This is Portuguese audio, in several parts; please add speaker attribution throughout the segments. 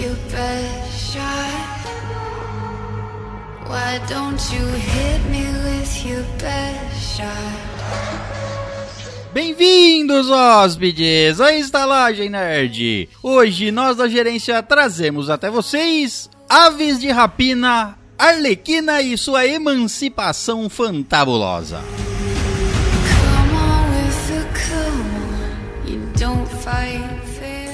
Speaker 1: your best shot? Why don't you hit me with your best shot?
Speaker 2: Bem-vindos, hóspedes, à Estalagem Nerd! Hoje nós da gerência trazemos até vocês Aves de Rapina, Arlequina e sua emancipação fantabulosa.
Speaker 1: Come on with the come on. You don't fight fair.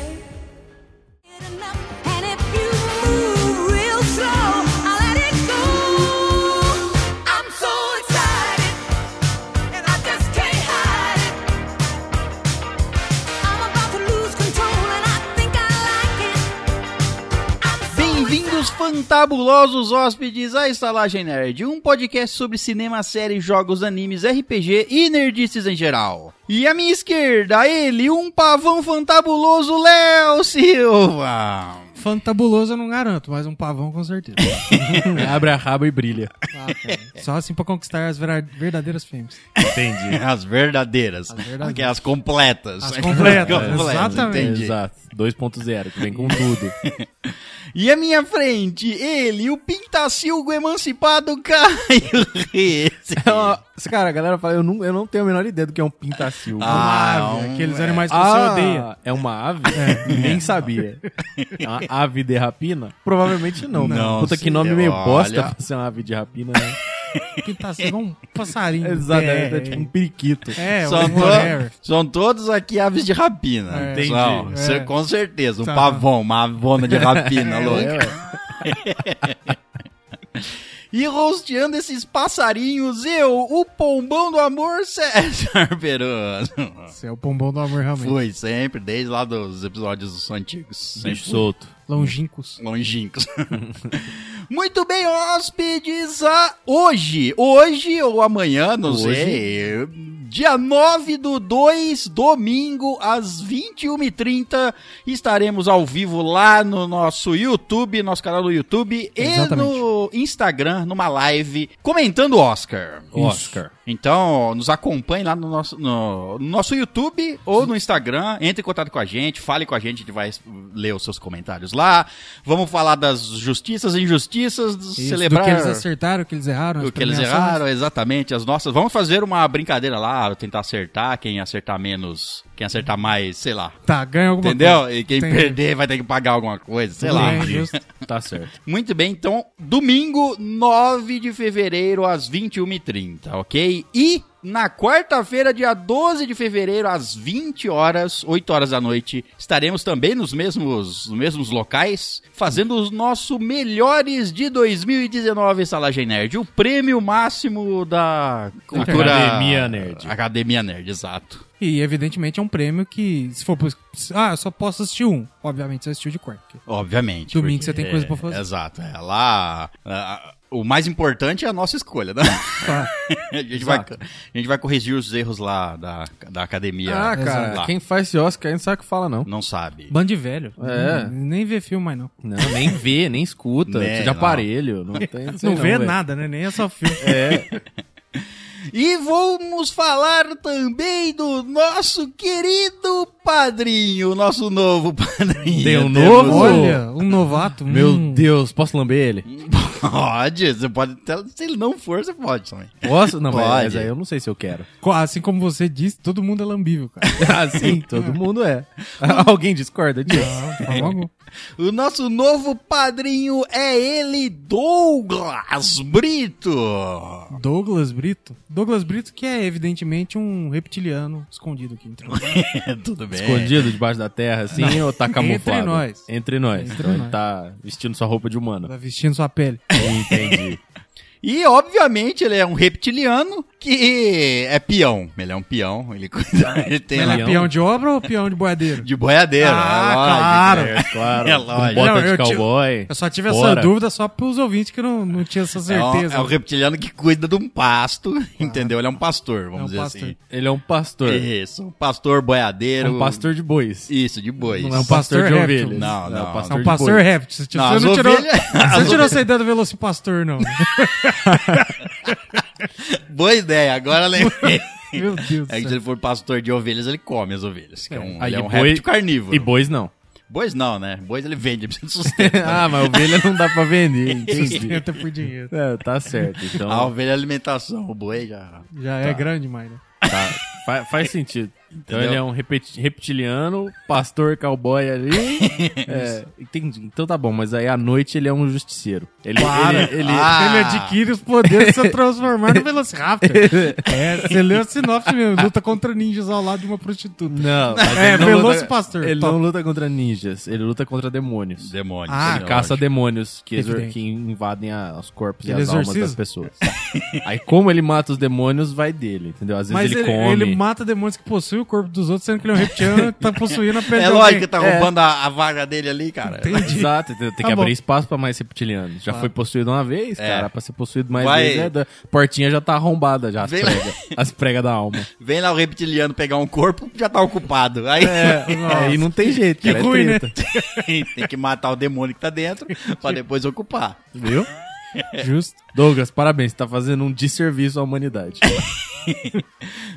Speaker 3: And if you move real slow, I let it go. I'm so excited, and I just can't hide it. I'm about to lose control, and I think I like it. I'm
Speaker 2: Bem-vindos, fantabulosos hóspedes, à Estalagem Nerd, um podcast sobre cinema, séries, jogos, animes, RPG e nerdices em geral. E à minha esquerda, ele, um pavão fantabuloso, Léo Silva!
Speaker 4: Fantabuloso eu não garanto, mas um pavão com certeza.
Speaker 5: É, Abre a raba e brilha.
Speaker 4: Ah,
Speaker 5: tá.
Speaker 4: cara. Só assim pra conquistar as vera- verdadeiras fêmeas.
Speaker 5: Entendi.
Speaker 2: As verdadeiras. As,
Speaker 4: As verdadeiras.
Speaker 2: as completas.
Speaker 4: As completas, exatamente.
Speaker 2: entendi.
Speaker 5: Exato. 2.0, que vem com tudo.
Speaker 2: E à minha frente, ele, o pintacilgo emancipado Caio Reis.
Speaker 5: É Cara, a galera fala, eu não, eu não tenho a menor ideia do que é um pintacil.
Speaker 2: Ah,
Speaker 4: Uma ave,
Speaker 2: um-
Speaker 4: aqueles animais que você odeia.
Speaker 5: é uma ave? Nem sabia. É uma ave de rapina? Provavelmente não, né?
Speaker 2: Não,
Speaker 5: Puta, que
Speaker 2: se-
Speaker 5: nome meio
Speaker 2: olha.
Speaker 5: bosta pra ser uma ave de rapina, né?
Speaker 4: Que tá sendo um passarinho.
Speaker 5: Exatamente, é
Speaker 4: É,
Speaker 5: tipo um periquito.
Speaker 4: é,
Speaker 2: são,
Speaker 4: um
Speaker 2: to-
Speaker 4: whatever.
Speaker 2: são todos aqui aves de rapina.
Speaker 4: É.
Speaker 5: Entendi.
Speaker 2: São,
Speaker 4: É.
Speaker 2: cê- Com certeza. Um
Speaker 4: Tá.
Speaker 2: pavão, uma avona de rapina, louco.
Speaker 5: É, ué.
Speaker 2: E rosteando esses passarinhos, eu, o pombão do amor, César Peroso.
Speaker 4: Esse é o pombom do amor, realmente.
Speaker 2: Fui sempre, desde lá dos episódios antigos. Sempre
Speaker 5: Bicho solto.
Speaker 4: Longínquos.
Speaker 2: longínquos. Muito bem, hóspedes, a hoje, hoje ou amanhã, não
Speaker 5: Hoje.
Speaker 2: sei, dia 9 do 2, domingo, às 21h30, estaremos ao vivo lá no nosso YouTube, nosso canal do YouTube
Speaker 4: Exatamente.
Speaker 2: e no Instagram, numa live, comentando o Oscar.
Speaker 5: Oscar.
Speaker 2: Então, nos acompanhe lá no nosso, no, no nosso YouTube ou no Instagram. Entre em contato com a gente, fale com a gente, a gente vai ler os seus comentários lá. Vamos falar das justiças e injustiças,
Speaker 4: Isso,
Speaker 2: celebrar
Speaker 4: Do que eles acertaram, o que eles erraram. as
Speaker 2: o que eles
Speaker 4: premiações.
Speaker 2: erraram, exatamente, as nossas. Vamos fazer uma brincadeira lá, tentar acertar, quem acertar menos, quem acertar mais, sei lá.
Speaker 4: Tá, ganha alguma
Speaker 2: Entendeu?
Speaker 4: coisa.
Speaker 2: E quem
Speaker 4: Tem-
Speaker 2: perder vai ter que pagar alguma coisa,
Speaker 5: é,
Speaker 2: sei
Speaker 4: Tudo
Speaker 2: lá.
Speaker 4: bem, justo.
Speaker 5: Tá certo.
Speaker 2: Muito bem, então, domingo, 9 de fevereiro, às 21h30, ok? E na quarta-feira, dia 12 de fevereiro, às 20 horas, 8 horas da noite, estaremos também nos mesmos, nos mesmos locais, fazendo os nossos melhores de 2019 Salagem Nerd, o prêmio máximo da cultura...
Speaker 5: Academia Nerd.
Speaker 2: Academia Nerd, exato.
Speaker 4: E, evidentemente, é um prêmio que, se for... pros- Ah, eu só posso assistir um. Obviamente, você assistiu de quarto.
Speaker 2: Obviamente.
Speaker 4: Domingo
Speaker 2: porque-
Speaker 4: você tem coisa pra fazer.
Speaker 2: é, Exato. É, lá. a- o mais importante é a nossa escolha, né?
Speaker 4: Tá.
Speaker 2: a, gente vai,
Speaker 5: Exato.
Speaker 2: a gente vai corrigir os erros lá da, da academia.
Speaker 5: Ah,
Speaker 2: Exato.
Speaker 5: cara,
Speaker 2: Lá.
Speaker 5: quem faz esse Oscar aí não sabe o que fala, não.
Speaker 2: não sabe.
Speaker 4: Bando de velho.
Speaker 5: É.
Speaker 4: Nem vê filme mais, não.
Speaker 5: Não, nem vê, nem escuta.
Speaker 2: Né,
Speaker 5: precisa de
Speaker 2: não.
Speaker 5: aparelho. Não, tem, não sei
Speaker 4: não vê
Speaker 5: velho.
Speaker 4: nada, né? Nem é só filme.
Speaker 5: É,
Speaker 2: E vamos falar também do nosso querido padrinho, nosso novo padrinho.
Speaker 5: Tem um
Speaker 2: Temos-
Speaker 5: novo?
Speaker 4: Olha, um novato.
Speaker 5: meu
Speaker 4: hum.
Speaker 5: Deus, posso lamber ele?
Speaker 2: Pode, você pode. até- Se ele não for, você pode também.
Speaker 5: Posso? Não,
Speaker 2: Pode.
Speaker 5: mas aí eu não sei se eu quero.
Speaker 4: Co- Assim como você disse, todo mundo é lambível, cara.
Speaker 5: Assim, todo mundo é. Alguém discorda disso? É.
Speaker 4: Não, tá logo.
Speaker 2: O nosso novo padrinho é ele, Douglas Brito.
Speaker 4: Douglas Brito. Douglas Brito, que é evidentemente um reptiliano escondido aqui entre nós.
Speaker 2: Tudo bem.
Speaker 5: É. Escondido debaixo da terra, assim, ou tá camuflado?
Speaker 4: Entre nós.
Speaker 5: Entre nós.
Speaker 4: Entre
Speaker 5: então ele
Speaker 4: nós.
Speaker 5: tá vestindo sua roupa de humano.
Speaker 4: Tá vestindo sua pele.
Speaker 5: Entendi.
Speaker 2: E, obviamente, ele é um reptiliano que é peão. Ele é um peão, ele,
Speaker 5: Ah,
Speaker 2: cuida- ele tem
Speaker 4: Ele
Speaker 2: lá
Speaker 4: é peão de obra ou peão de boiadeiro?
Speaker 2: de boiadeiro.
Speaker 4: Ah,
Speaker 2: é lógico,
Speaker 4: claro.
Speaker 2: é.
Speaker 5: É, claro.
Speaker 2: É
Speaker 5: com
Speaker 2: lógico.
Speaker 5: bota
Speaker 4: Não,
Speaker 5: de
Speaker 4: eu tive-
Speaker 5: cowboy.
Speaker 4: Eu só tive
Speaker 5: Fora.
Speaker 4: essa dúvida só pros ouvintes que não, não tinha essa
Speaker 2: É um-
Speaker 4: certeza.
Speaker 2: É um, reptiliano que cuida de um pasto, entendeu? Ele é um pastor, vamos
Speaker 4: É um
Speaker 2: dizer
Speaker 4: pastor.
Speaker 2: assim.
Speaker 5: Ele é um pastor.
Speaker 2: Isso, um pastor
Speaker 5: É
Speaker 2: boiadeiro.
Speaker 5: um pastor de bois.
Speaker 2: Isso, de bois.
Speaker 4: Não é um pastor
Speaker 5: de
Speaker 4: réptil.
Speaker 5: ovelhas.
Speaker 2: Não,
Speaker 5: É
Speaker 2: não.
Speaker 5: um
Speaker 4: É
Speaker 5: pastor
Speaker 4: um
Speaker 5: de
Speaker 4: pastor
Speaker 5: bois.
Speaker 4: réptil. Você,
Speaker 2: Não,
Speaker 4: você
Speaker 2: as
Speaker 4: não tirou,
Speaker 2: ovelhas-
Speaker 4: você não tirou essa ideia do Velocipastor, não.
Speaker 2: Boa ideia, agora eu lembrei.
Speaker 4: Meu Deus do
Speaker 2: É que se
Speaker 4: céu.
Speaker 2: ele for pastor de ovelhas, ele come as ovelhas. que é um,
Speaker 5: Aí
Speaker 2: ele é um
Speaker 5: boi-
Speaker 2: réptil carnívoro.
Speaker 5: E bois não.
Speaker 2: Bois não, né? Bois ele vende, ele precisa de sustento.
Speaker 5: ah, mas ovelha não dá pra vender. entendi.
Speaker 4: Sustenta por dinheiro.
Speaker 5: É, tá certo. Então
Speaker 2: A ovelha é alimentação, o boi já.
Speaker 4: Já é grande demais, né?
Speaker 5: tá, fa- faz sentido. Então
Speaker 2: Entendeu?
Speaker 5: ele é um repeti- reptiliano, pastor cowboy ali. É, entendi. Então tá bom, mas aí à noite ele é um justiceiro. Ele, ele- ele-
Speaker 2: Ah.
Speaker 4: Ele adquire os poderes de se transformar no Velociraptor. é, você leu a sinopse mesmo. Luta contra ninjas ao lado de uma prostituta.
Speaker 5: Não, mas
Speaker 4: É,
Speaker 5: ele não
Speaker 4: Veloz
Speaker 5: luta-
Speaker 4: Pastor,
Speaker 5: Ele
Speaker 4: top.
Speaker 5: não luta contra ninjas, ele luta contra demônios.
Speaker 2: Demônio.
Speaker 4: Ah,
Speaker 5: Ele caça demônios que, exor-
Speaker 4: Evidente.
Speaker 5: que invadem a- os corpos e
Speaker 4: Ele
Speaker 5: as almas
Speaker 4: exorciza?
Speaker 5: das pessoas. Aí, como ele mata os demônios, vai dele, entendeu? Às vezes
Speaker 4: Mas
Speaker 5: ele,
Speaker 4: ele,
Speaker 5: come.
Speaker 4: ele mata demônios que possuem o corpo dos outros, sendo que ele é um reptiliano que tá possuindo a pele
Speaker 2: É
Speaker 4: de
Speaker 2: lógico que
Speaker 4: alguém.
Speaker 2: tá roubando a, a vaga dele ali, cara.
Speaker 4: Entendi.
Speaker 5: Exato, entendeu? tem
Speaker 4: Tá
Speaker 5: que
Speaker 4: bom. Tá.
Speaker 5: abrir espaço pra mais reptilianos. Já foi possuído uma vez,
Speaker 2: É.
Speaker 5: cara. Pra ser possuído mais
Speaker 2: Vai-
Speaker 5: vezes, é da- portinha já tá arrombada, já as
Speaker 2: Vem-
Speaker 5: pregas. As pregas da alma.
Speaker 2: Vem lá o reptiliano pegar um corpo, já tá ocupado. Aí
Speaker 4: É.
Speaker 5: Aí não tem jeito,
Speaker 4: Que
Speaker 5: cara. é
Speaker 4: ruim, né?
Speaker 5: treta.
Speaker 2: tem que matar o demônio que tá dentro pra depois ocupar.
Speaker 5: Viu? Justo. Douglas, parabéns, você tá fazendo um desserviço à humanidade.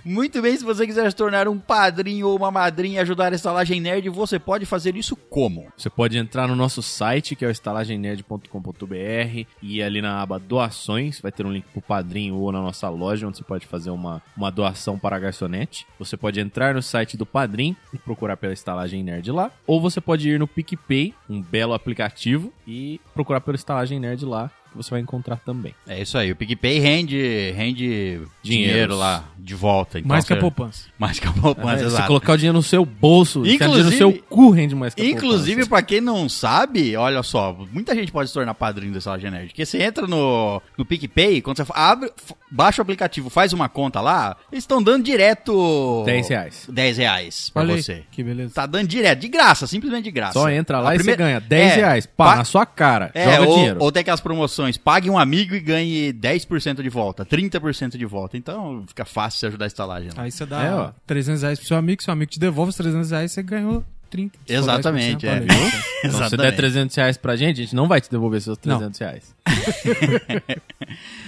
Speaker 2: Muito bem, se você quiser se tornar um padrinho ou uma madrinha e ajudar a estalagem nerd, você pode fazer isso como?
Speaker 5: Você pode entrar no nosso site, que é o estalagemnerd.com.br, e ali na aba doações, vai ter um link pro padrinho ou na nossa loja, onde você pode fazer uma, uma doação para a garçonete. Você pode entrar no site do padrinho e procurar pela estalagem nerd lá. Ou você pode ir no PicPay, um belo aplicativo, e procurar pela estalagem nerd lá, que você vai encontrar também.
Speaker 2: É isso aí, o PicPay rende, rende dinheiro,
Speaker 5: Dinheiros.
Speaker 2: lá de volta. então
Speaker 4: Mais que a
Speaker 2: você-
Speaker 4: poupança.
Speaker 2: Mais que a poupança,
Speaker 5: É, você
Speaker 2: exato.
Speaker 5: colocar o dinheiro no seu bolso, enfiar o dinheiro no
Speaker 2: Inclusive-
Speaker 5: seu cu rende mais
Speaker 4: Tá
Speaker 5: que a
Speaker 2: Inclusive,
Speaker 5: poupança.
Speaker 2: pra quem não sabe, olha só, muita gente pode se tornar padrinho da Estalagem Nerd. Porque você entra no, no PicPay, quando você fa- abre, f- baixa o aplicativo, faz uma conta lá, eles estão dando direto...
Speaker 5: 10 reais.
Speaker 2: 10 reais pra
Speaker 4: Olha aí,
Speaker 2: você.
Speaker 4: Que beleza.
Speaker 2: Tá dando direto, de graça, simplesmente de graça.
Speaker 5: Só entra lá
Speaker 2: A
Speaker 5: e
Speaker 2: primeira-
Speaker 5: você ganha 10
Speaker 2: É,
Speaker 5: reais, pá,
Speaker 2: pa-
Speaker 5: na sua cara,
Speaker 2: É,
Speaker 5: joga
Speaker 2: ou,
Speaker 5: dinheiro.
Speaker 2: ou tem aquelas promoções, pague um amigo e ganhe 10% de volta, 30% de volta. Então fica fácil você ajudar a estalagem. né?
Speaker 4: Aí você dá
Speaker 5: É, ó.
Speaker 4: 300 reais pro seu amigo, seu amigo te devolve os 300 reais, você ganhou 30. Se for
Speaker 2: Exatamente, é,
Speaker 4: 10%, olha aí.
Speaker 2: viu?
Speaker 5: Então, se você der 300 reais pra gente, a gente não vai te devolver seus
Speaker 4: Não.
Speaker 5: 300 reais.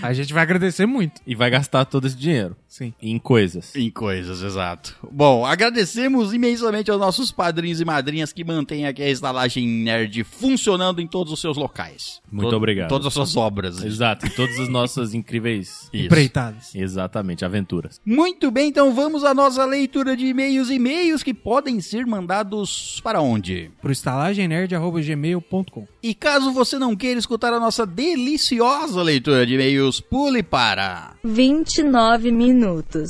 Speaker 4: A gente vai agradecer muito.
Speaker 5: E vai gastar todo esse dinheiro
Speaker 4: Sim.
Speaker 5: em coisas.
Speaker 2: Em coisas, exato. Bom, agradecemos imensamente aos nossos padrinhos e madrinhas que mantêm aqui a estalagem nerd funcionando em todos os seus locais.
Speaker 5: Muito obrigado.
Speaker 2: Em todas as suas obras.
Speaker 5: Exato, em todas as nossas incríveis...
Speaker 2: Isso.
Speaker 4: Empreitadas.
Speaker 5: Exatamente, aventuras.
Speaker 2: Muito bem, então vamos à nossa leitura de e-mails. E-mails que podem ser mandados para onde?
Speaker 4: Pro estalagemnerd.gmail.com.
Speaker 2: E caso você não queira escutar a nossa deliciosa leitura de e-mails, pule para.
Speaker 6: 29 minutos.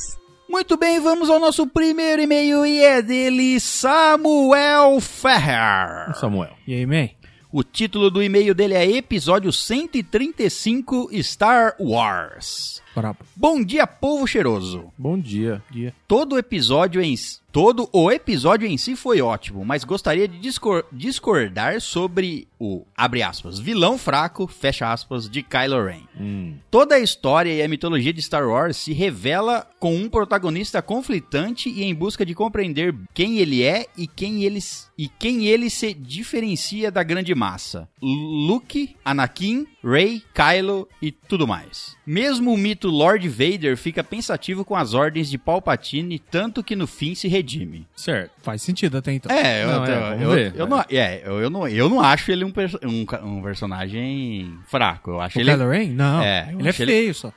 Speaker 2: Muito bem, vamos ao nosso primeiro e-mail e é dele Samuel Ferrer.
Speaker 5: Samuel.
Speaker 4: E aí, man?
Speaker 2: O título do e-mail dele é Episódio 135 Star Wars.
Speaker 4: Brabo.
Speaker 2: Bom dia, povo cheiroso.
Speaker 5: Bom dia. dia.
Speaker 2: Todo episódio em si- todo o episódio em si foi ótimo, mas gostaria de discor- discordar sobre o abre aspas vilão fraco fecha aspas de Kylo Ren. Toda a história e a mitologia de Star Wars se revela com um protagonista conflitante e em busca de compreender quem ele é e quem ele, s- e quem ele se diferencia da grande massa. Luke, Anakin, Rey, Kylo e tudo mais. Mesmo o mito Lord Vader fica pensativo com as ordens de Palpatine, tanto que no fim se redime.
Speaker 5: Certo.
Speaker 4: Faz sentido até então.
Speaker 2: É, eu,
Speaker 5: Não, é,
Speaker 2: eu-
Speaker 5: vamos
Speaker 2: eu-
Speaker 5: ver,
Speaker 2: eu
Speaker 5: é.
Speaker 2: não, é, eu, eu não, eu não acho ele um, perso- um ca- um personagem fraco. Eu acho
Speaker 4: O
Speaker 2: ele
Speaker 4: Kylo Ren? Não.
Speaker 2: É, eu
Speaker 4: ele é
Speaker 2: achei ele-
Speaker 4: feio só.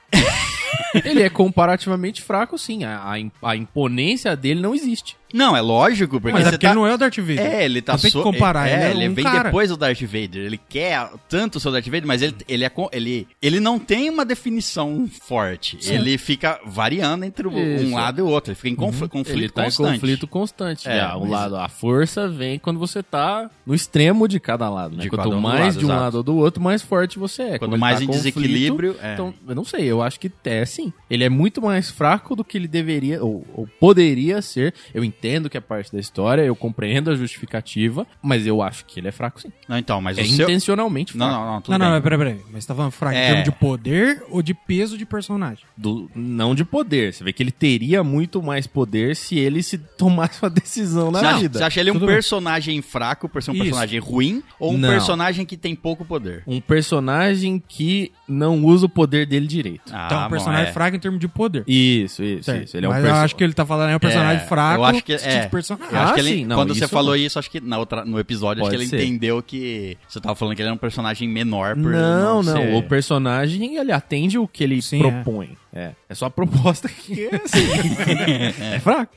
Speaker 5: Ele é comparativamente fraco, sim. A, a, im- a imponência dele não existe.
Speaker 2: Não, é lógico, porque
Speaker 4: Mas é
Speaker 2: você
Speaker 4: porque
Speaker 2: tá...
Speaker 4: ele não é o Darth Vader.
Speaker 2: É, ele tá
Speaker 4: Não tem que
Speaker 2: so-
Speaker 4: comparar,
Speaker 2: é,
Speaker 4: ele é um
Speaker 2: vem
Speaker 4: cara.
Speaker 2: depois do Darth Vader. Ele quer tanto o seu Darth Vader, mas ele, ele, é, co- ele, ele não tem uma definição forte. Ele fica variando entre o- um
Speaker 5: Isso.
Speaker 2: lado e o outro. Ele fica em
Speaker 4: Uhum.
Speaker 2: confl- conflito
Speaker 5: ele tá
Speaker 2: constante.
Speaker 5: em conflito constante.
Speaker 2: É,
Speaker 5: É, um
Speaker 2: mas-
Speaker 5: lado, a força vem quando você tá no extremo de cada lado. Né?
Speaker 2: De
Speaker 5: Quanto
Speaker 2: cada um do
Speaker 5: mais
Speaker 2: lado,
Speaker 5: de um
Speaker 2: exato.
Speaker 5: lado ou do outro, mais forte você é.
Speaker 2: Quando
Speaker 5: ele
Speaker 2: mais
Speaker 5: tá
Speaker 2: em
Speaker 5: conflito,
Speaker 2: desequilíbrio, é.
Speaker 5: Então, eu não sei, eu acho que é sim. Ele é muito mais fraco do que ele deveria ou, ou poderia ser. Eu entendo que é parte da história, eu compreendo a justificativa, mas eu acho que ele é fraco sim.
Speaker 2: Não, então, mas
Speaker 5: É
Speaker 2: o seu...
Speaker 5: intencionalmente
Speaker 2: Não,
Speaker 5: fraco.
Speaker 2: não, não, tudo
Speaker 4: Não, não,
Speaker 2: bem.
Speaker 4: mas peraí, peraí. Mas você tá falando fraco
Speaker 2: É.
Speaker 4: em termos de poder ou de peso de personagem?
Speaker 5: do- não de poder. Você vê que ele teria muito mais poder se ele se tomasse uma decisão na
Speaker 2: Você acha,
Speaker 5: vida.
Speaker 2: você acha ele um
Speaker 4: é Tudo bem.
Speaker 2: personagem fraco por ser um
Speaker 4: Isso.
Speaker 2: personagem ruim ou um
Speaker 5: Não.
Speaker 2: personagem que tem pouco poder?
Speaker 5: Um personagem que não usa o poder dele direito.
Speaker 2: Ah,
Speaker 4: então, um
Speaker 2: bom,
Speaker 4: personagem
Speaker 2: é.
Speaker 4: fraco em termos de poder.
Speaker 5: Isso, isso,
Speaker 4: Certo.
Speaker 5: isso. Ele é um
Speaker 4: mas eu
Speaker 5: perso-
Speaker 4: acho que ele tá falando é um personagem
Speaker 2: É,
Speaker 4: fraco
Speaker 2: eu acho que
Speaker 4: Tipo
Speaker 2: é.
Speaker 4: de personagem.
Speaker 2: Eu acho
Speaker 5: Ah,
Speaker 2: que ele-
Speaker 5: sim, não,
Speaker 2: quando você
Speaker 5: isso-
Speaker 2: falou isso, acho que na outra, no episódio, acho
Speaker 5: Pode
Speaker 2: que ele
Speaker 5: ser.
Speaker 2: entendeu que você tava falando que ele era um personagem menor por
Speaker 5: Não, não.
Speaker 2: ser-
Speaker 5: O personagem, ele atende o que ele
Speaker 4: Sim,
Speaker 5: propõe. É. é. só a proposta que é assim. é fraco.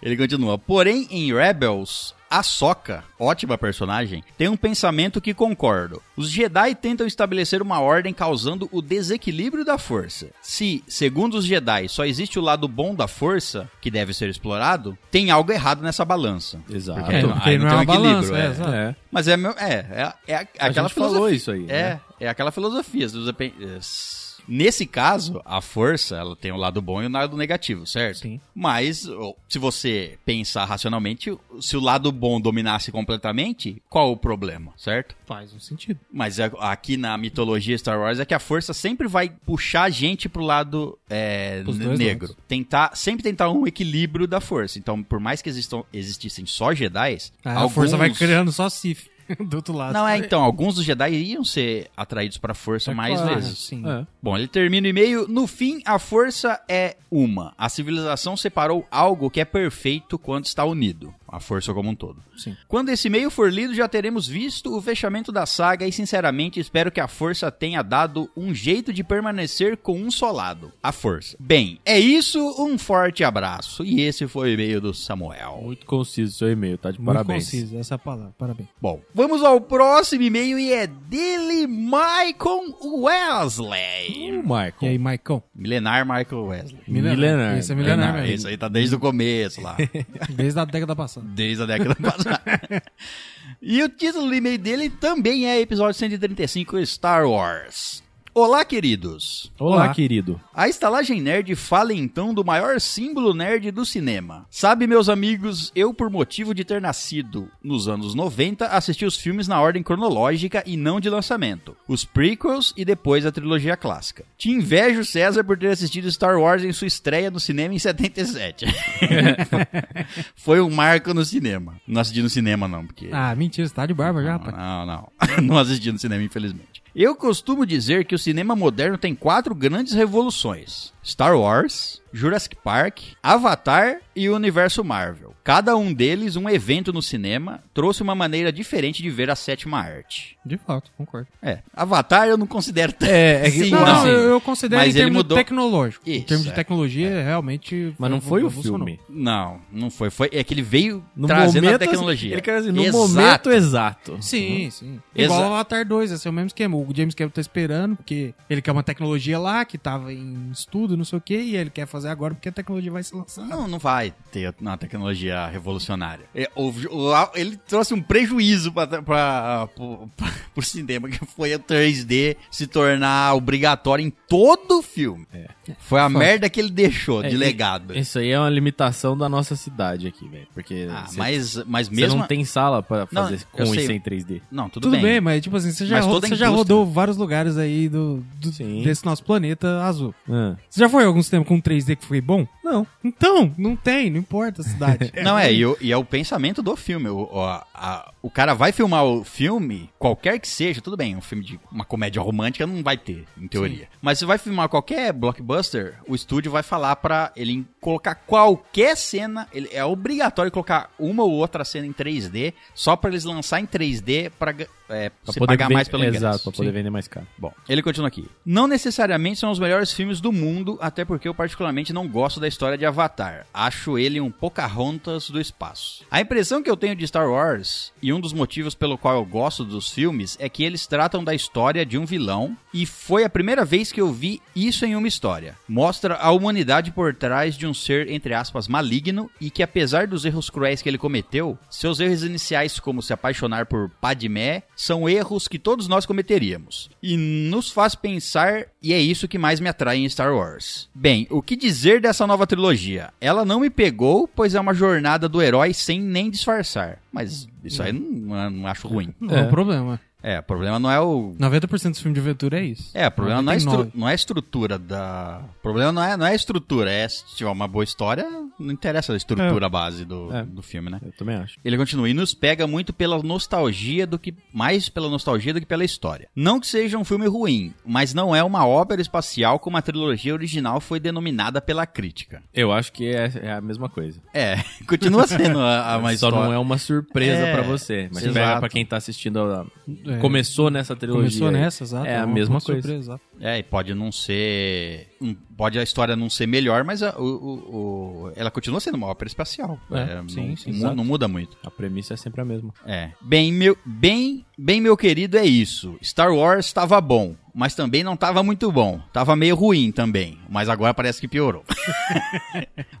Speaker 2: Ele continua. Porém, em Rebels, a Soca, ótima personagem, tem um pensamento que concordo. Os Jedi tentam estabelecer uma ordem causando o desequilíbrio da força. Se, segundo os Jedi, só existe o lado bom da força, que deve ser explorado, tem algo errado nessa balança.
Speaker 5: Exato.
Speaker 2: Porque
Speaker 4: É,
Speaker 2: não-
Speaker 4: porque
Speaker 2: aí
Speaker 4: não é
Speaker 2: tem um
Speaker 4: uma balança.
Speaker 2: equilíbrio,
Speaker 4: é,
Speaker 2: é.
Speaker 4: exato.
Speaker 5: É.
Speaker 2: Mas é, meu- é, é, é a- aquela
Speaker 5: gente falou
Speaker 2: filosofi-
Speaker 5: isso aí,
Speaker 2: É,
Speaker 5: né?
Speaker 2: é aquela filosofia. se você pen- es- Nesse caso, a força ela tem o lado bom e o lado negativo, certo?
Speaker 5: Sim.
Speaker 2: Mas ó, se você pensar racionalmente, se o lado bom dominasse completamente, qual o problema, certo?
Speaker 4: Faz um sentido.
Speaker 2: Mas a- aqui na mitologia Star Wars é que a força sempre vai puxar a gente pro lado é,
Speaker 4: Pros
Speaker 2: ne-
Speaker 4: dois
Speaker 2: negro.
Speaker 4: lados.
Speaker 2: Tentar, sempre tentar um equilíbrio da força. Então, por mais que existam, existissem só Jedi,
Speaker 4: Aí Ah, A força vai
Speaker 2: alguns-
Speaker 4: criando só Sif do outro lado.
Speaker 2: não, é, então, alguns dos Jedi iam ser atraídos pra força
Speaker 4: É
Speaker 2: mais
Speaker 4: claro,
Speaker 2: vezes.
Speaker 4: sim.
Speaker 5: É.
Speaker 2: Bom, ele termina o e-mail. No fim, a força é uma. A civilização separou algo que é perfeito quando está unido. A força como um todo.
Speaker 4: Sim.
Speaker 2: Quando esse e-mail for lido, já teremos visto o fechamento da saga e, sinceramente, espero que a força tenha dado um jeito de permanecer com um só lado. A força. Bem, é isso. Um forte abraço. E esse foi o e-mail do Samuel.
Speaker 5: Muito conciso seu e-mail, tá de
Speaker 4: Muito
Speaker 5: parabéns.
Speaker 4: conciso, essa é a palavra. Parabéns.
Speaker 2: Bom, vamos ao próximo e-mail e é dele, Michael Wesley.
Speaker 5: O Michael.
Speaker 4: E aí, Maicon?
Speaker 2: Milenar Michael Wesley.
Speaker 5: Milenar.
Speaker 4: Esse é milenar,
Speaker 2: Milenar,
Speaker 4: velho.
Speaker 2: Isso aí tá desde o começo lá.
Speaker 4: Desde a década passada.
Speaker 2: Desde a década passada. E o título do e-mail dele também é episódio 135 Star Wars. Olá, queridos.
Speaker 5: Olá,
Speaker 4: Olá.
Speaker 5: querido.
Speaker 2: A estalagem nerd fala então do maior símbolo nerd do cinema. Sabe, meus amigos, eu, por motivo de ter nascido nos anos 90, assisti os filmes na ordem cronológica e não de lançamento. Os prequels e depois a trilogia clássica. Te invejo, César, por ter assistido Star Wars em sua estreia no cinema em 77. Foi um marco no cinema. Não assisti no cinema, não, porque.
Speaker 4: Ah, mentira, você tá de barba já, rapaz.
Speaker 2: Não, não. Não assisti no cinema, infelizmente. Eu costumo dizer que o cinema moderno tem quatro grandes revoluções: Star Wars, Jurassic Park, Avatar e o universo Marvel. Cada um deles, um evento no cinema, trouxe uma maneira diferente de ver a sétima arte.
Speaker 4: De fato, concordo.
Speaker 2: É, Avatar eu não considero tanto.
Speaker 5: É, é que-
Speaker 2: assim,
Speaker 5: Não,
Speaker 4: Não,
Speaker 5: não,
Speaker 4: não, eu, eu considero
Speaker 2: Mas
Speaker 4: em
Speaker 2: ele
Speaker 4: termos
Speaker 2: mudou-
Speaker 4: tecnológicos. Em
Speaker 2: Isso,
Speaker 4: termos
Speaker 2: é.
Speaker 4: de tecnologia, realmente.
Speaker 5: Mas não foi o
Speaker 4: evolucionou.
Speaker 5: filme. assim,
Speaker 2: Não, não foi. Foi é que ele veio trazendo a tecnologia.
Speaker 5: Ele quer dizer, no
Speaker 2: Exato.
Speaker 5: momento exato.
Speaker 4: Sim, sim.
Speaker 2: Exato.
Speaker 4: Igual ao Avatar 2, esse é o mesmo esquema. O James Cameron tá esperando, porque ele quer uma tecnologia lá, que tava em estudo, não sei o quê, e ele quer fazer agora porque a tecnologia vai se lançar.
Speaker 2: Não, não vai ter uma tecnologia revolucionária. É, o- o- ele trouxe um prejuízo para o cinema, que foi o 3D se tornar obrigatório em todo o filme. Foi a merda que ele deixou
Speaker 5: É,
Speaker 2: de
Speaker 5: e-
Speaker 2: legado.
Speaker 5: Isso aí é uma limitação da nossa cidade aqui, velho. Porque
Speaker 2: Ah,
Speaker 5: cê-
Speaker 2: mas, mas
Speaker 5: cê
Speaker 2: mesmo.
Speaker 5: não tem sala pra
Speaker 2: Não,
Speaker 5: fazer
Speaker 2: eu
Speaker 5: com
Speaker 2: sei.
Speaker 5: e sem 3D.
Speaker 2: Não, tudo,
Speaker 4: Tudo bem.
Speaker 2: bem.
Speaker 4: mas tipo assim, você já,
Speaker 2: Mas
Speaker 4: ro-
Speaker 2: toda a
Speaker 4: você já
Speaker 2: indústria-
Speaker 4: rodou vários lugares aí do, do-
Speaker 5: Sim.
Speaker 4: desse nosso planeta azul.
Speaker 5: Ah.
Speaker 4: Você já foi algum sistema com 3D que foi bom? Não. Então, não tem, não importa a cidade.
Speaker 2: Não, é, e, o- e é o pensamento do filme. O, o- a- a- o cara vai filmar o filme, qualquer que seja, tudo bem, um filme de uma comédia romântica não vai ter, em teoria. Mas se vai filmar qualquer blockbuster, o estúdio vai falar pra ele em- colocar qualquer cena, ele, é obrigatório colocar uma ou outra cena em 3D, só pra eles lançar em 3D pra, ga- é,
Speaker 5: Pra
Speaker 2: você
Speaker 5: poder
Speaker 2: pagar
Speaker 5: ven-
Speaker 2: mais pelo ingresso.
Speaker 5: Exato, pra poder
Speaker 2: Sim.
Speaker 5: vender mais caro.
Speaker 2: Bom, ele continua aqui. Não necessariamente são os melhores filmes do mundo, até porque eu particularmente não gosto da história de Avatar. Acho ele um Pocahontas do espaço. A impressão que eu tenho de Star Wars, e um dos motivos pelo qual eu gosto dos filmes, é que eles tratam da história de um vilão, e foi a primeira vez que eu vi isso em uma história. Mostra a humanidade por trás de um ser, entre aspas, maligno, e que apesar dos erros cruéis que ele cometeu, seus erros iniciais, como se apaixonar por Padmé, são erros que todos nós cometeríamos. E nos faz pensar, e é isso que mais me atrai em Star Wars. Bem, o que dizer dessa nova trilogia? Ela não me pegou, pois é uma jornada do herói sem nem disfarçar. Mas isso aí não, não acho ruim.
Speaker 4: Não é um problema.
Speaker 2: É, o problema não é o
Speaker 4: 90% dos filmes de aventura é isso.
Speaker 2: É, o problema não é, estru-
Speaker 4: 99.
Speaker 2: não é a estrutura da. O problema não é, não é a estrutura, é se tiver uma boa história, não interessa a estrutura base do,
Speaker 5: É.
Speaker 2: do filme, né?
Speaker 5: Eu também acho.
Speaker 2: Ele continua, e nos pega muito pela nostalgia do que. Mais pela nostalgia do que pela história. Não que seja um filme ruim, mas não é uma ópera espacial como a trilogia original foi denominada pela crítica.
Speaker 5: Eu acho que é, é a mesma coisa.
Speaker 2: É, continua sendo a, a uma
Speaker 5: Só
Speaker 2: história.
Speaker 5: não é uma surpresa
Speaker 2: É,
Speaker 5: pra você. Mas
Speaker 2: exato.
Speaker 5: pega pra quem tá assistindo. a-
Speaker 4: É.
Speaker 5: Começou nessa trilogia.
Speaker 4: Começou nessa, exato.
Speaker 5: É
Speaker 4: uma
Speaker 5: a mesma
Speaker 4: puta
Speaker 5: coisa.
Speaker 4: surpresa, exato.
Speaker 2: É, e pode não ser. um- Pode a história não ser melhor, mas a- o, o- o- ela continua sendo uma ópera espacial.
Speaker 4: É,
Speaker 2: não-
Speaker 4: sim, sim,
Speaker 2: mu-
Speaker 4: exato.
Speaker 2: não muda muito.
Speaker 5: A premissa é sempre a mesma.
Speaker 2: É. Bem, meu, bem, bem, meu querido, é isso. Star Wars tava bom, mas também não tava muito bom. Tava meio ruim também, mas agora parece que piorou.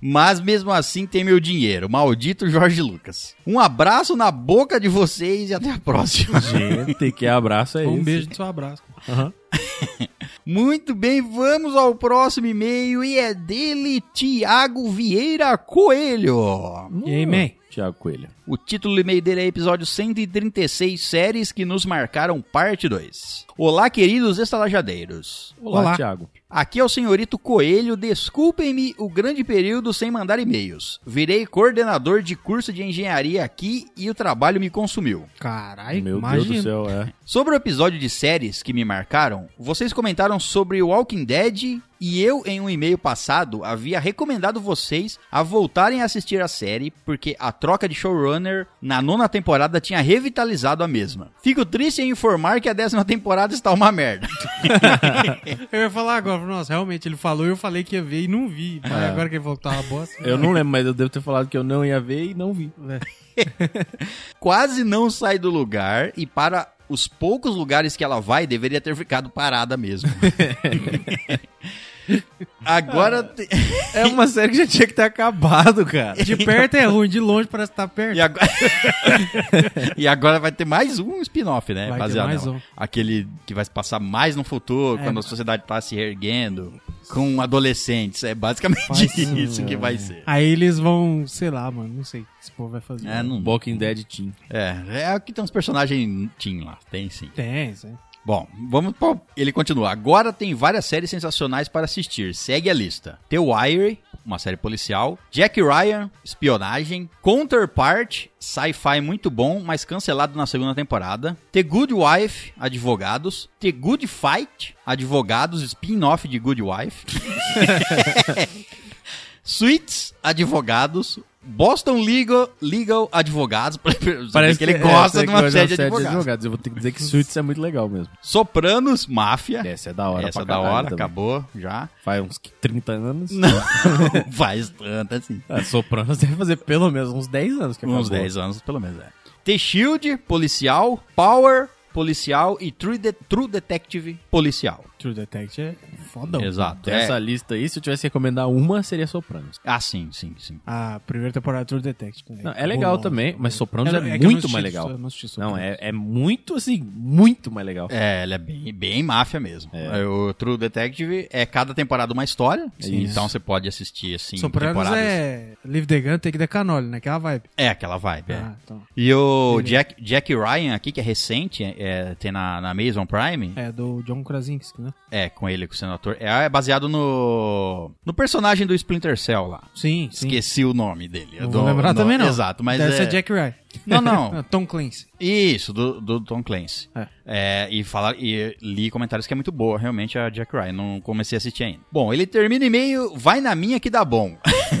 Speaker 2: mas mesmo assim tem meu dinheiro. Maldito Jorge Lucas. Um abraço na boca de vocês e até a próxima.
Speaker 5: Gente, que abraço é
Speaker 4: Um
Speaker 5: esse?
Speaker 4: beijo do seu abraço.
Speaker 5: Aham.
Speaker 2: Muito bem, vamos ao próximo e-mail e é dele, Tiago Vieira Coelho.
Speaker 4: E aí, man?
Speaker 5: Tiago Coelho.
Speaker 2: O título do e-mail dele é episódio 136, séries que nos marcaram, parte 2. Olá, queridos estalajadeiros.
Speaker 5: Olá,
Speaker 4: Olá.
Speaker 5: Tiago.
Speaker 2: Aqui é o senhorito Coelho, desculpem-me o grande período sem mandar e-mails. Virei coordenador de curso de engenharia aqui e o trabalho me consumiu.
Speaker 4: Caralho,
Speaker 5: Meu
Speaker 4: imagina.
Speaker 5: Deus do céu, é.
Speaker 2: Sobre o episódio de séries que me marcaram, vocês comentaram sobre Walking Dead e eu, em um e-mail passado, havia recomendado vocês a voltarem a assistir a série porque a troca de showrunner na nona temporada tinha revitalizado a mesma. Fico triste em informar que a décima temporada está uma merda.
Speaker 4: Eu ia falar agora, nossa, realmente, ele falou e eu falei que ia ver e não vi. Mas
Speaker 2: É.
Speaker 4: agora que ele falou que tava bosta.
Speaker 5: Eu não lembro, mas eu devo ter falado que eu não ia ver e não vi.
Speaker 2: Quase não sai do lugar e para os poucos lugares que ela vai, deveria ter ficado parada mesmo. Agora. te-
Speaker 5: É uma série que já tinha que ter acabado, cara.
Speaker 4: De perto é ruim, de longe parece que tá perto.
Speaker 2: E agora... e agora vai ter mais um spin-off, né?
Speaker 4: Vai ter
Speaker 2: baseado
Speaker 4: mais
Speaker 2: nela.
Speaker 4: um. É.
Speaker 2: Aquele que vai se passar mais no futuro, quando a sociedade tá se erguendo, com adolescentes. É basicamente isso
Speaker 4: um,
Speaker 2: que vai ser.
Speaker 4: Aí eles vão, sei lá, mano, não sei o que esse povo vai fazer.
Speaker 2: É, não...
Speaker 5: Walking Dead Team.
Speaker 2: é, é que tem uns personagens teen lá, tem sim.
Speaker 4: Tem, isso aí.
Speaker 2: Bom, vamos pro... Ele continua. Agora tem várias séries sensacionais para assistir. Segue a lista. The Wire, uma série policial. Jack Ryan, espionagem. Counterpart, sci-fi muito bom, mas cancelado na segunda temporada. The Good Wife, advogados. The Good Fight, advogados, spin-off de Good Wife. Suits, advogados. Boston Legal, Legal Advogados. Parece que ele
Speaker 5: é,
Speaker 2: gosta de
Speaker 5: parece que
Speaker 2: uma
Speaker 5: gosta
Speaker 2: série de advogados.
Speaker 5: Eu vou ter que dizer que Suits é muito legal mesmo.
Speaker 2: Sopranos, Máfia.
Speaker 5: Essa é da hora
Speaker 2: Essa
Speaker 5: pra
Speaker 2: da
Speaker 5: caralho
Speaker 2: hora,
Speaker 5: também.
Speaker 2: acabou já.
Speaker 5: Faz uns 30 anos.
Speaker 2: Não faz tanto assim.
Speaker 5: A Sopranos deve fazer pelo menos uns 10 anos que acabou.
Speaker 2: Uns 10 anos, pelo menos, é. The Shield, policial. Power, policial. E True, De- True Detective, policial.
Speaker 4: True Detective é fodão.
Speaker 2: Exato.
Speaker 5: Então, Dessa
Speaker 2: É.
Speaker 5: Ah, lista aí, se eu tivesse que recomendar uma, seria Sopranos.
Speaker 2: Ah, sim, sim, sim.
Speaker 4: A primeira temporada do True Detective. né?
Speaker 5: Não, é legal
Speaker 4: Bolão.
Speaker 5: também, mas Sopranos é,
Speaker 4: que eu não
Speaker 5: muito
Speaker 4: assisti
Speaker 5: mais
Speaker 4: isso,
Speaker 5: legal.
Speaker 4: eu não assisti isso.
Speaker 5: Não, é, é muito, assim, muito mais legal.
Speaker 2: É, ela é bem, bem máfia mesmo.
Speaker 5: É.
Speaker 2: É, O True Detective é cada temporada uma história.
Speaker 5: Sim.
Speaker 2: Então você pode assistir, assim,
Speaker 4: Sopranos
Speaker 2: temporadas.
Speaker 4: é Live the Gun, Take the Canole, né? Aquela vibe.
Speaker 2: É aquela vibe, é.
Speaker 4: Ah, então.
Speaker 2: E o Jack, Jack Ryan aqui, que é recente, é, tem na, na Amazon Prime,
Speaker 4: É do John Krasinski, né?
Speaker 2: É, com ele, com o senador. É, é baseado no. no personagem do Splinter Cell lá.
Speaker 4: Sim, sim.
Speaker 2: Esqueci o nome dele. Eu
Speaker 4: Não
Speaker 2: dou-
Speaker 4: vou lembrar
Speaker 2: não-
Speaker 4: também, não.
Speaker 2: Exato, mas
Speaker 4: Deve
Speaker 2: é...
Speaker 4: ser Jack Ryan.
Speaker 2: Não, não.
Speaker 4: Tom Clancy.
Speaker 2: Isso, do, do Tom Clancy.
Speaker 4: É.
Speaker 2: É, e, fala, e li comentários que é muito boa, realmente, a Jack Ryan. Não comecei a assistir ainda. Bom, ele termina o e-mail, vai na minha que dá bom.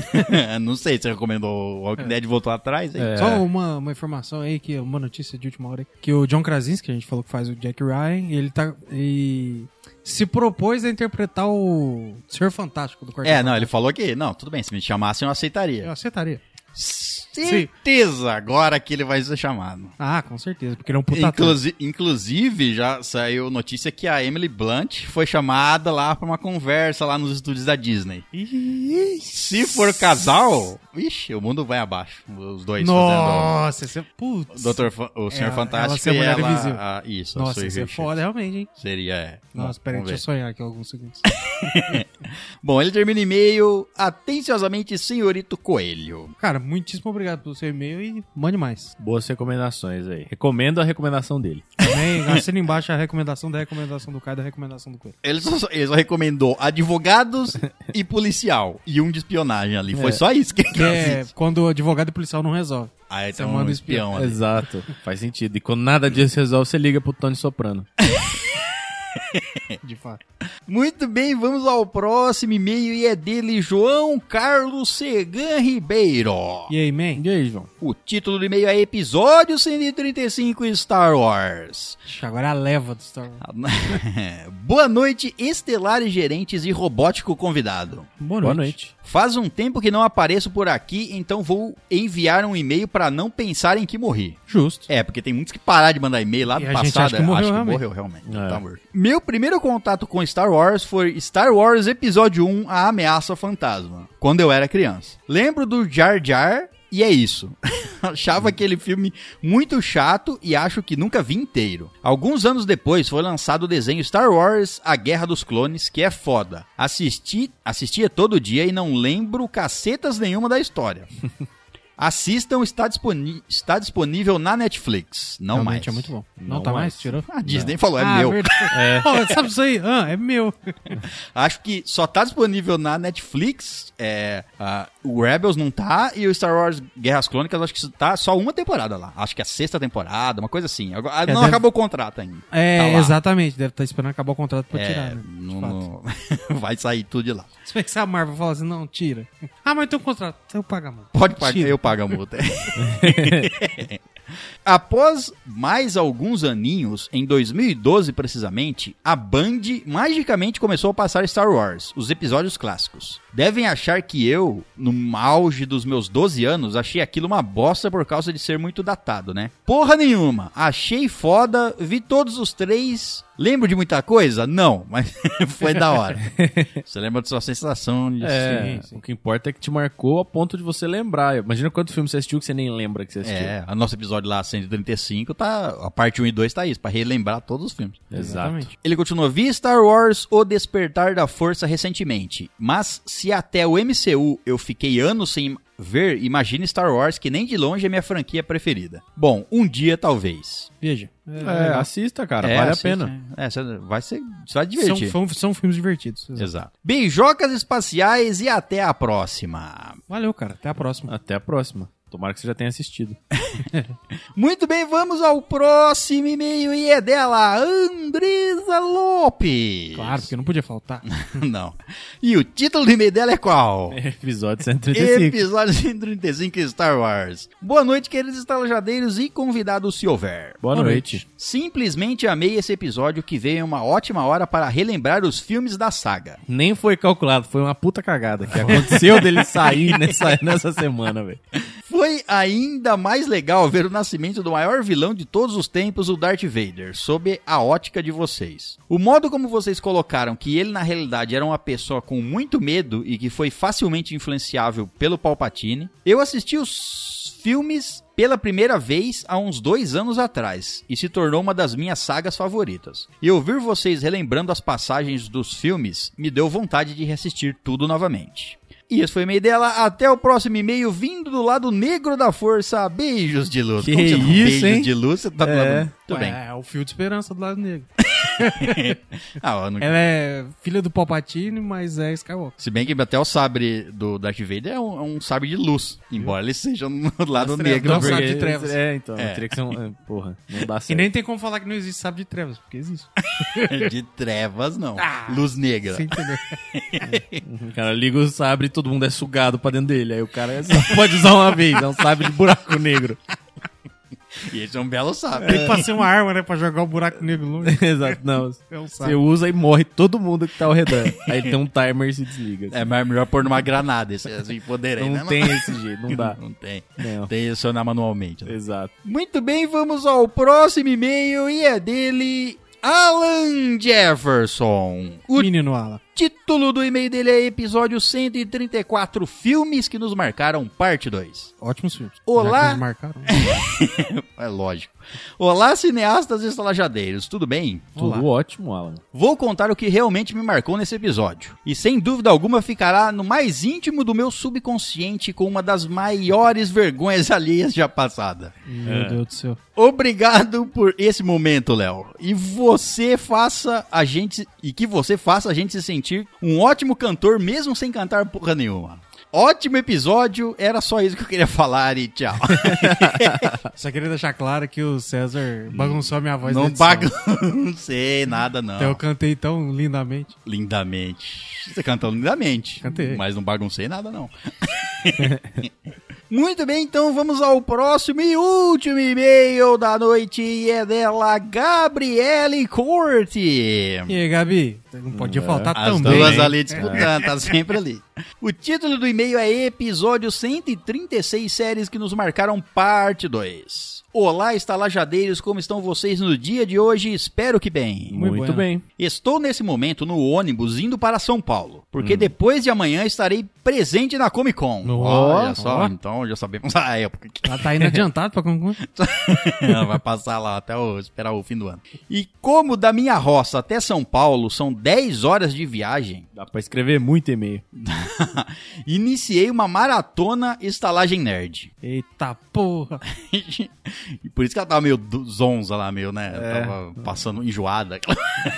Speaker 2: não sei se recomendou o Walking Dead voltou atrás. hein?
Speaker 4: É.
Speaker 2: É,
Speaker 4: Só um uma, uma informação aí, que é uma notícia de última hora, que o John Krasinski, que a gente falou que faz o Jack Ryan, ele tá. E se propôs a interpretar o Senhor Fantástico do Quarteto.
Speaker 2: É, não, ele falou que. Não, tudo bem, se me chamassem eu
Speaker 4: Eu
Speaker 2: aceitaria.
Speaker 4: aceitaria.
Speaker 2: Certeza agora que ele vai ser chamado.
Speaker 4: Ah, com certeza, porque ele é um puta ator.
Speaker 2: Inclusi- inclusive, já saiu notícia que a Emily Blunt foi chamada lá pra uma conversa lá nos estúdios da Disney. Se for casal, ixi, o mundo vai abaixo. Os dois
Speaker 4: Nossa, esse é. Putz.
Speaker 2: fazendo o Dr. Fa- o Senhor
Speaker 4: ela
Speaker 2: Fantástico
Speaker 4: ser a
Speaker 2: e
Speaker 4: mulher
Speaker 2: ela...
Speaker 4: invisível.
Speaker 2: ah, isso, a
Speaker 4: Nossa,
Speaker 2: Sue
Speaker 4: isso é
Speaker 2: Richards.
Speaker 4: foda, realmente, hein?
Speaker 2: Seria, é.
Speaker 4: Nossa,
Speaker 2: Bom,
Speaker 4: peraí,
Speaker 2: vamos
Speaker 4: deixa eu
Speaker 2: ver.
Speaker 4: sonhar aqui alguns segundos.
Speaker 2: Bom, ele termina o e-mail atenciosamente, senhorito Coelho.
Speaker 4: Cara, Cara, muitíssimo obrigado pelo seu e-mail e mande mais.
Speaker 5: Boas recomendações aí. Recomendo a recomendação dele.
Speaker 4: Também assina embaixo a recomendação da recomendação do Caio da recomendação do Coelho.
Speaker 2: Ele só, ele só recomendou advogados e policial. E um de espionagem ali. Foi só isso que ele
Speaker 4: Que é
Speaker 2: disse.
Speaker 4: quando o advogado e policial não resolve.
Speaker 2: Aí
Speaker 4: Você
Speaker 2: tem um
Speaker 4: manda o
Speaker 2: espião ali.
Speaker 5: Exato. Faz sentido. E quando nada disso resolve, você liga pro Tony Soprano.
Speaker 4: De fato.
Speaker 2: Muito bem, vamos ao próximo e-mail e é dele, João Carlos Segan Ribeiro.
Speaker 4: E aí, man?
Speaker 5: E aí, João?
Speaker 2: O título do e-mail é Episódio 135 Star Wars.
Speaker 4: Ixi, Agora é a leva do Star Wars.
Speaker 2: Boa noite, estelares gerentes e robótico convidado.
Speaker 5: Boa noite.
Speaker 2: Faz um tempo que não apareço por aqui, então vou enviar um e-mail pra não pensarem que morri.
Speaker 5: Justo.
Speaker 2: É, porque tem muitos que pararam de mandar e-mail lá
Speaker 4: E
Speaker 2: do
Speaker 4: a gente
Speaker 2: passado.
Speaker 4: acha que morreu realmente.
Speaker 2: realmente.
Speaker 5: É.
Speaker 2: Tá morto. Meu primeiro contato com Star Wars foi Star Wars Episódio 1, A Ameaça Fantasma, quando eu era criança. Lembro do Jar Jar e é isso. Achava aquele filme muito chato e acho que nunca vi inteiro. Alguns anos depois foi lançado o desenho Star Wars A Guerra dos Clones, que é foda. Assisti, assistia todo dia e não lembro cacetas nenhuma da história. Assistam, está, disponi- está disponível na Netflix. Não
Speaker 4: Realmente
Speaker 2: mais.
Speaker 4: é muito bom. Não,
Speaker 5: Não
Speaker 4: tá
Speaker 5: mais.
Speaker 4: mais? Tirou?
Speaker 2: A Disney falou, é meu.
Speaker 4: É. sabe isso aí? Ah, é meu.
Speaker 2: Acho que só tá disponível na Netflix. É, ah, o Rebels não tá. E o Star Wars Guerras Clônicas, acho que tá só uma temporada lá. Acho que é a sexta temporada, uma coisa assim. Agora, ah,
Speaker 4: É,
Speaker 2: não
Speaker 4: deve-
Speaker 2: acabou o contrato ainda.
Speaker 4: É,
Speaker 2: Tá lá.
Speaker 4: exatamente. Deve estar esperando acabar o contrato pra
Speaker 2: É,
Speaker 4: tirar, né? De
Speaker 2: não-
Speaker 4: fato.
Speaker 2: não- vai sair tudo de lá.
Speaker 4: Se bem que se a Marvel fala assim, não, tira. Ah, mas tem um contrato. Então eu pago a mão.
Speaker 2: Pode pagar,
Speaker 4: Tira.
Speaker 2: eu pago a multa. Após mais alguns aninhos, em 2012 precisamente, a Band magicamente começou a passar Star Wars, os episódios clássicos. Devem achar que eu, no auge dos meus 12 anos, achei aquilo uma bosta por causa de ser muito datado, né? Porra nenhuma! Achei foda, vi todos os três. Lembro de muita coisa? Não, mas foi da hora. Você lembra da sua sensação de
Speaker 5: É, o que importa é que te marcou a ponto de você lembrar. Imagina quanto filme você assistiu que você nem lembra que você assistiu.
Speaker 2: É, o nosso episódio lá, 135, tá. A parte 1 e 2 tá isso, pra relembrar todos os filmes.
Speaker 5: Exato.
Speaker 2: Ele continua: Vi Star Wars O Despertar da Força recentemente, mas se até o MCU eu fiquei anos sem ver, imagine Star Wars, que nem de longe é minha franquia preferida. Bom, um dia talvez.
Speaker 4: Veja.
Speaker 5: É, assista, cara.
Speaker 2: É,
Speaker 5: vale
Speaker 2: assiste,
Speaker 5: a pena.
Speaker 2: É, É, cê vai ser. Você vai
Speaker 4: é. são,
Speaker 2: divertir.
Speaker 4: são- são filmes divertidos.
Speaker 2: Exato. Beijocas espaciais e até a próxima.
Speaker 4: Valeu, cara. Até a próxima.
Speaker 5: Até a próxima. Tomara que você já tenha assistido.
Speaker 2: Muito bem, vamos ao próximo e-mail e é dela, Andresa Lopes.
Speaker 4: Claro, porque não podia faltar.
Speaker 2: Não. E o título do e-mail dela é qual?
Speaker 5: Episódio 135.
Speaker 2: Episódio 135 Star Wars. Boa noite, queridos estalajadeiros e convidados se houver.
Speaker 5: Boa noite.
Speaker 2: Simplesmente amei esse episódio que veio em uma ótima hora para relembrar os filmes da saga.
Speaker 5: Nem foi calculado, foi uma puta cagada que aconteceu dele sair nessa, nessa semana, velho.
Speaker 2: Foi ainda mais legal ver o nascimento do maior vilão de todos os tempos, o Darth Vader, sob a ótica de vocês. O modo como vocês colocaram que ele na realidade era uma pessoa com muito medo e que foi facilmente influenciável pelo Palpatine. Eu assisti os filmes pela primeira vez há uns dois anos atrás e se tornou uma das minhas sagas favoritas. E ouvir vocês relembrando as passagens dos filmes me deu vontade de reassistir tudo novamente. E esse foi o e-mail dela. Até o próximo e-mail, vindo do lado negro da força. Beijos de luz.
Speaker 5: Que
Speaker 2: Como você não-
Speaker 5: isso,
Speaker 2: Beijos
Speaker 5: hein?
Speaker 2: de luz, você tá do
Speaker 5: É.
Speaker 2: lado... Tudo
Speaker 4: Ué,
Speaker 2: bem.
Speaker 4: É o fio de esperança do lado negro.
Speaker 2: Ah, eu não-
Speaker 4: Ela é filha do Palpatine, mas é Skywalker.
Speaker 2: Se bem que até o sabre do Darth Vader é um, é um sabre de luz. Embora ele seja no lado
Speaker 4: trevas,
Speaker 2: negro.
Speaker 4: não
Speaker 2: porque-
Speaker 4: sabe de trevas.
Speaker 5: É, então.
Speaker 2: É.
Speaker 5: Teria que ser um. é, Porra, não dá
Speaker 4: E
Speaker 5: certo.
Speaker 4: nem tem como falar que não existe sabe de trevas, porque existe.
Speaker 2: Tá. de trevas, não. luz negra.
Speaker 4: Você entendeu?
Speaker 5: O cara liga o sabre e todo mundo é sugado pra dentro dele. Aí o cara é só pode usar uma vez, é um sabre de buraco negro.
Speaker 2: E esse é um belo sabre.
Speaker 4: Tem que passar uma arma, né, pra jogar o buraco negro longe.
Speaker 5: Exato, não.
Speaker 4: É um
Speaker 5: Você
Speaker 4: sabe.
Speaker 5: usa e morre todo mundo que tá ao redor. Aí tem um timer e se desliga.
Speaker 2: É, mas é melhor pôr numa granada esse, esse poder aí,
Speaker 5: não
Speaker 2: né, mano?
Speaker 5: tem esse jeito, não dá.
Speaker 2: Não tem.
Speaker 5: Não.
Speaker 2: Tem acionar manualmente. né?
Speaker 5: Exato.
Speaker 2: Muito bem, vamos ao próximo e-mail e é dele Alan Jefferson. O
Speaker 4: Menino Ala.
Speaker 2: título do e-mail dele é episódio 134, filmes que nos marcaram, parte 2.
Speaker 4: Ótimos filmes.
Speaker 2: Olá.
Speaker 4: Já que eles marcaram.
Speaker 2: É lógico. Olá, cineastas e estalajadeiros, tudo bem?
Speaker 5: Tudo ótimo, Alan.
Speaker 2: Vou contar o que realmente me marcou nesse episódio. E sem dúvida alguma ficará no mais íntimo do meu subconsciente com uma das maiores vergonhas alheias já passada.
Speaker 4: Meu Deus do céu.
Speaker 2: Obrigado por esse momento, Léo. E você faça a gente e que você faça a gente se sentir um ótimo cantor mesmo sem cantar porra nenhuma. Ótimo episódio, era só isso que eu queria falar e tchau.
Speaker 4: Só queria deixar claro que o César bagunçou a minha voz. na
Speaker 2: Tá. não
Speaker 4: edição.
Speaker 2: paga, não sei nada não.
Speaker 4: Então eu cantei tão lindamente.
Speaker 2: Lindamente. Você cantou lindamente.
Speaker 4: Cantei.
Speaker 2: Mas não baguncei nada, não. Muito bem, então vamos ao próximo e último e-mail da noite. E é dela, Gabriele Corte.
Speaker 4: E aí, Gabi? Não podia faltar
Speaker 2: É. As
Speaker 4: também.
Speaker 2: duas
Speaker 4: hein?
Speaker 2: ali disputando, tá sempre ali. O título do e-mail é Episódio 136 Séries que nos marcaram, parte 2. Olá, estalajadeiros, como estão vocês no dia de hoje? Espero que bem.
Speaker 4: Muito
Speaker 5: Muito,
Speaker 4: bueno.
Speaker 5: bem.
Speaker 2: Estou nesse momento no ônibus indo para São Paulo, porque depois de amanhã estarei presente na Comic Con.
Speaker 4: Hum. Ó,
Speaker 2: Olha só,
Speaker 4: ó.
Speaker 2: então já sabemos a época que
Speaker 4: Ela tá indo adiantado pra concluir.
Speaker 2: ela vai passar lá até o- esperar o fim do ano. E como da minha roça até São Paulo são 10 horas de viagem,
Speaker 5: Dá pra escrever muito e-mail.
Speaker 2: iniciei uma maratona estalagem nerd.
Speaker 4: Eita porra.
Speaker 2: E Por isso que ela tava meio do- zonza lá, meio, né?
Speaker 5: É.
Speaker 2: Tava passando enjoada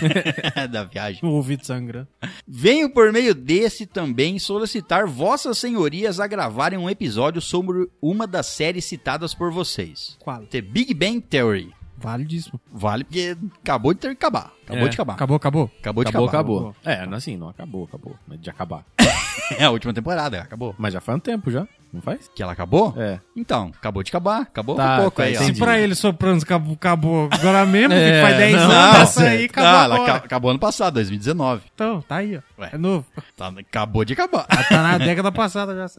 Speaker 2: da viagem.
Speaker 4: O ouvido sangrando.
Speaker 2: Venho por meio desse também solicitar vossas senhorias a gravarem um episódio sobre uma das séries citadas por vocês.
Speaker 4: Qual?
Speaker 2: The Big Bang Theory.
Speaker 4: Validíssimo.
Speaker 2: Vale porque acabou de ter acabar. Acabou
Speaker 5: É,
Speaker 2: de acabar.
Speaker 4: Tá Acabou, acabou?
Speaker 2: Acabou de
Speaker 5: acabou,
Speaker 2: acabar.
Speaker 5: acabou, É, não, assim, não acabou, acabou. Mas de acabar.
Speaker 2: É a última temporada, acabou.
Speaker 5: Mas já faz um tempo já, não faz?
Speaker 2: Que ela acabou?
Speaker 5: É.
Speaker 2: Então, acabou de acabar. Acabou
Speaker 5: Tá,
Speaker 2: um pouco
Speaker 5: tá,
Speaker 2: aí, ó.
Speaker 5: entendi.
Speaker 4: Se pra ele soprando acabou, acabou agora mesmo,
Speaker 5: É,
Speaker 4: que faz 10
Speaker 5: não,
Speaker 4: anos,
Speaker 5: tá
Speaker 4: essa aí acabou
Speaker 2: Ah, ela
Speaker 4: agora.
Speaker 2: aca- acabou ano passado, 2019.
Speaker 4: Então, tá aí, ó.
Speaker 2: Ué.
Speaker 4: É novo.
Speaker 2: Tá- acabou de acabar. É.
Speaker 4: Tá na década passada já.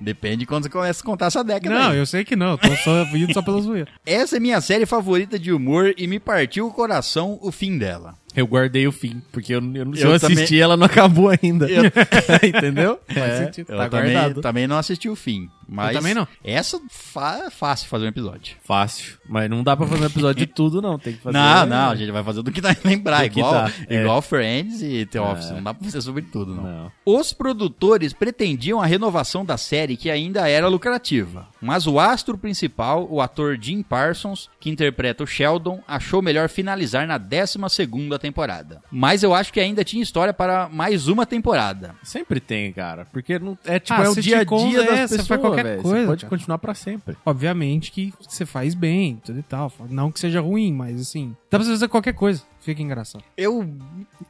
Speaker 2: Depende de quando você começa a contar essa década.
Speaker 4: Não,
Speaker 2: aí.
Speaker 4: eu sei que não. Tô só vindo só pela zoeira.
Speaker 2: Essa é minha série favorita de humor e me partiu o coração o fim dela.
Speaker 5: Eu guardei o fim, porque eu, eu, se
Speaker 2: Eu
Speaker 5: eu assisti,
Speaker 2: também-
Speaker 5: ela não acabou ainda.
Speaker 2: Eu-
Speaker 5: Entendeu?
Speaker 4: Faz sentido.
Speaker 2: Eu
Speaker 5: tá
Speaker 2: também,
Speaker 5: guardado.
Speaker 2: também não assisti o fim. Mas
Speaker 4: Eu também não.
Speaker 2: Essa fa- é fácil fazer um episódio.
Speaker 5: Fácil. Mas não dá pra fazer um episódio de tudo, não. Tem que fazer. um-
Speaker 2: não, não, a gente vai fazer do que dá em lembrar,
Speaker 5: Do que
Speaker 2: igual,
Speaker 5: dá, é.
Speaker 2: igual Friends e The Office. Não dá pra fazer sobre tudo, não.
Speaker 5: Não.
Speaker 2: Os produtores pretendiam a renovação da série que ainda era lucrativa. Mas o astro principal, o ator Jim Parsons, que interpreta o Sheldon, achou melhor finalizar na 12 segunda temporada. Mas eu acho que ainda tinha história para mais uma temporada.
Speaker 5: Sempre tem, cara. Porque não, é tipo,
Speaker 4: Ah,
Speaker 5: é o
Speaker 4: se
Speaker 5: dia a
Speaker 4: te conta,
Speaker 5: dia das
Speaker 4: é, você
Speaker 5: pessoas.
Speaker 4: faz qualquer
Speaker 5: velho.
Speaker 4: coisa,
Speaker 5: Você pode
Speaker 4: cara.
Speaker 5: continuar pra sempre.
Speaker 4: Obviamente que você faz bem, tudo e tal. Não que seja ruim, mas assim, dá pra você fazer qualquer coisa. Fica engraçado.
Speaker 2: Eu.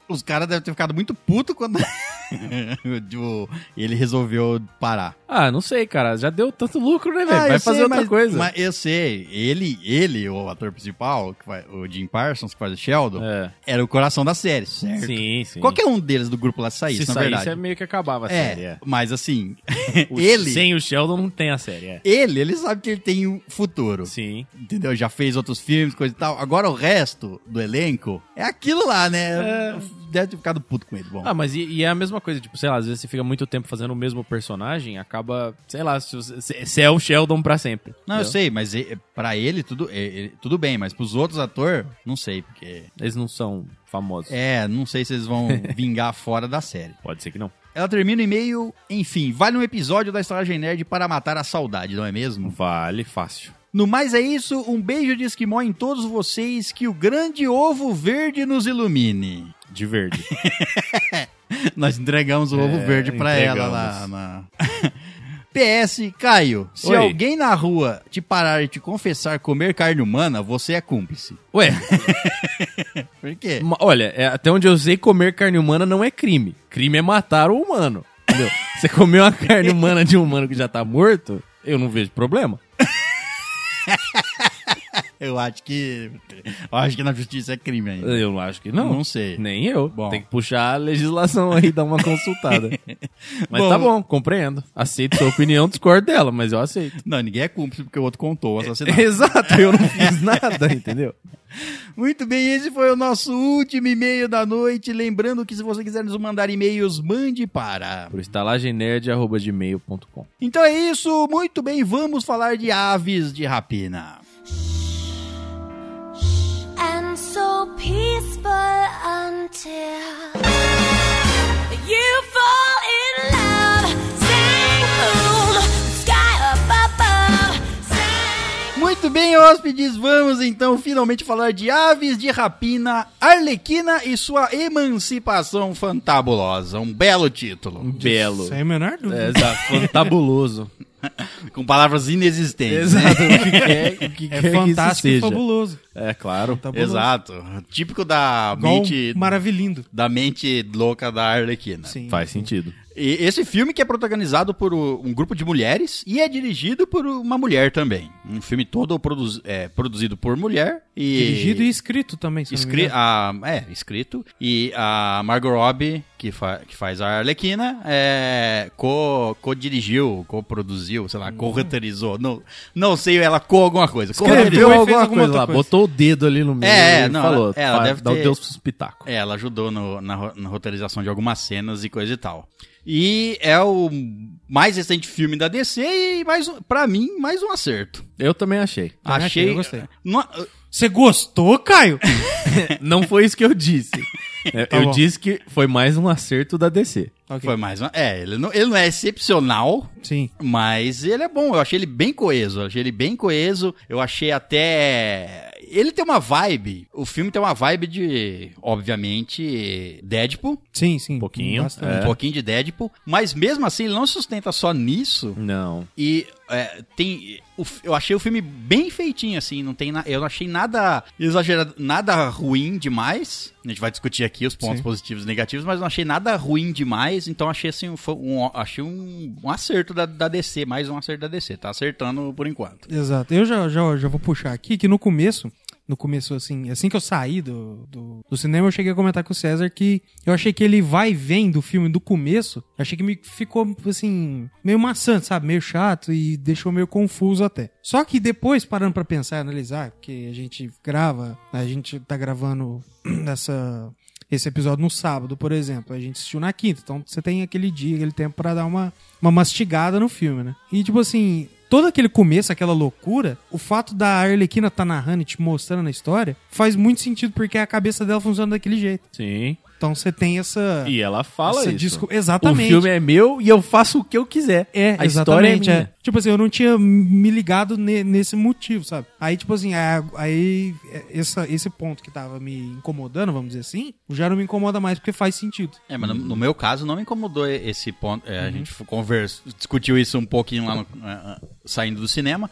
Speaker 2: Os caras devem ter ficado muito puto quando o- ele resolveu parar.
Speaker 5: Ah, não sei, cara. Já deu tanto lucro, né, velho? Vai fazer outra coisa.
Speaker 2: Ah, Mas eu sei, ele, ele, o ator principal, que faz- o Jim Parsons, que faz o Sheldon,
Speaker 5: É.
Speaker 2: era o coração da série, certo?
Speaker 5: Sim, sim.
Speaker 2: Qualquer um deles do grupo lá saísse,
Speaker 5: Se
Speaker 2: na
Speaker 5: saísse,
Speaker 2: verdade.
Speaker 5: é meio que acabava a
Speaker 2: É,
Speaker 5: série. é.
Speaker 2: mas assim,
Speaker 5: O-
Speaker 2: ele,
Speaker 5: Sem o Sheldon não tem a série, é.
Speaker 2: ele, ele sabe que ele tem um futuro.
Speaker 5: Sim.
Speaker 2: Entendeu? Já fez outros filmes, coisa e tal. Agora o resto do elenco é aquilo lá, né? Deve ter ficado puto com ele. Bom,
Speaker 5: Ah, mas e, e é a mesma coisa, tipo, sei lá, às vezes você fica muito tempo fazendo o mesmo personagem, acaba, sei lá, se você se- se é o Sheldon pra sempre.
Speaker 2: Não, eu
Speaker 5: entendeu?
Speaker 2: sei, mas e- pra ele tudo, e- e- tudo bem, mas pros outros atores, não sei, porque.
Speaker 5: Eles não são famosos.
Speaker 2: É, não sei se eles vão vingar fora da série.
Speaker 5: Pode ser que não.
Speaker 2: Ela termina o e-mail, enfim, vale um episódio da Estalagem Nerd para matar a saudade, não é mesmo?
Speaker 5: Vale fácil.
Speaker 2: No mais é isso, um beijo de esquimó em todos vocês, que o grande ovo verde nos ilumine.
Speaker 5: De verde.
Speaker 2: Nós entregamos o ovo
Speaker 5: É,
Speaker 2: verde pra ela lá
Speaker 5: entregamos.
Speaker 2: na. PS, Caio, se
Speaker 5: Oi.
Speaker 2: alguém na rua te parar e te confessar comer carne humana, você é cúmplice.
Speaker 5: Ué,
Speaker 2: Por quê?
Speaker 5: ma- olha, é, até onde eu sei, comer carne humana não é crime. Crime é matar o humano. Entendeu? Você comeu a carne humana de um humano que já tá morto, eu não vejo problema.
Speaker 2: Eu acho que. Eu acho que na justiça é crime ainda.
Speaker 5: Eu acho que
Speaker 2: Não,
Speaker 5: não.
Speaker 2: sei.
Speaker 5: Nem eu.
Speaker 2: Bom.
Speaker 5: Tem que puxar a legislação aí, dar uma consultada. Mas tá
Speaker 2: Bom.
Speaker 5: bom, compreendo. Aceito sua opinião, discordo dela, mas eu aceito. É,
Speaker 2: Não, ninguém é cúmplice porque o outro contou o assassinato.
Speaker 5: Exato, eu não fiz nada, entendeu?
Speaker 2: Muito bem, esse foi o nosso último e-mail da noite. Lembrando que se você quiser nos mandar e-mails, mande para.
Speaker 5: Por estalagemnerd.gmail.com
Speaker 2: Então é isso, muito bem, vamos falar de aves de rapina.
Speaker 1: and so peaceful until
Speaker 3: You fall in love, sing boom, sky up above, sing.
Speaker 2: Muito bem, hóspedes, vamos então finalmente falar de aves de rapina, Arlequina e sua emancipação fantabulosa. Um belo título,
Speaker 5: Belo.
Speaker 4: Sem a menor dúvida.
Speaker 5: É, exato. Fantabuloso.
Speaker 2: com palavras inexistentes. né?
Speaker 5: Exato. O que quer, o que
Speaker 4: É
Speaker 5: quer
Speaker 4: fantástico
Speaker 5: que
Speaker 4: e
Speaker 5: isso seja.
Speaker 4: fabuloso.
Speaker 5: É claro.
Speaker 4: Tá bom?
Speaker 2: Exato, típico da
Speaker 4: Igual um
Speaker 2: mente,
Speaker 4: maravilhindo.
Speaker 2: da mente louca da Arlequina.
Speaker 4: Sim.
Speaker 5: Faz sentido.
Speaker 2: E esse filme que é protagonizado por o- um grupo de mulheres e é dirigido por uma mulher também. Um filme todo produzi- é, produzido por mulher e...
Speaker 4: Dirigido e escrito também, se não me
Speaker 2: Escri
Speaker 4: engano.
Speaker 2: a, é, escrito. E a Margot Robbie, que, fa- que faz a Arlequina, é, co- co-dirigiu, co-produziu, sei lá,
Speaker 4: Hum.
Speaker 2: co-roteirizou. Não, não sei, ela co alguma coisa.
Speaker 4: Escreveu
Speaker 2: Co-roteirizou.
Speaker 4: e fez alguma outra
Speaker 5: lá,
Speaker 4: coisa.
Speaker 5: botou o dedo ali no meio
Speaker 2: É,
Speaker 5: e
Speaker 2: não,
Speaker 5: falou,
Speaker 2: ela- ela
Speaker 5: "Fa-
Speaker 2: deve
Speaker 5: dá
Speaker 2: ter-
Speaker 5: o Deus pitaco.
Speaker 2: É, ela ajudou no- na, ro- na roteirização de algumas cenas e coisa e tal. E é o mais recente filme da DC e, mais um, pra mim, mais um acerto.
Speaker 5: Eu também achei.
Speaker 4: Também achei,
Speaker 2: achei.
Speaker 4: eu gostei.
Speaker 2: No-
Speaker 4: Você gostou, Caio?
Speaker 5: Não foi isso que eu disse. É,
Speaker 4: Tá
Speaker 5: eu
Speaker 4: bom.
Speaker 5: disse que foi mais um acerto da DC.
Speaker 4: Ok.
Speaker 2: Foi mais um. É, ele não, ele não é excepcional,
Speaker 4: Sim.
Speaker 2: Mas ele é bom, eu achei ele bem coeso, eu achei ele bem coeso, eu achei até. Ele tem uma vibe. O filme tem uma vibe de, obviamente, Deadpool.
Speaker 4: Sim, sim.
Speaker 5: pouquinho,
Speaker 2: Um
Speaker 4: Bastante.
Speaker 2: pouquinho de Deadpool. Mas mesmo assim, ele não sustenta só nisso.
Speaker 5: Não.
Speaker 2: E é, tem. o f- eu achei o filme bem feitinho, assim. Não tem na- eu não achei nada exagerado, nada ruim demais. A gente vai discutir aqui os pontos
Speaker 4: Sim.
Speaker 2: positivos e negativos, mas não achei nada ruim demais. Então achei assim, um, fo- um- achei um, um acerto da, da DC, mais um acerto da DC. Tá acertando por enquanto.
Speaker 4: Exato. Eu já, já, já vou puxar aqui que no começo, no começo, assim, assim que eu saí do, do, do cinema, eu cheguei a comentar com o César que eu achei que ele vai e vem do filme do começo. Achei que me ficou, assim, meio maçante, sabe? Meio chato e deixou meio confuso até. Só que depois, parando pra pensar e analisar, porque a gente grava, a gente tá gravando essa. Esse episódio no sábado, por exemplo, a gente assistiu na quinta, então você tem aquele dia, aquele tempo pra dar uma, uma mastigada no filme, né? E tipo assim, todo aquele começo, aquela loucura, o fato da Arlequina tá narrando e te mostrando a história, faz muito sentido porque a cabeça dela funciona daquele jeito.
Speaker 5: Sim.
Speaker 4: Então você tem essa.
Speaker 5: E ela fala
Speaker 4: essa
Speaker 5: isso.
Speaker 4: discu- Exatamente.
Speaker 5: O filme é meu e eu faço o que eu quiser.
Speaker 4: É,
Speaker 5: a história é
Speaker 4: exatamente.
Speaker 5: minha.
Speaker 4: é. Tipo assim, eu não tinha me ligado ne- nesse motivo, sabe? Aí, tipo assim, a- aí é, essa, esse ponto que tava me incomodando, vamos dizer assim, já não me incomoda mais porque faz sentido.
Speaker 2: É, mas no, no meu caso não me incomodou e- esse ponto. É, A gente f- conversa, discutiu isso um pouquinho lá no- é, é, saindo do cinema.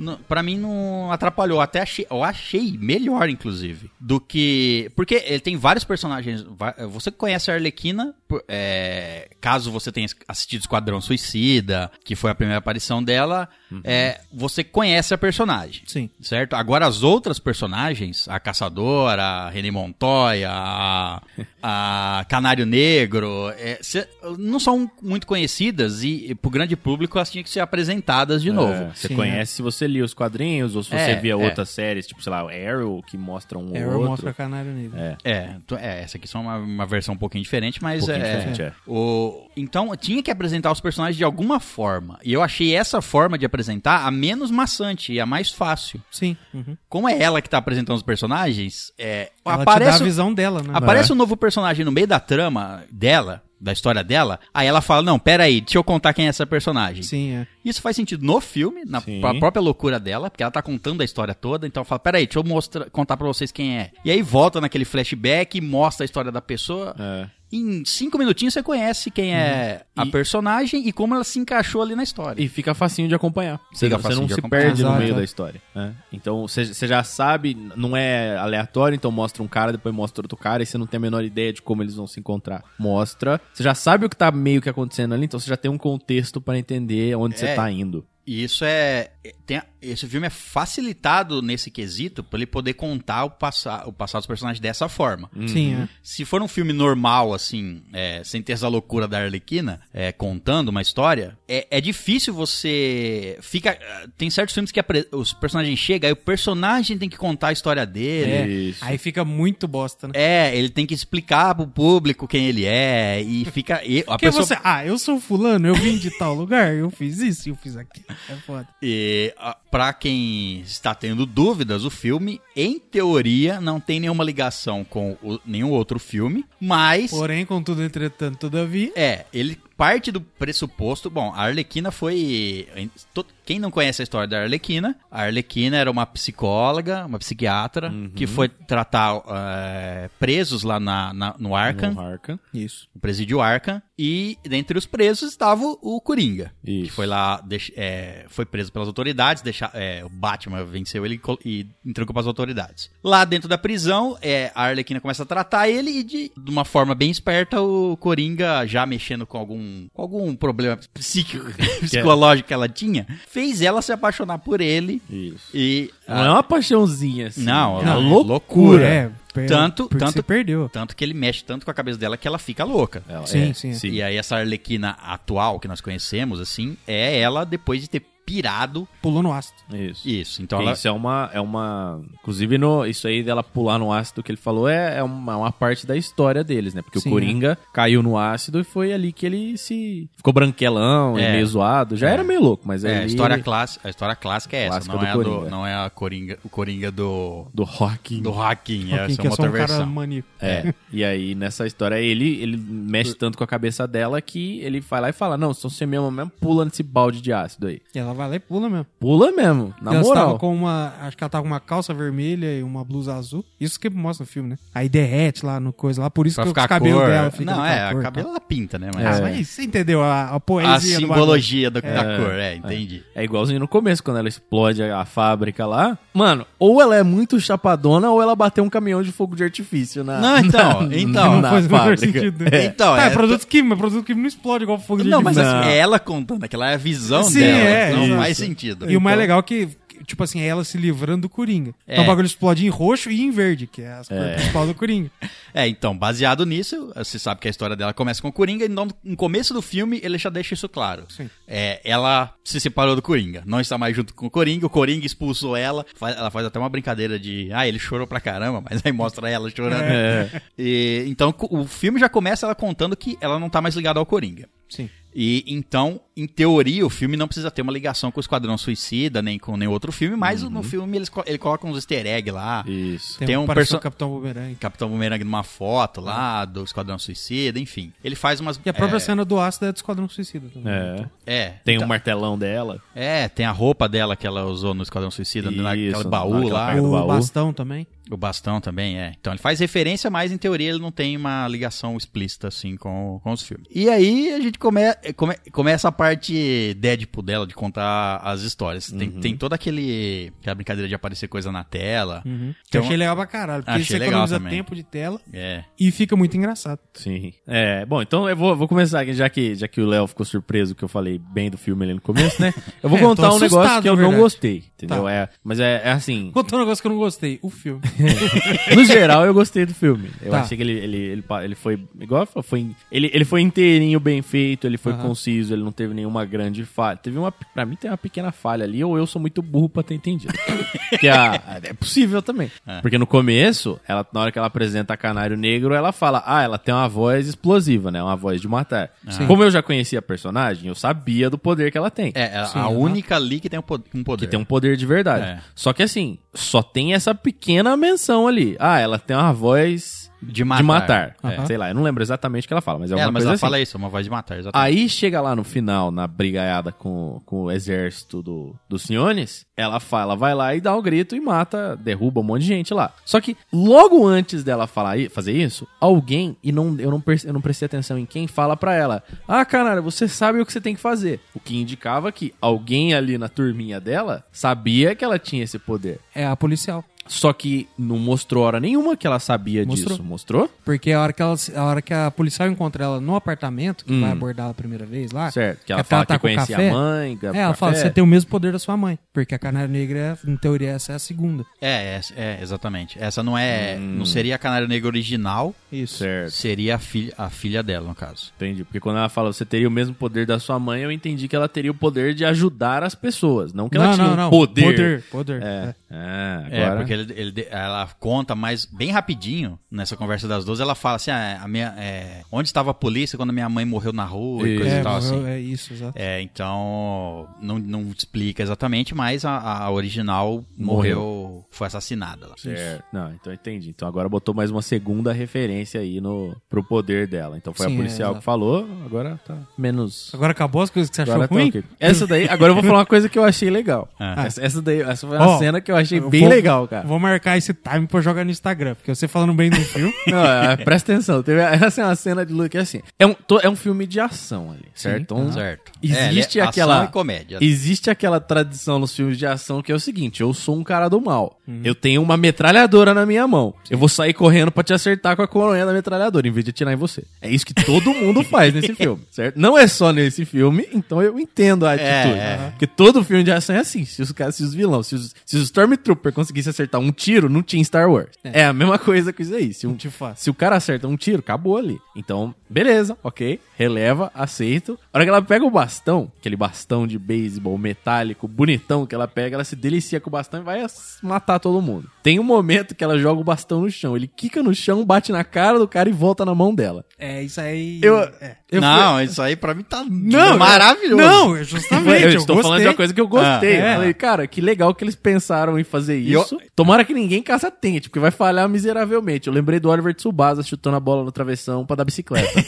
Speaker 2: N- Pra mim não atrapalhou. Até achei, eu achei melhor, inclusive, do que. Porque ele tem vários personagens. va- Você conhece a Arlequina, por- é, caso você tenha es- assistido Esquadrão Suicida, que foi a primeira aparição dela, é, você conhece a personagem.
Speaker 4: Sim.
Speaker 2: Certo? Agora as outras personagens, a Caçadora, a René Montoya, a, a Canário Negro, é, cê- não são muito conhecidas e, e pro grande público elas tinham que ser apresentadas de
Speaker 5: É,
Speaker 2: novo.
Speaker 5: você
Speaker 4: Sim,
Speaker 5: conhece se você lia os quadrinhos ou se
Speaker 2: É,
Speaker 5: você via
Speaker 2: é.
Speaker 5: outras séries, tipo, sei lá, Arrow, que mostra um
Speaker 4: É, eu
Speaker 5: ou outro.
Speaker 4: mostro a canário negro.
Speaker 5: É.
Speaker 2: É, tu- é, essa aqui é uma, uma versão um pouquinho diferente, mas
Speaker 5: Um pouquinho
Speaker 2: é,
Speaker 5: diferente, é.
Speaker 2: o- então tinha que apresentar os personagens de alguma forma. E eu achei essa forma de apresentar a menos maçante e a mais fácil.
Speaker 4: Sim. Uhum.
Speaker 2: Como é ela que tá apresentando os personagens, é,
Speaker 4: Ela te
Speaker 2: aparece
Speaker 4: dá a
Speaker 2: o-
Speaker 4: visão dela,
Speaker 5: Uhum.
Speaker 4: né?
Speaker 2: Aparece um novo personagem no meio da trama dela, da história dela, aí ela fala, não, pera aí, deixa eu contar quem é essa personagem.
Speaker 4: Sim, é.
Speaker 2: Isso faz sentido no filme, na
Speaker 5: Sim.
Speaker 2: pra própria loucura dela, porque ela tá contando a história toda, então ela fala, pera aí, deixa eu mostrar, contar pra vocês quem é. E aí volta naquele flashback e mostra a história da pessoa.
Speaker 5: É. Uhum.
Speaker 2: Em cinco minutinhos você conhece quem é a
Speaker 5: E-
Speaker 2: personagem e como ela se encaixou ali na história.
Speaker 5: E fica facinho de acompanhar. Você,
Speaker 2: Fica
Speaker 5: você
Speaker 2: facinho
Speaker 5: não
Speaker 2: de
Speaker 5: se
Speaker 2: acompanhar.
Speaker 5: perde
Speaker 4: Exato,
Speaker 5: no meio
Speaker 4: é.
Speaker 5: da história. né? Então você você já sabe, não é aleatório, então mostra um cara, depois mostra outro cara, e você não tem a menor ideia de como eles vão se encontrar. Mostra. Você já sabe o que tá meio que acontecendo ali, então você já tem um contexto pra entender onde
Speaker 2: É.
Speaker 5: você tá indo.
Speaker 2: E isso é, tem a- esse filme é facilitado nesse quesito pra ele poder contar o, passa, o passado dos personagens dessa forma.
Speaker 5: Uhum.
Speaker 4: Sim, é.
Speaker 2: Se for um filme normal, assim, é, sem ter essa loucura da Arlequina, é, contando uma história, é, é difícil você. fica ah, Tem certos filmes que apre- os personagens chegam, aí o personagem tem que contar a história dele.
Speaker 4: É,
Speaker 5: Isso.
Speaker 4: Aí fica muito bosta, né?
Speaker 2: É, ele tem que explicar pro público quem ele é e fica. E a
Speaker 4: Porque
Speaker 2: pessoa,
Speaker 4: você, ah, eu sou fulano, eu vim de tal lugar, eu fiz isso, eu fiz aquilo. É foda.
Speaker 2: E a- pra quem está tendo dúvidas, o filme, em teoria, não tem nenhuma ligação com o- nenhum outro filme, mas.
Speaker 4: Porém, contudo, entretanto, todavia.
Speaker 2: É, ele parte do pressuposto. Bom, a Arlequina foi. to- Quem não conhece a história da Arlequina, a Arlequina era uma psicóloga, uma psiquiatra, que foi tratar eh, presos lá na, na- no Arkham,
Speaker 5: Um Arkham.
Speaker 4: Isso.
Speaker 2: o presídio Arkham, e dentre os presos estava o- o Coringa, que
Speaker 5: Isso.
Speaker 2: foi lá, deix- é, foi preso pelas autoridades, deixa, é, o Batman venceu ele e col- e entregou para as autoridades. Lá dentro da prisão, é, a Arlequina começa a tratar ele e de, de uma forma bem esperta, o Coringa, já mexendo com algum, com algum problema psíquico,
Speaker 5: é.
Speaker 2: psicológico que ela tinha, fez ela se apaixonar por ele
Speaker 5: Isso.
Speaker 2: e...
Speaker 5: Não é uma paixãozinha assim.
Speaker 2: Não,
Speaker 5: é
Speaker 2: é
Speaker 5: uma
Speaker 2: loucura.
Speaker 5: loucura.
Speaker 4: É, per-
Speaker 2: Tanto-
Speaker 4: porque
Speaker 2: tanto-
Speaker 4: você perdeu.
Speaker 2: Tanto que ele mexe tanto com a cabeça dela que ela fica louca.
Speaker 5: Ela
Speaker 4: Sim,
Speaker 5: é,
Speaker 4: sim, é.
Speaker 2: E aí essa Arlequina atual que nós conhecemos, assim, é ela depois de ter pirado
Speaker 4: Pulou no ácido.
Speaker 5: Isso.
Speaker 2: isso. Então ela...
Speaker 5: Isso é uma, é uma. Inclusive, no, isso aí dela pular no ácido que ele falou é, é uma, uma parte da história deles, né? Porque
Speaker 4: Sim, é.
Speaker 5: o Coringa caiu no ácido e foi ali que ele se. ficou branquelão
Speaker 2: É.
Speaker 5: e meio zoado. Já era meio louco, mas
Speaker 2: É,
Speaker 5: ali
Speaker 2: a história clássica, a história clássica é essa,
Speaker 5: Clássica
Speaker 2: não
Speaker 5: do
Speaker 2: é, a do,
Speaker 5: Coringa.
Speaker 2: não é a Coringa, o Coringa do
Speaker 5: do rock.
Speaker 2: do Hacking,
Speaker 4: Quem
Speaker 2: essa é
Speaker 4: que é
Speaker 2: uma
Speaker 4: só
Speaker 2: outra
Speaker 4: um cara
Speaker 2: versão.
Speaker 4: maníaco.
Speaker 5: É. e aí, nessa história, ele, ele mexe tanto com a cabeça dela que ele vai lá e fala: Não, se você mesmo, mesmo pula nesse balde de ácido aí.
Speaker 4: E ela vai lá e pula mesmo.
Speaker 5: Pula mesmo, na
Speaker 4: ela
Speaker 5: moral.
Speaker 4: tava com uma. Acho que ela tava com uma calça vermelha e uma blusa azul. Isso que mostra no filme, né? Aí derrete lá no coisa lá. Por isso
Speaker 2: Pra
Speaker 4: que
Speaker 2: ficar
Speaker 4: o
Speaker 2: a
Speaker 4: cabelo
Speaker 2: cor.
Speaker 4: dela fica.
Speaker 2: não,
Speaker 4: daquela
Speaker 2: é,
Speaker 4: cor tá?
Speaker 2: a
Speaker 4: e
Speaker 2: cabelo
Speaker 4: tal.
Speaker 2: ela pinta, né?
Speaker 4: Ah,
Speaker 2: Mas
Speaker 4: mas é você entendeu a, a poesia
Speaker 2: a
Speaker 4: do bagulho.
Speaker 2: simbologia do- da cor, é, entendi.
Speaker 5: É igualzinho no começo, quando ela explode a, a fábrica lá. Mano, ou ela é muito chapadona, ou ela bateu um caminhão de fogo de artifício na.
Speaker 4: é
Speaker 2: Não, então, então.
Speaker 4: Ah. Não
Speaker 5: na
Speaker 4: faz o menor
Speaker 5: fábrica.
Speaker 4: sentido. né?
Speaker 2: Então,
Speaker 4: Tá, é,
Speaker 2: é-
Speaker 4: produto químico, mas produto químico não explode igual fogo um de
Speaker 2: Não, mas
Speaker 4: artifício.
Speaker 2: assim, é ela contando, aquela é a visão
Speaker 4: Sim,
Speaker 2: dela,
Speaker 4: é,
Speaker 2: não
Speaker 4: isso.
Speaker 2: faz sentido. Então,
Speaker 4: E o mais legal é que, tipo assim, é ela se livrando do Coringa. Então
Speaker 2: É.
Speaker 4: o bagulho explode em roxo e em verde, que é as cores principal do Coringa.
Speaker 2: É, então, baseado nisso, você sabe que a história dela começa com o Coringa, e no, no começo do filme ele já deixa isso claro.
Speaker 4: Sim.
Speaker 2: É, ela se separou do Coringa, não está mais junto com o Coringa, o Coringa expulsou ela, fa- ela faz até uma brincadeira de, ah, ele chorou pra caramba, mas aí mostra ela chorando. E, então, co- o filme já começa ela contando que ela não tá mais ligada ao Coringa.
Speaker 4: Sim.
Speaker 2: E então, em teoria, o filme não precisa ter uma ligação com o Esquadrão Suicida, nem com nenhum outro filme, mas no filme eles, co- ele coloca uns easter egg lá.
Speaker 5: Isso.
Speaker 2: Tem um
Speaker 4: parece
Speaker 2: perso-
Speaker 4: o Capitão Boomerang.
Speaker 2: Capitão Boomerang numa foto lá do Esquadrão Suicida, enfim. Ele faz umas.
Speaker 4: E a própria
Speaker 2: é,
Speaker 4: cena do ácido é do Esquadrão Suicida também.
Speaker 5: É.
Speaker 2: É.
Speaker 5: Tem
Speaker 4: Tá.
Speaker 2: então-
Speaker 5: um martelão dela.
Speaker 2: É, tem a roupa dela que ela usou no Esquadrão Suicida, né, naquele
Speaker 5: Isso,
Speaker 2: baú
Speaker 5: naquela
Speaker 2: lá.
Speaker 5: pegada.
Speaker 4: O
Speaker 5: do baú.
Speaker 4: bastão também.
Speaker 2: O bastão também, é. Então ele faz referência, mas em teoria ele não tem uma ligação explícita, assim, com, com os filmes. E aí a gente come, come- começa a parte Deadpool dela, de contar as histórias. Tem,
Speaker 5: Uhum.
Speaker 2: tem toda aquele, aquela brincadeira de aparecer coisa na tela.
Speaker 4: Que eu
Speaker 5: Uhum.
Speaker 2: Então-
Speaker 4: achei legal pra caralho. Porque
Speaker 2: Achei
Speaker 4: você
Speaker 2: legal
Speaker 4: economiza
Speaker 2: também.
Speaker 4: tempo de tela
Speaker 2: É.
Speaker 4: e fica muito engraçado.
Speaker 5: Sim. É, bom, então eu vou, vou começar aqui, já que, já que o Léo ficou surpreso que eu falei bem do filme ali no começo, né? Eu vou
Speaker 4: É,
Speaker 5: contar
Speaker 4: tô
Speaker 5: um negócio
Speaker 4: assustado,
Speaker 5: que eu
Speaker 4: na
Speaker 5: não
Speaker 4: verdade.
Speaker 5: gostei, entendeu?
Speaker 4: Tá.
Speaker 5: É, mas é, é assim,
Speaker 4: Contou um negócio que eu não gostei. O filme.
Speaker 5: no geral eu gostei do filme. Eu
Speaker 4: Tá.
Speaker 5: achei que ele, ele, ele, pa- ele foi, igual eu falo, foi, ele, ele foi inteirinho bem feito, ele foi
Speaker 4: Aham.
Speaker 5: conciso, ele não teve nenhuma grande falha. Teve uma, pra mim tem uma pequena falha ali, ou eu sou muito burro pra ter entendido. que a- é possível também. Porque no começo, ela, na hora que ela apresenta a Canário Negro, ela fala, ah, ela tem uma voz explosiva, né? Uma voz de matar. Como eu já conhecia a personagem, eu sabia do poder que ela tem.
Speaker 2: É, é
Speaker 4: Sim,
Speaker 2: a
Speaker 4: aham.
Speaker 2: única ali que tem um po- um poder.
Speaker 5: Que tem um poder de verdade.
Speaker 2: É.
Speaker 5: Só que assim, só tem essa pequena menção ali. Ah, ela tem uma voz
Speaker 2: De matar.
Speaker 5: de matar.
Speaker 4: Aham.
Speaker 5: É, Sei lá, eu não lembro exatamente o que ela fala, mas é
Speaker 2: É,
Speaker 5: alguma
Speaker 2: mas
Speaker 5: coisa
Speaker 2: ela
Speaker 5: assim. Ah,
Speaker 2: fala isso, uma voz de matar, exatamente.
Speaker 5: Aí chega lá no final, na brigaiada com, com o exército do, do Siones, ela fala, vai lá e dá um grito e mata, derruba um monte de gente lá. Só que logo antes dela falar, i- fazer isso, alguém, e não, eu, não, perce- eu não prestei atenção em quem, fala pra ela, ah, caralho, você sabe o que você tem que fazer. O que indicava que alguém ali na turminha dela sabia que ela tinha esse poder.
Speaker 4: É a policial.
Speaker 5: Só que não mostrou hora nenhuma que ela sabia
Speaker 4: Mostrou.
Speaker 5: disso. Mostrou?
Speaker 4: Porque a hora que, ela, a hora que a policial encontra ela no apartamento, que
Speaker 5: Hum.
Speaker 4: vai abordar ela a primeira vez lá.
Speaker 5: Certo, que
Speaker 4: é
Speaker 5: ela
Speaker 4: porque
Speaker 5: fala que
Speaker 4: com
Speaker 5: conhecia
Speaker 4: café.
Speaker 5: a mãe, que
Speaker 4: É,
Speaker 5: é
Speaker 4: ela
Speaker 5: café.
Speaker 4: fala, você tem o mesmo poder da sua mãe. Porque a canária negra, em teoria, essa é a segunda.
Speaker 2: É, é, é, exatamente. Essa não é. Não seria a Canário Negro original,
Speaker 4: Isso.
Speaker 5: Hum. Certo,
Speaker 2: seria a, fi a filha dela, no caso.
Speaker 5: entendi. Porque quando ela fala você teria o mesmo poder da sua mãe, eu entendi que ela teria o poder de ajudar as pessoas. Não que ela tinha um poder.
Speaker 4: Poder, poder.
Speaker 5: É. Ah, agora...
Speaker 2: É, porque ele, ele- ela conta, mas bem rapidinho, nessa conversa das duas, ela fala assim: ah, a minha, é, onde estava a polícia quando minha mãe morreu na rua e
Speaker 5: Isso.
Speaker 4: É,
Speaker 2: coisa e tal,
Speaker 4: morreu-
Speaker 2: assim.
Speaker 4: é isso, exato.
Speaker 2: É, então não, não explica exatamente, mas a, a original morreu, foi assassinada lá.
Speaker 5: Certo. Não, então entendi. Então agora botou mais uma segunda referência aí no, pro poder dela. Então foi
Speaker 4: Sim,
Speaker 5: a
Speaker 4: é,
Speaker 5: policial
Speaker 4: exato.
Speaker 5: que falou, agora tá menos.
Speaker 4: Agora acabou as coisas que você achou
Speaker 5: Agora tá
Speaker 4: ruim?
Speaker 5: ok. Essa daí, agora eu vou falar uma coisa que eu achei legal.
Speaker 2: Ah.
Speaker 5: Essa, essa daí, essa foi uma
Speaker 4: Ó,
Speaker 5: cena que eu achei
Speaker 4: eu
Speaker 5: bem
Speaker 4: vou-
Speaker 5: legal, cara.
Speaker 4: Vou marcar esse time pra jogar no Instagram, porque você falando bem do filme.
Speaker 5: Não, é, presta atenção. Teve essa é uma cena de Luke assim. É um, to- é um filme de ação ali, certo? Então,
Speaker 2: Certo.
Speaker 5: Existe
Speaker 2: É, ele é
Speaker 5: aquela
Speaker 2: ação e comédia.
Speaker 5: Existe aquela tradição nos filmes de ação que é o seguinte: eu sou um cara do mal.
Speaker 2: Uhum.
Speaker 5: Eu tenho uma metralhadora na minha mão. Eu vou sair correndo pra te acertar com a coronha da metralhadora em vez de atirar em você. É isso que todo mundo faz nesse filme, certo? Não é só nesse filme, então eu entendo a
Speaker 2: É,
Speaker 5: atitude.
Speaker 2: é.
Speaker 5: Porque todo filme de ação é assim. Se os caras, se os vilões, se os, se os Stormtrooper conseguissem acertar um tiro, não tinha Star Wars. É, a mesma coisa com isso aí. Se um,
Speaker 4: Te faço.
Speaker 5: se o cara acerta um tiro, acabou ali. Então, beleza, ok. Releva, aceito. A hora que ela pega o bastão, aquele bastão de beisebol metálico, bonitão que ela pega, ela se delicia com o bastão e vai as- matar todo mundo. Tem um momento que ela joga o bastão no chão. Ele quica no chão, bate na cara do cara e volta na mão dela.
Speaker 4: É, isso aí.
Speaker 5: Eu.
Speaker 4: é.
Speaker 5: eu fui-
Speaker 2: não, isso aí pra mim tá
Speaker 4: Não,
Speaker 2: maravilhoso.
Speaker 4: Não, é justamente.
Speaker 5: eu
Speaker 4: Eu,
Speaker 5: estou falando de uma coisa que eu gostei.
Speaker 2: Ah, é.
Speaker 5: Eu Falei, cara, que legal que eles pensaram em fazer
Speaker 2: E eu-
Speaker 5: isso. Tomara que ninguém caça tente, porque vai falhar miseravelmente. Eu lembrei do Oliver Tsubasa chutando a bola no travessão pra dar bicicleta.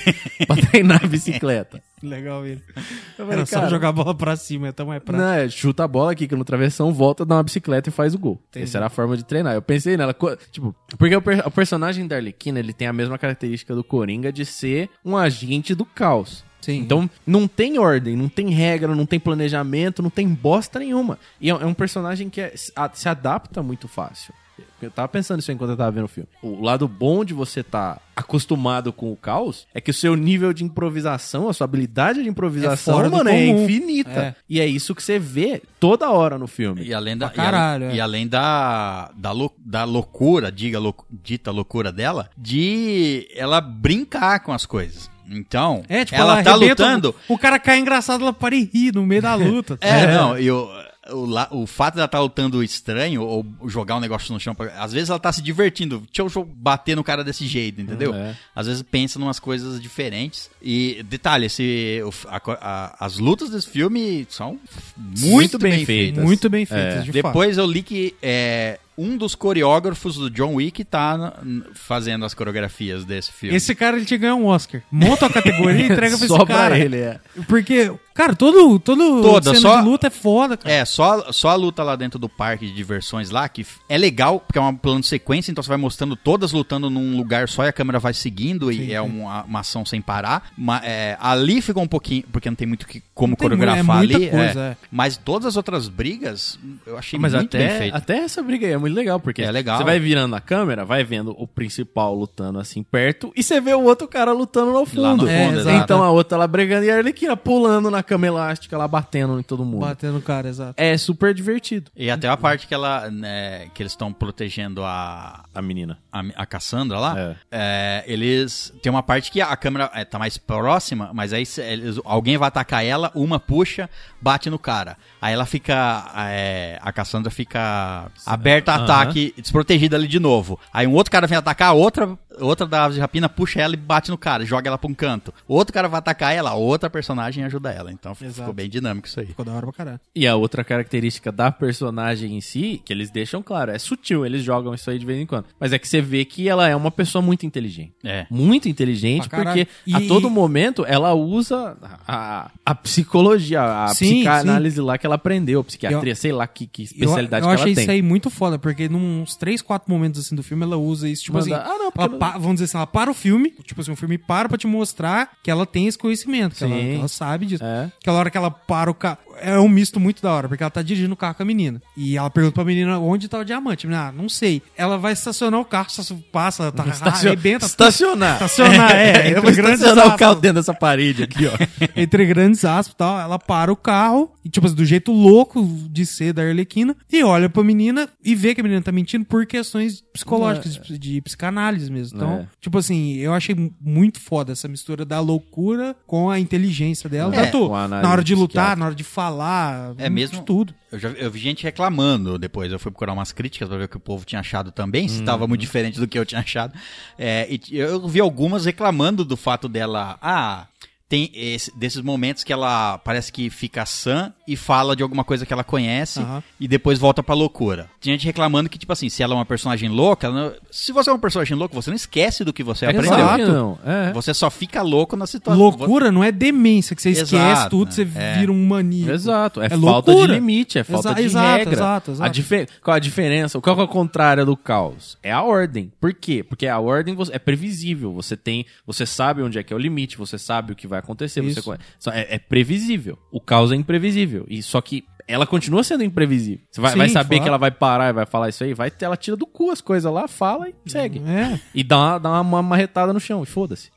Speaker 5: pra treinar a bicicleta.
Speaker 4: Legal ele.
Speaker 5: Eu falei,
Speaker 4: Era só
Speaker 5: cara,
Speaker 4: jogar a bola pra cima, então é pra.
Speaker 5: Não, é, chuta a bola aqui no travessão, volta, dá uma bicicleta e faz o gol. Essa era a forma de treinar. Eu pensei nela, co- tipo, porque o, per- o personagem da Arlequina, ele tem a mesma característica do Coringa de ser um agente do caos.
Speaker 4: Sim.
Speaker 5: Então, não tem ordem, não tem regra, não tem planejamento, não tem bosta nenhuma. E é, é um personagem que é- se a- se adapta muito fácil. Eu tava pensando isso enquanto eu tava vendo o filme. O lado bom de você tá acostumado com o caos é que o seu nível de improvisação, a sua habilidade de improvisação,
Speaker 4: fora do
Speaker 5: mano, é
Speaker 4: comum.
Speaker 5: infinita.
Speaker 4: É.
Speaker 5: E é isso que você vê toda hora no filme.
Speaker 2: E além da,
Speaker 4: Pra caralho,
Speaker 2: e, a-
Speaker 4: é.
Speaker 2: e além da, da, lou- da loucura, diga lou- dita loucura dela, de ela brincar com as coisas. Então,
Speaker 4: É, tipo,
Speaker 2: ela, tá
Speaker 4: arrebenta,
Speaker 2: lutando.
Speaker 4: O cara cai engraçado, ela para e ri no meio da luta.
Speaker 2: É, não, e o, o, la- o fato dela tá lutando estranho ou jogar um negócio no chão, pra- às vezes ela tá se divertindo. Deixa eu jo- bater no cara desse jeito, entendeu?
Speaker 5: É.
Speaker 2: Às vezes pensa em umas coisas diferentes. E detalhe, esse, o f- a co- a- as lutas desse filme são muito, bem, feitas.
Speaker 4: Muito bem feito, de fato.
Speaker 2: É. Depois eu li que é, um dos coreógrafos do John Wick tá na- n- fazendo as coreografias desse filme.
Speaker 4: Esse cara ele tinha que ganhar um Oscar. Monta a categoria e entrega pra esse
Speaker 5: Só pra
Speaker 4: cara.
Speaker 5: ele, é.
Speaker 4: Porque, cara, todo, todo
Speaker 2: Toda,
Speaker 4: cena
Speaker 2: só-
Speaker 4: de luta é foda, cara.
Speaker 2: É, só, só a luta lá dentro do parque de diversões lá, que f- é legal, porque é um plano de sequência, então você vai mostrando todas lutando num lugar só e a câmera vai seguindo e é uma, uma ação sem parar. Ma- é, ali ficou um pouquinho, porque não tem muito que, como
Speaker 4: tem mu-
Speaker 2: coreografar
Speaker 4: é muita
Speaker 2: ali.
Speaker 4: coisa, é.
Speaker 2: Mas todas as outras brigas, eu achei
Speaker 5: Mas
Speaker 2: muito bem
Speaker 5: até,
Speaker 2: feito.
Speaker 5: até essa briga aí é muito legal, porque
Speaker 2: É legal.
Speaker 5: você vai virando a câmera, vai vendo o principal lutando assim perto, e você vê o outro cara lutando no fundo.
Speaker 2: no
Speaker 4: É, fundo, exato.
Speaker 5: então a outra lá brigando e a Arlequina pulando na cama elástica, lá batendo em todo
Speaker 2: É,
Speaker 5: mundo.
Speaker 4: Batendo o cara, exato.
Speaker 5: É super divertido.
Speaker 2: E até a parte que ela, né, que eles estão protegendo a,
Speaker 5: A menina.
Speaker 2: a, a Cassandra lá, é, eles. Tem uma parte que a câmera é, tá mais próxima, mas aí cê- eles- alguém vai atacar ela, uma puxa, bate no cara. Aí ela fica. é, a Cassandra fica aberta a
Speaker 5: Aham.
Speaker 2: ataque, desprotegida ali de novo. Aí um outro cara vem atacar, a outra, outra da Aves de Rapina puxa ela e bate no cara, joga ela pra um canto. Outro cara vai atacar ela, outra personagem ajuda ela. Então f-
Speaker 4: Exato.
Speaker 2: ficou bem dinâmico isso aí.
Speaker 4: Ficou da hora pra caralho.
Speaker 5: E a outra característica da personagem em si, que eles deixam claro, é sutil, eles jogam isso aí de vez em quando. Mas é que você vê que ela é uma pessoa muito inteligente.
Speaker 2: É.
Speaker 5: Muito inteligente,
Speaker 4: Pra
Speaker 5: porque
Speaker 4: Ah, caralho.
Speaker 5: a
Speaker 4: E-
Speaker 5: todo momento ela usa a, a psicologia, a
Speaker 4: Sim,
Speaker 5: psicanálise lá que ela aprendeu, psiquiatria, sei lá que, que
Speaker 4: Eu, eu
Speaker 5: especialidade que
Speaker 4: achei
Speaker 5: ela
Speaker 4: isso
Speaker 5: tem.
Speaker 4: aí muito foda, porque num uns 3, 4 momentos assim do filme ela usa isso, tipo
Speaker 5: Manda-
Speaker 4: assim.
Speaker 5: Ah, não, porque
Speaker 4: ela
Speaker 5: não-
Speaker 4: pa- vamos dizer assim, ela para o filme, tipo assim, o filme para pra te mostrar que ela tem esse conhecimento, que, ela,
Speaker 5: Sim.
Speaker 4: que ela sabe disso.
Speaker 5: É.
Speaker 4: Aquela hora que ela para o carro, é um misto muito da hora, porque ela tá dirigindo o carro com a menina. E ela pergunta pra menina onde tá o diamante. A menina, ah, não sei. Ela vai estacionar o carro, estaciona- passa, tá,
Speaker 5: Estacio-
Speaker 4: arrebenta.
Speaker 5: Estacionar.
Speaker 4: Estacionar, é.
Speaker 5: Eu
Speaker 4: entre
Speaker 5: vou
Speaker 4: grandes
Speaker 5: estacionar o
Speaker 4: aspas.
Speaker 5: carro dentro dessa parede aqui, ó.
Speaker 4: entre grandes aspas e tal, ela para o carro, e, tipo assim, do jeito louco de ser da Arlequina, e olha pra menina e vê que a menina tá mentindo por questões psicológicas, de, de psicanálise mesmo. Então,
Speaker 5: É.
Speaker 4: tipo assim, eu achei mu- muito foda essa mistura da loucura com a inteligência dela.
Speaker 5: É,
Speaker 4: Tanto
Speaker 5: com a análise
Speaker 4: na hora de lutar,
Speaker 5: psiquiátrica.
Speaker 4: na hora de falar,
Speaker 2: É
Speaker 4: de
Speaker 2: mesmo?
Speaker 4: tudo.
Speaker 2: Eu, já, eu vi gente reclamando depois. Eu fui procurar umas críticas pra ver o que o povo tinha achado também, se tava muito diferente do que eu tinha achado. É, e t- eu vi algumas reclamando do fato dela. Ah, tem esse- desses momentos que ela parece que fica sã e fala de alguma coisa que ela conhece
Speaker 4: Aham.
Speaker 2: e depois volta pra loucura. Tinha gente reclamando que, tipo assim, se ela é uma personagem louca, ela não- se você é uma personagem louca, você não esquece do que você aprendeu.
Speaker 5: Exato. Não, é.
Speaker 2: Você só fica louco na situação.
Speaker 4: Loucura não é demência, que você esquece
Speaker 2: Exato,
Speaker 4: tudo, você
Speaker 2: é.
Speaker 4: vira um maníaco.
Speaker 5: né? Exato, é,
Speaker 4: É
Speaker 5: falta de
Speaker 4: loucura.
Speaker 5: limite, é falta
Speaker 4: Exa-
Speaker 5: de
Speaker 4: exato,
Speaker 5: regra.
Speaker 4: exato, exato.
Speaker 5: A dife- Qual a diferença? Qual que é o contrário do caos? É a ordem. Por quê? Porque a ordem você- é previsível. Você tem, você sabe onde é que é o limite, você sabe o que vai acontecer. Você
Speaker 4: Isso.
Speaker 5: co- só- é, é previsível. O caos é imprevisível. E só que ela continua sendo imprevisível. Você vai,
Speaker 4: Sim,
Speaker 5: vai saber
Speaker 4: claro.
Speaker 5: que ela vai parar e vai falar isso aí, vai ela tira do cu as coisas lá, fala e segue.
Speaker 4: É,
Speaker 5: E dá uma, dá uma marretada no chão e foda-se.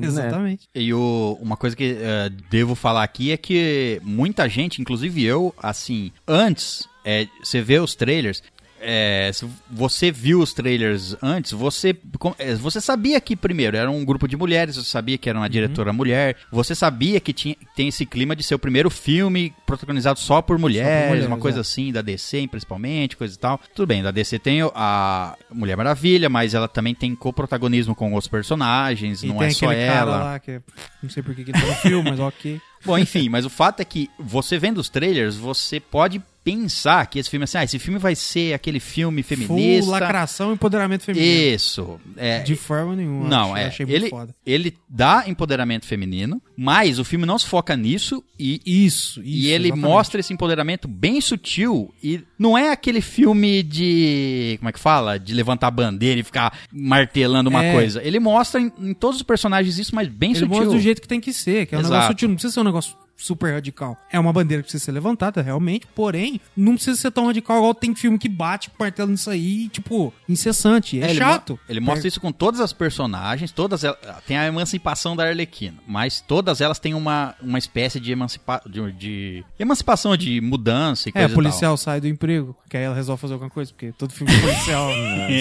Speaker 4: exatamente.
Speaker 2: E o- uma coisa que eh, devo falar aqui é que muita gente, inclusive eu, assim, antes, eh, você vê os trailers. eh, se você viu os trailers antes, você, com- eh, você sabia que, primeiro, era um grupo de mulheres, você sabia que era
Speaker 4: Uhum.
Speaker 2: uma diretora mulher, você sabia que tinha, tem esse clima de ser o primeiro filme protagonizado só por mulheres,
Speaker 4: mulheres,
Speaker 2: uma coisa
Speaker 4: é.
Speaker 2: assim, da DC principalmente, coisa e tal. Tudo bem, da DC tem a Mulher Maravilha, mas ela também tem co-protagonismo com outros personagens,
Speaker 4: E
Speaker 2: não
Speaker 4: tem
Speaker 2: é só
Speaker 4: aquele
Speaker 2: ela.
Speaker 4: cara lá que é- não sei por que que ele tá no filme, mas ok.
Speaker 2: Bom, enfim, mas o fato é que você vendo os trailers, você pode pensar que esse filme é assim, ah, esse filme vai ser aquele filme
Speaker 4: Full
Speaker 2: feminista.
Speaker 4: lacração e empoderamento feminino.
Speaker 2: Isso. É,
Speaker 4: De forma nenhuma.
Speaker 2: não,
Speaker 4: achei,
Speaker 2: é.
Speaker 4: Achei muito
Speaker 2: ele,
Speaker 4: foda.
Speaker 2: ele dá empoderamento feminino, mas o filme não se foca nisso e.
Speaker 4: Isso, isso.
Speaker 2: e ele
Speaker 4: exatamente.
Speaker 2: mostra esse empoderamento bem sutil e não é aquele filme de. Como é que fala? De levantar a bandeira e ficar martelando uma
Speaker 4: É.
Speaker 2: coisa. Ele mostra em, em todos os personagens isso, mas bem
Speaker 4: Ele
Speaker 2: sutil.
Speaker 4: mostra do jeito que tem que ser, que é um
Speaker 2: Exato.
Speaker 4: negócio sutil. Não precisa ser um negócio super radical. É uma bandeira que precisa ser levantada, realmente. Porém, não precisa ser tão radical igual tem filme que bate com martelo nisso aí, tipo, incessante. É,
Speaker 2: ele
Speaker 4: chato.
Speaker 2: mo- Ele mostra isso com todas as personagens, todas elas, tem a emancipação da Arlequina, mas todas elas têm uma, uma espécie de, emancipa, de, de emancipação, de mudança e
Speaker 4: É,
Speaker 2: coisa e
Speaker 4: policial sai do emprego, que aí ela resolve fazer alguma coisa, porque todo filme de policial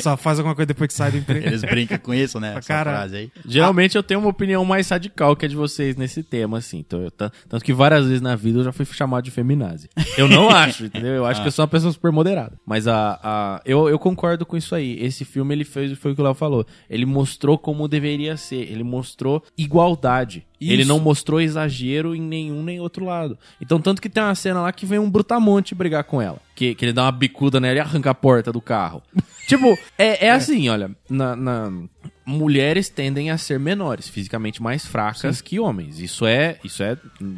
Speaker 4: só faz alguma coisa depois que sai do
Speaker 2: tal.
Speaker 4: emprego.
Speaker 2: Eles brincam com isso, né?
Speaker 4: Pra
Speaker 2: Essa
Speaker 4: caralho.
Speaker 2: frase aí.
Speaker 5: Geralmente eu tenho uma opinião mais radical que a de vocês nesse tema, assim. Então, eu ta- tanto que várias vezes na vida eu já fui chamado de feminazi. Eu não acho, entendeu? Eu acho que eu sou uma pessoa super moderada. Mas a, a- eu, eu concordo com isso aí. Esse filme, ele fez, foi o que o Léo falou. Ele mostrou como deveria ser. Ele mostrou igualdade. Ele
Speaker 4: Isso.
Speaker 5: não mostrou exagero em nenhum nem outro lado. Então, tanto que tem uma cena lá que vem um brutamonte brigar com ela. Que, que ele dá uma bicuda nela e arranca a porta do carro. tipo, é, é assim, olha. Na, na- mulheres tendem a ser menores, fisicamente mais fracas que homens. Isso é, isso é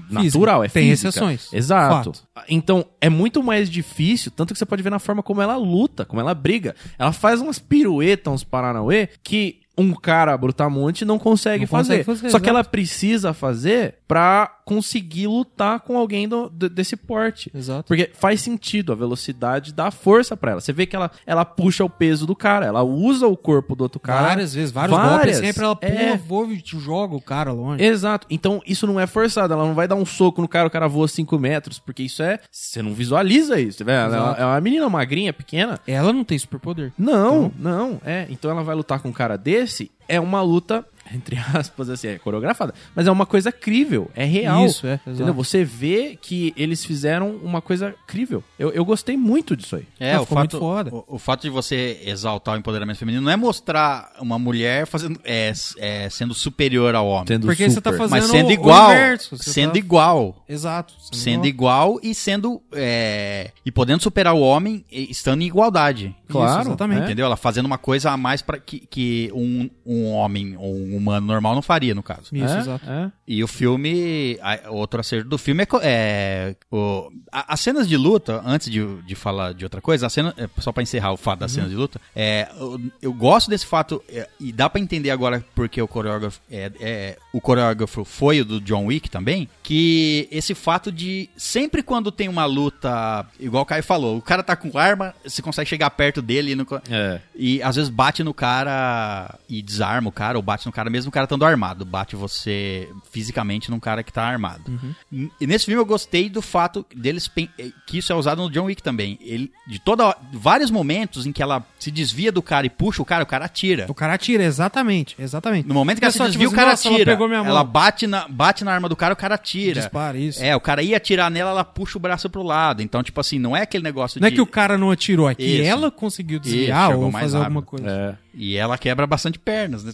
Speaker 5: natural, é
Speaker 4: Tem
Speaker 5: física.
Speaker 4: exceções.
Speaker 5: Exato.
Speaker 4: Fato.
Speaker 5: Então, é muito mais difícil, tanto que você pode ver na forma como ela luta, como ela briga. Ela faz umas piruetas, uns paranauê, que um cara brutamonte não consegue,
Speaker 4: Não
Speaker 5: fazer.
Speaker 4: consegue fazer,
Speaker 5: Só que
Speaker 4: exato.
Speaker 5: ela precisa fazer pra conseguir lutar com alguém do- de- desse porte.
Speaker 4: Exato.
Speaker 5: Porque faz sentido, a velocidade dá força pra ela. Você vê que ela, ela puxa o peso do cara, ela usa o corpo do outro cara.
Speaker 4: várias vezes, vários golpes,
Speaker 5: várias.
Speaker 4: sempre ela pula,
Speaker 5: É.
Speaker 4: voa e te joga o cara longe.
Speaker 2: É.
Speaker 5: Exato. Então, isso não é forçado. Ela não vai dar um soco no cara, o cara voa 5 metros, porque isso é. Você não visualiza isso, tá vendo? Ela
Speaker 4: Exato.
Speaker 5: é uma menina magrinha, pequena.
Speaker 4: Ela não tem superpoder.
Speaker 5: Não, não, é. Então ela vai lutar com um cara desse, é uma luta, entre aspas, assim, é coreografada, mas é uma coisa crível, é real.
Speaker 4: Isso, é,
Speaker 5: Entendeu?
Speaker 4: exato.
Speaker 5: Você vê que eles fizeram uma coisa crível. Eu, eu gostei muito disso aí.
Speaker 2: É,
Speaker 4: Ah,
Speaker 2: o
Speaker 4: ficou
Speaker 2: fato,
Speaker 4: muito foda.
Speaker 2: O, o fato de você exaltar o empoderamento feminino não é mostrar uma mulher fazendo, é, é, sendo superior ao homem,
Speaker 4: Porque você tá fazendo
Speaker 2: mas sendo
Speaker 4: o- o
Speaker 2: igual,
Speaker 4: inverso, você
Speaker 2: sendo
Speaker 4: tá-
Speaker 2: igual.
Speaker 4: Exato.
Speaker 2: Sendo igual e sendo. é, e podendo superar o homem e- estando em igualdade.
Speaker 5: Claro,
Speaker 4: Claro. exatamente.
Speaker 5: né?
Speaker 2: Entendeu? Ela fazendo uma coisa a mais para que, que um, um homem ou um humano normal não faria, no caso.
Speaker 4: Isso,
Speaker 5: É?
Speaker 4: exato.
Speaker 5: É?
Speaker 2: E o filme. a- outro acerto do filme é. co- é, o- a- as cenas de luta, antes de, de falar de outra coisa, a cena, é, só pra encerrar o fato das cenas de luta, é, eu, eu gosto desse fato, é, e dá pra entender agora porque o coreógrafo. É, é- o coreógrafo foi o do John Wick também, que esse fato de sempre quando tem uma luta, igual o Caio falou, o cara tá com arma, você consegue chegar perto dele e não. co-
Speaker 5: É.
Speaker 2: e às vezes bate no cara e desarma o cara, ou bate no cara mesmo o cara estando armado. Bate você fisicamente num cara que tá armado.
Speaker 4: Uhum.
Speaker 2: N- E nesse filme eu gostei do fato deles pen- eh, que isso é usado no John Wick também. Ele, de toda hora- vários momentos em que ela se desvia do cara e puxa o cara, o cara atira.
Speaker 4: O cara atira, exatamente, exatamente.
Speaker 2: No momento que
Speaker 4: Não
Speaker 2: ela
Speaker 4: é
Speaker 2: se
Speaker 4: só,
Speaker 2: desvia,
Speaker 4: tipo
Speaker 2: o cara
Speaker 4: assim, nossa, ela
Speaker 2: atira.
Speaker 4: pegou minha
Speaker 2: Ela,
Speaker 4: mão.
Speaker 2: bate, na, bate na arma do cara, o cara atira.
Speaker 4: Dispara, isso.
Speaker 2: É, o cara ia atirar nela, ela puxa o braço pro lado. Então, tipo assim, não é aquele negócio
Speaker 4: Não é
Speaker 2: de...
Speaker 4: que o cara não atirou, é que
Speaker 2: Isso.
Speaker 4: ela conseguiu
Speaker 2: Isso,
Speaker 4: desviar
Speaker 2: chegou
Speaker 4: ou
Speaker 2: mais
Speaker 4: fazer alguma
Speaker 2: rápido.
Speaker 4: coisa.
Speaker 5: É.
Speaker 2: E ela quebra bastante pernas.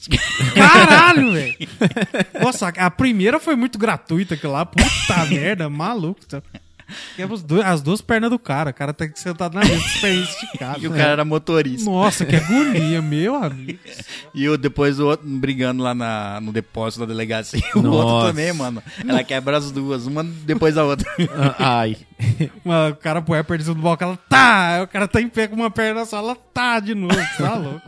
Speaker 2: Né?
Speaker 4: Caralho, velho! Nossa, a primeira foi muito gratuita aquilo lá. Puta merda, maluco. Tá... Quebra os dois- as duas pernas do cara. O cara tá sentado na mesa, com as pernas esticadas.
Speaker 2: E o cara era motorista.
Speaker 4: Nossa, que agonia, meu amigo.
Speaker 2: E o, depois o outro brigando lá na, no depósito da delegacia. O
Speaker 5: Nossa.
Speaker 2: outro também, mano. Ela quebra as duas, uma depois da outra. É
Speaker 5: Ah, Ai.
Speaker 4: Mano, o cara põe a perdição do balcão, ela tá! Aí O cara tá em pé com uma perna só, ela tá de novo. Tá louco.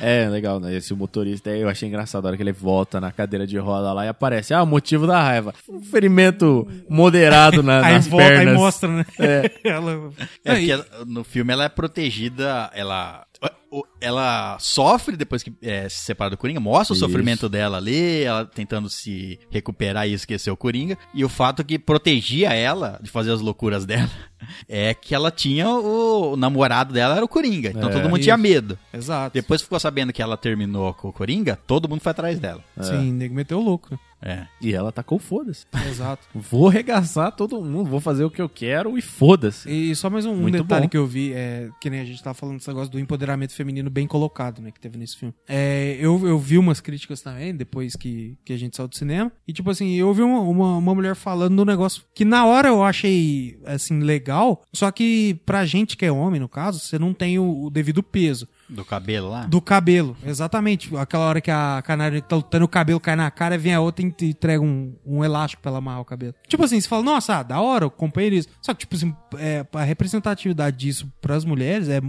Speaker 5: É, legal, né? Esse motorista aí eu achei engraçado. A hora que ele volta na cadeira de roda lá e aparece. Ah, o motivo da raiva. Um ferimento moderado na,
Speaker 4: Aí
Speaker 5: nas
Speaker 4: volta,
Speaker 5: pernas.
Speaker 4: aí mostra, né?
Speaker 5: É.
Speaker 4: Ela...
Speaker 2: Ah, É
Speaker 4: Aí-
Speaker 2: porque ela- no filme ela é protegida, ela. o- Ela sofre depois que é, se separa do Coringa, mostra
Speaker 5: Isso.
Speaker 2: o sofrimento dela ali, ela tentando se recuperar e esquecer o Coringa. E o fato que protegia ela de fazer as loucuras dela é que ela tinha o, o namorado dela, era o Coringa. Então
Speaker 5: É.
Speaker 2: todo mundo tinha
Speaker 4: Isso.
Speaker 2: medo.
Speaker 4: Exato.
Speaker 2: Depois ficou sabendo que ela terminou com o Coringa, todo mundo foi atrás dela.
Speaker 4: Sim, o nego meteu o louco. né?
Speaker 2: É.
Speaker 5: E ela tacou foda-se.
Speaker 4: Exato.
Speaker 5: Vou arregaçar todo mundo, vou fazer o que eu quero e foda-se.
Speaker 4: E só mais um
Speaker 5: Muito
Speaker 4: detalhe
Speaker 5: bom.
Speaker 4: que eu vi, é, que nem a gente tava falando desse negócio do empoderamento feminino bem colocado, né, que teve nesse filme. É, eu, eu vi umas críticas também, depois que, que a gente saiu do cinema, e tipo assim, eu vi uma, uma, uma mulher falando do negócio que na hora eu achei, assim, legal, só que pra gente que é homem, no caso, você não tem o, o devido peso
Speaker 2: Do cabelo lá?
Speaker 4: do cabelo, exatamente. Aquela hora que a canária que tá lutando, o cabelo cai na cara, vem a outra e te entrega um, um elástico pra ela amarrar o cabelo. Tipo assim, você fala, nossa, ah, da hora, eu acompanhei isso. Só que, tipo assim, é, a representatividade disso pras mulheres é, é-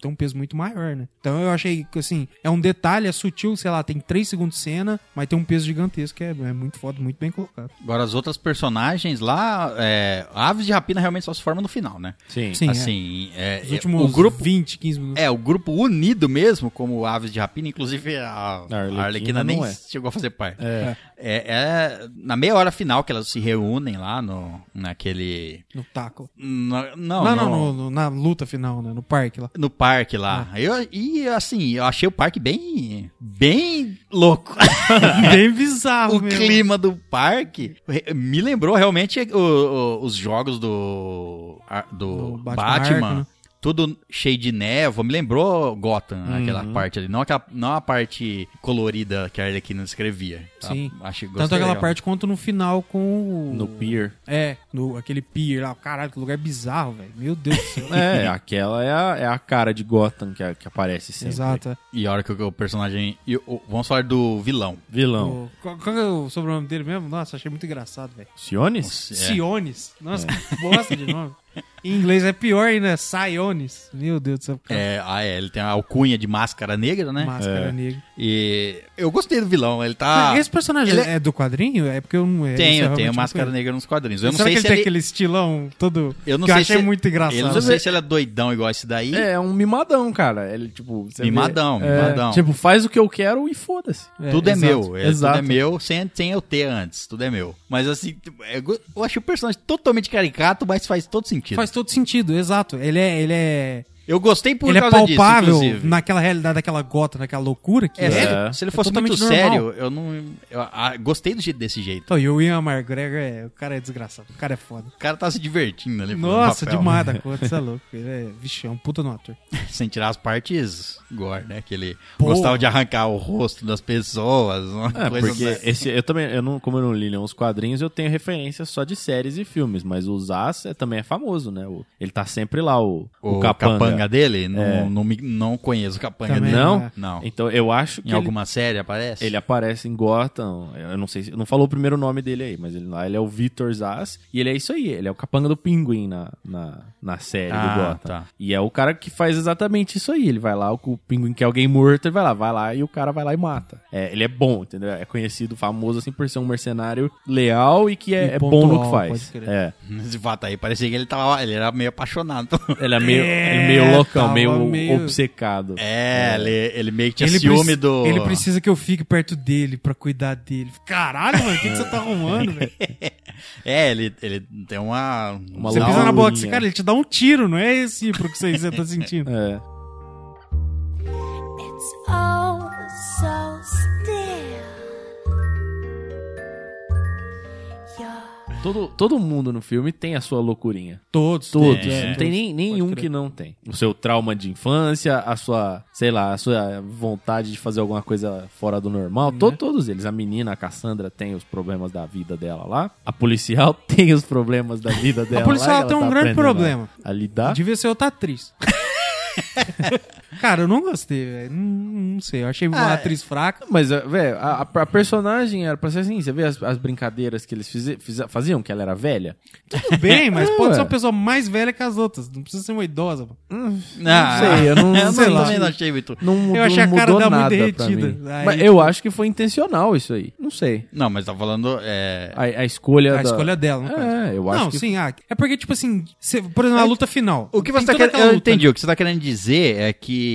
Speaker 4: tem um peso muito maior, né? Então eu achei que, assim, é um detalhe, é sutil, sei lá, tem 3 segundos de cena, mas tem um peso gigantesco, que é, é muito foda, muito bem colocado.
Speaker 2: Agora, as outras personagens lá, é, a Aves de Rapina realmente só se forma no final, né?
Speaker 5: Sim.
Speaker 4: Sim,
Speaker 2: assim, é,
Speaker 4: Os
Speaker 2: é,
Speaker 4: últimos
Speaker 2: o grupo
Speaker 4: 20, 15 minutos.
Speaker 2: é o grupo unido mesmo, como Aves de Rapina, inclusive a, a Arlequina,
Speaker 5: Arlequina
Speaker 2: nem
Speaker 5: não é.
Speaker 2: chegou a fazer parte. É. é na meia hora final que elas se reúnem lá no naquele
Speaker 4: No taco.
Speaker 2: na- não,
Speaker 4: Não, não,
Speaker 2: no-
Speaker 4: no- Ah. no- na luta final, né? No parque lá.
Speaker 2: no parque lá. Eu, e assim, eu achei o parque bem bem louco.
Speaker 4: bem bizarro
Speaker 2: o
Speaker 4: mesmo.
Speaker 2: clima do parque re- me lembrou realmente o- o- os jogos do, a- do
Speaker 4: Do Batman
Speaker 2: Batman.
Speaker 4: Arkham, né?
Speaker 2: Tudo cheio de névoa, me lembrou Gotham, aquela
Speaker 4: Uhum.
Speaker 2: parte ali. Não, aquela, não a parte colorida que a Arlequina escrevia. Tá?
Speaker 4: Sim.
Speaker 2: Acho que
Speaker 4: Tanto
Speaker 2: gostei,
Speaker 4: aquela
Speaker 2: ó.
Speaker 4: parte quanto no final com o...
Speaker 5: No pier.
Speaker 4: É, no, aquele pier lá. Caralho, que lugar bizarro, velho. Meu Deus do céu.
Speaker 5: É, aquela é a, é a cara de Gotham que, a- que aparece sempre.
Speaker 4: Exato. é.
Speaker 2: E a hora que o o personagem. e o- vamos falar do vilão.
Speaker 5: Vilão.
Speaker 4: O, qual, qual é o sobrenome dele mesmo? Nossa, achei muito engraçado, velho.
Speaker 5: Siones?
Speaker 2: É.
Speaker 4: Siones. Nossa, que bosta de nome. Em inglês é pior ainda, Siones. Meu Deus do céu. cara.
Speaker 2: É, ah, é, ele tem a alcunha de máscara negra, né?
Speaker 4: Máscara negra.
Speaker 2: E eu gostei do vilão. Ele tá.
Speaker 4: Esse personagem
Speaker 2: ele
Speaker 4: é... do quadrinho? É porque eu não... é, isso eu
Speaker 2: Tenho,
Speaker 4: realmente
Speaker 2: tenho
Speaker 4: não
Speaker 2: máscara
Speaker 4: conheço.
Speaker 2: negra nos quadrinhos. Eu não
Speaker 4: Será
Speaker 2: sei
Speaker 4: que ele
Speaker 2: se
Speaker 4: tem
Speaker 2: ele-
Speaker 4: aquele estilão todo...
Speaker 2: Eu não
Speaker 4: que
Speaker 2: sei
Speaker 4: eu achei
Speaker 2: se- é-
Speaker 4: muito engraçado.
Speaker 2: Eu não sei se ele é doidão igual esse daí.
Speaker 5: É, é um mimadão, cara. Ele, tipo... você vê-
Speaker 2: Mimadão,
Speaker 5: é,
Speaker 2: mimadão.
Speaker 5: Tipo, faz o que eu quero e foda-se.
Speaker 2: tudo é,
Speaker 4: exato.
Speaker 2: meu. É,
Speaker 5: exato.
Speaker 2: Tudo é meu sem, sem eu ter antes. Tudo é meu. Mas assim, tipo, é go- eu achei o personagem totalmente caricato, mas faz todo sentido.
Speaker 4: Faz todo sentido, exato. Ele é... Ele é...
Speaker 2: Eu gostei por
Speaker 4: ele é
Speaker 2: causa disso,
Speaker 4: palpável
Speaker 2: inclusive.
Speaker 4: naquela realidade, daquela gota, naquela loucura que
Speaker 2: É,
Speaker 4: é.
Speaker 2: se,
Speaker 5: É.
Speaker 2: ele, se ele fosse
Speaker 4: totalmente
Speaker 2: muito
Speaker 4: normal.
Speaker 2: sério, eu não. eu, ah, gostei do jeito desse jeito.
Speaker 4: Então, e o Ian McGregor, é, o cara é desgraçado, o cara é foda.
Speaker 2: O cara tá se divertindo ali. fazendo
Speaker 4: Nossa,
Speaker 2: papel. né?
Speaker 4: demais da conta, você é louco. Ele é, vixe, é um puta no ator.
Speaker 2: Sem tirar as partes gore, né? Que ele
Speaker 4: Porra.
Speaker 2: gostava de arrancar o rosto das pessoas. uma
Speaker 5: É,
Speaker 2: coisa
Speaker 5: porque
Speaker 2: assim.
Speaker 5: esse, eu também, eu não, como eu não li nenhum os quadrinhos, eu tenho referência só de séries e filmes, mas o Zaz é, também é famoso, né? O- ele tá sempre lá, o, o,
Speaker 2: O
Speaker 5: capanga.
Speaker 2: capanga. capanga dele? Não, não, me- não conheço o capanga
Speaker 4: Também né?
Speaker 2: dele.
Speaker 5: Não?
Speaker 2: Não.
Speaker 5: Então eu acho que
Speaker 2: Em alguma série aparece?
Speaker 5: Ele é- aparece em Gotham. Eu não sei se. Não falou o primeiro nome dele aí, mas ele, lá ele é o Vitor Zaz. E ele é isso aí. Ele é o capanga do Pinguim na, na, na série
Speaker 2: Ah,
Speaker 5: do Gotham.
Speaker 2: tá.
Speaker 5: E é o cara que faz exatamente isso aí. Ele vai lá, o, o Pinguim quer alguém morto, ele vai lá, vai lá e o cara vai lá e mata. É, ele é bom, entendeu? É conhecido, famoso assim por ser um mercenário leal e que é,
Speaker 4: E
Speaker 5: é bom no
Speaker 4: pontual,
Speaker 5: que
Speaker 4: pode
Speaker 5: faz.
Speaker 4: crer.
Speaker 5: É.
Speaker 2: Esse fato aí, parecia que ele, tava, ele era meio apaixonado.
Speaker 5: Ele é meio,
Speaker 4: É,
Speaker 5: ele é meio loucão,
Speaker 4: tava
Speaker 5: meio,
Speaker 4: meio-
Speaker 5: obcecado.
Speaker 2: É, Ele, ele meio que tinha ciúme
Speaker 4: preci-
Speaker 2: do...
Speaker 4: ele precisa que eu fique perto dele pra cuidar dele. Caralho, mano, o que, que você tá arrumando, velho?
Speaker 2: É, ele, ele tem uma...
Speaker 5: Uma
Speaker 4: Você pisa na
Speaker 5: Laurinha.
Speaker 4: boca desse cara, ele te dá um tiro, não é esse pro que você, você tá sentindo.
Speaker 5: É.
Speaker 1: It's all so still. You're
Speaker 5: Todo, todo mundo no filme tem a sua loucurinha.
Speaker 4: Todos,
Speaker 5: Todos.
Speaker 4: é.
Speaker 5: Não tem nem, nenhum
Speaker 4: crer.
Speaker 5: que não tem. O seu trauma de infância, a sua, sei lá, a sua vontade de fazer alguma coisa fora do normal. To- todos eles. A menina, a Cassandra, tem os problemas da vida dela lá. A policial tem os problemas da vida dela lá.
Speaker 4: policial
Speaker 5: que ela
Speaker 4: tem um
Speaker 5: tá
Speaker 4: grande
Speaker 5: aprendendo
Speaker 4: problema.
Speaker 5: A, a lidar.
Speaker 4: Devia ser outra atriz. cara, eu não gostei, velho. Não, não sei, eu achei uma
Speaker 5: Ah,
Speaker 4: atriz fraca.
Speaker 5: Mas, eh, velho, a, a- a personagem era pra ser assim. Você vê as, as brincadeiras que eles fize- fize- faziam, que ela era velha?
Speaker 4: Tudo bem, mas
Speaker 5: É,
Speaker 4: pode ser
Speaker 5: ué.
Speaker 4: uma pessoa mais velha que as outras. Não precisa ser uma idosa. mano.
Speaker 2: Ah,
Speaker 5: Não sei, eu não-
Speaker 2: eu
Speaker 4: sei lá.
Speaker 2: também não achei muito...
Speaker 5: Não mudou,
Speaker 4: achei a
Speaker 5: não
Speaker 4: cara
Speaker 5: mudou
Speaker 4: dela muito
Speaker 5: nada pra
Speaker 4: derretida.
Speaker 5: mim.
Speaker 4: Aí-
Speaker 5: Mas eu acho que foi intencional isso aí. Não sei.
Speaker 2: Não, mas tá falando... É...
Speaker 5: A, a escolha
Speaker 4: A
Speaker 5: da-
Speaker 4: escolha dela, no caso.
Speaker 5: É, eu acho
Speaker 4: Não,
Speaker 5: que
Speaker 4: sim, ah, é porque, tipo assim, cê- por exemplo, a luta final.
Speaker 2: O É que você
Speaker 4: Tem
Speaker 2: tá
Speaker 4: toda
Speaker 2: querendo...
Speaker 4: aquela
Speaker 2: Eu
Speaker 4: luta.
Speaker 2: entendi. O que você tá querendo dizer é que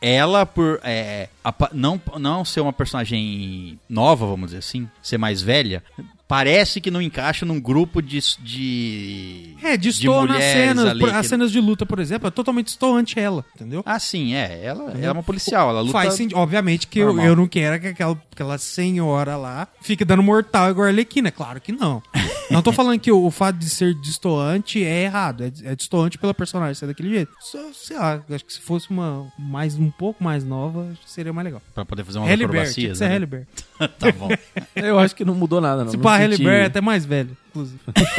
Speaker 2: ela, por é, apa- não, não ser uma personagem nova, vamos dizer assim, ser mais velha, parece que não encaixa num grupo de... s- de...
Speaker 4: É, destoa nas
Speaker 2: mulheres
Speaker 4: cenas.
Speaker 2: ali
Speaker 4: por- as
Speaker 2: que-
Speaker 4: cenas de luta, por exemplo, é totalmente destoante ela, entendeu?
Speaker 2: Ah, sim, é. Ela, ela é uma policial, ela luta...
Speaker 4: Faz sentido. Obviamente que eu,
Speaker 2: normal.
Speaker 4: eu não quero que aquela, aquela senhora lá fique dando mortal igual a Arlequina. Claro que não. não tô falando que o, o fato de ser destoante é errado. É, é destoante pela personagem ser daquele jeito. Só, sei lá, acho que se fosse uma mais um pouco mais nova, seria mais legal.
Speaker 2: Pra poder fazer umas
Speaker 4: Halle Berry, tinha que
Speaker 2: acrobacias.
Speaker 4: ser
Speaker 2: né?
Speaker 4: Halle Berry.
Speaker 2: tá bom.
Speaker 5: É, Eu acho que não mudou nada, não.
Speaker 4: Se
Speaker 5: não
Speaker 4: pá, Halle
Speaker 5: senti-
Speaker 4: Berry é até mais velha, inclusive.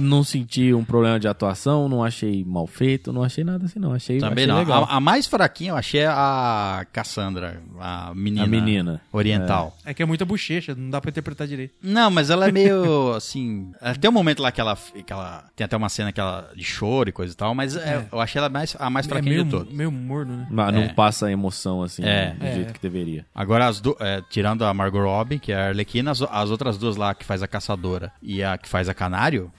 Speaker 5: Não senti um problema de atuação, não achei mal feito, não achei nada assim, não. Achei,
Speaker 2: Também
Speaker 5: achei
Speaker 2: não.
Speaker 5: legal.
Speaker 2: A, a mais fraquinha eu achei a Cassandra, a menina.
Speaker 5: A menina.
Speaker 2: Oriental.
Speaker 4: É que é muita bochecha, não dá pra interpretar direito.
Speaker 2: Não, mas ela é meio assim. Até o momento lá que ela, que ela. Tem até uma cena que ela de choro e coisa e tal, mas é, eu achei ela mais, a mais
Speaker 4: É
Speaker 2: fraquinha
Speaker 4: meio,
Speaker 2: de todas.
Speaker 4: meio morno, né?
Speaker 5: Mas
Speaker 2: É.
Speaker 5: não passa a emoção assim,
Speaker 2: É.
Speaker 5: do
Speaker 4: É.
Speaker 5: jeito que deveria.
Speaker 2: Agora, as du- é, tirando a Margot Robbie, que é a Arlequina, as, as outras duas lá que faz a caçadora e a que faz a canário,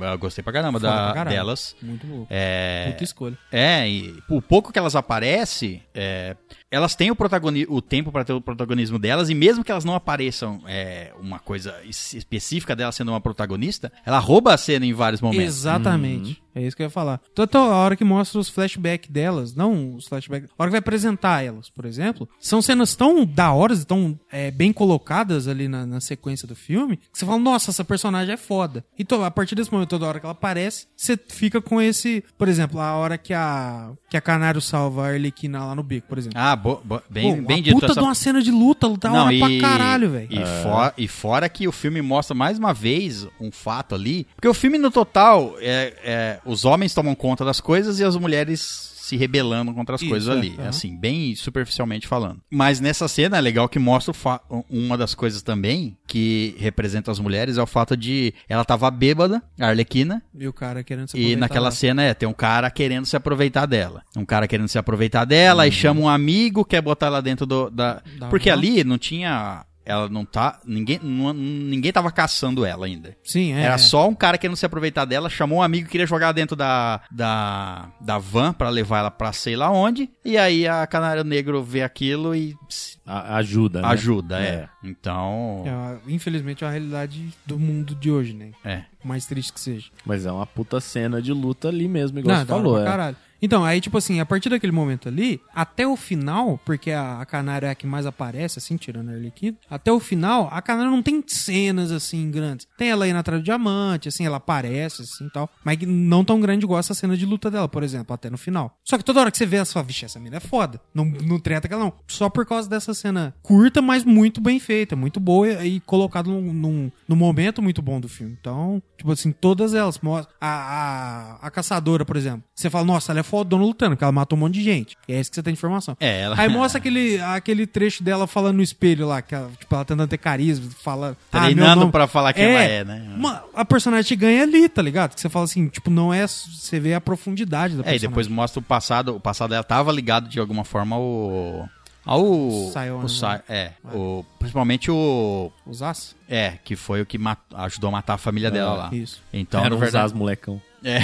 Speaker 2: eu gostei pra caramba
Speaker 4: Foda
Speaker 2: da,
Speaker 4: pra caralho.
Speaker 2: delas.
Speaker 4: Muito bom.
Speaker 2: É,
Speaker 4: Muita escolha.
Speaker 2: É, e o pouco que elas aparecem, é, elas têm o, protagoni o tempo para ter o protagonismo delas, e mesmo que elas não apareçam é, uma coisa es- específica dela sendo uma protagonista, ela rouba a cena em vários momentos. Uhum.
Speaker 4: Exatamente. É isso que eu ia falar. Tanto a hora que mostra os flashbacks delas, não os flashbacks, a hora que vai apresentar elas, por exemplo, são cenas tão da hora, tão é, bem colocadas ali na, na sequência do filme, que você fala, nossa, essa personagem é foda. Então, a partir desse momento, toda hora que ela aparece, você fica com esse, por exemplo, a hora que a, que a Canário salva a Arlequina lá no bico, por exemplo.
Speaker 2: Ah, bo- bo- bem,
Speaker 4: Pô,
Speaker 2: bem
Speaker 4: a
Speaker 2: dito.
Speaker 4: puta
Speaker 2: essa-
Speaker 4: de uma cena de luta, luta hora pra caralho, velho.
Speaker 2: E, fo- e fora que o filme mostra mais uma vez um fato ali. Porque o filme, no total, é, é, os homens tomam conta das coisas e as mulheres se rebelando contra as
Speaker 4: Isso,
Speaker 2: coisas
Speaker 4: é,
Speaker 2: ali.
Speaker 4: aham.
Speaker 2: Assim, bem superficialmente falando. Mas nessa cena é legal que mostra o fa- uma das coisas também que representa as mulheres é o fato de ela tava bêbada, a Arlequina,
Speaker 4: E o cara querendo se
Speaker 2: e
Speaker 4: aproveitar
Speaker 2: naquela
Speaker 4: lá.
Speaker 2: cena é, tem um cara querendo se aproveitar dela. Um cara querendo se aproveitar dela, aí chama um amigo, quer botar ela dentro do. Da...
Speaker 4: Uhum. Da
Speaker 2: Porque
Speaker 4: van.
Speaker 2: ali não tinha. Ela não tá. Ninguém, não- ninguém tava caçando ela ainda.
Speaker 4: Sim, é.
Speaker 2: Era
Speaker 4: é.
Speaker 2: só um cara querendo se aproveitar dela, chamou um amigo que queria jogar ela dentro da, da, da van pra levar ela pra sei lá onde. E aí a Canário Negro vê aquilo e pss,
Speaker 5: A- ajuda, né?
Speaker 2: ajuda, é. Então.
Speaker 4: É, a- infelizmente é uma realidade do mundo de hoje, né?
Speaker 2: É.
Speaker 4: Por Mais triste que seja.
Speaker 5: Mas é uma puta cena de luta ali mesmo, igual você
Speaker 4: da hora
Speaker 5: falou.
Speaker 4: pra
Speaker 5: É.
Speaker 4: caralho. Então, aí, tipo assim, a partir daquele momento ali, até o final, porque a, a Canário é a que mais aparece, assim, tirando a Arlequina, até o final, a Canário não tem cenas, assim, grandes. Tem ela indo atrás do diamante, assim, ela aparece, assim, tal, mas que não tão grande igual essa cena de luta dela, por exemplo, até no final. Só que toda hora que você vê, ela só, vixe, essa mina é foda. Não, não treta que ela não. Só por causa dessa cena curta, mas muito bem feita, muito boa e, e colocado num, num, num momento muito bom do filme. Então, tipo assim, todas elas mostram. A, a, a caçadora, por exemplo. Você fala, nossa, ela é foto dona lutando, porque ela matou um monte de gente. E é isso que você tem de informação.
Speaker 2: É, ela-
Speaker 4: Aí mostra aquele, aquele trecho dela falando no espelho lá, que ela, tipo, ela tentando ter carisma, fala. "Ah, meu
Speaker 2: Treinando
Speaker 4: nome-"
Speaker 2: pra falar quem ela é, né?
Speaker 4: Uma- a personagem ganha ali, tá ligado? Que você fala assim, tipo, não é. Você vê a profundidade da
Speaker 2: É, e
Speaker 4: personagem.
Speaker 2: depois mostra o passado. O passado dela tava ligado de alguma forma ao. Ao.
Speaker 4: Sion, né?
Speaker 2: o Sa- É. o- principalmente o.
Speaker 4: Os aços.
Speaker 2: É, que foi o que mat- ajudou a matar a família dela lá.
Speaker 4: É, isso.
Speaker 2: Então,
Speaker 5: Então,
Speaker 2: no
Speaker 5: Era um
Speaker 2: verdade,
Speaker 5: Zaz, molecão.
Speaker 2: É.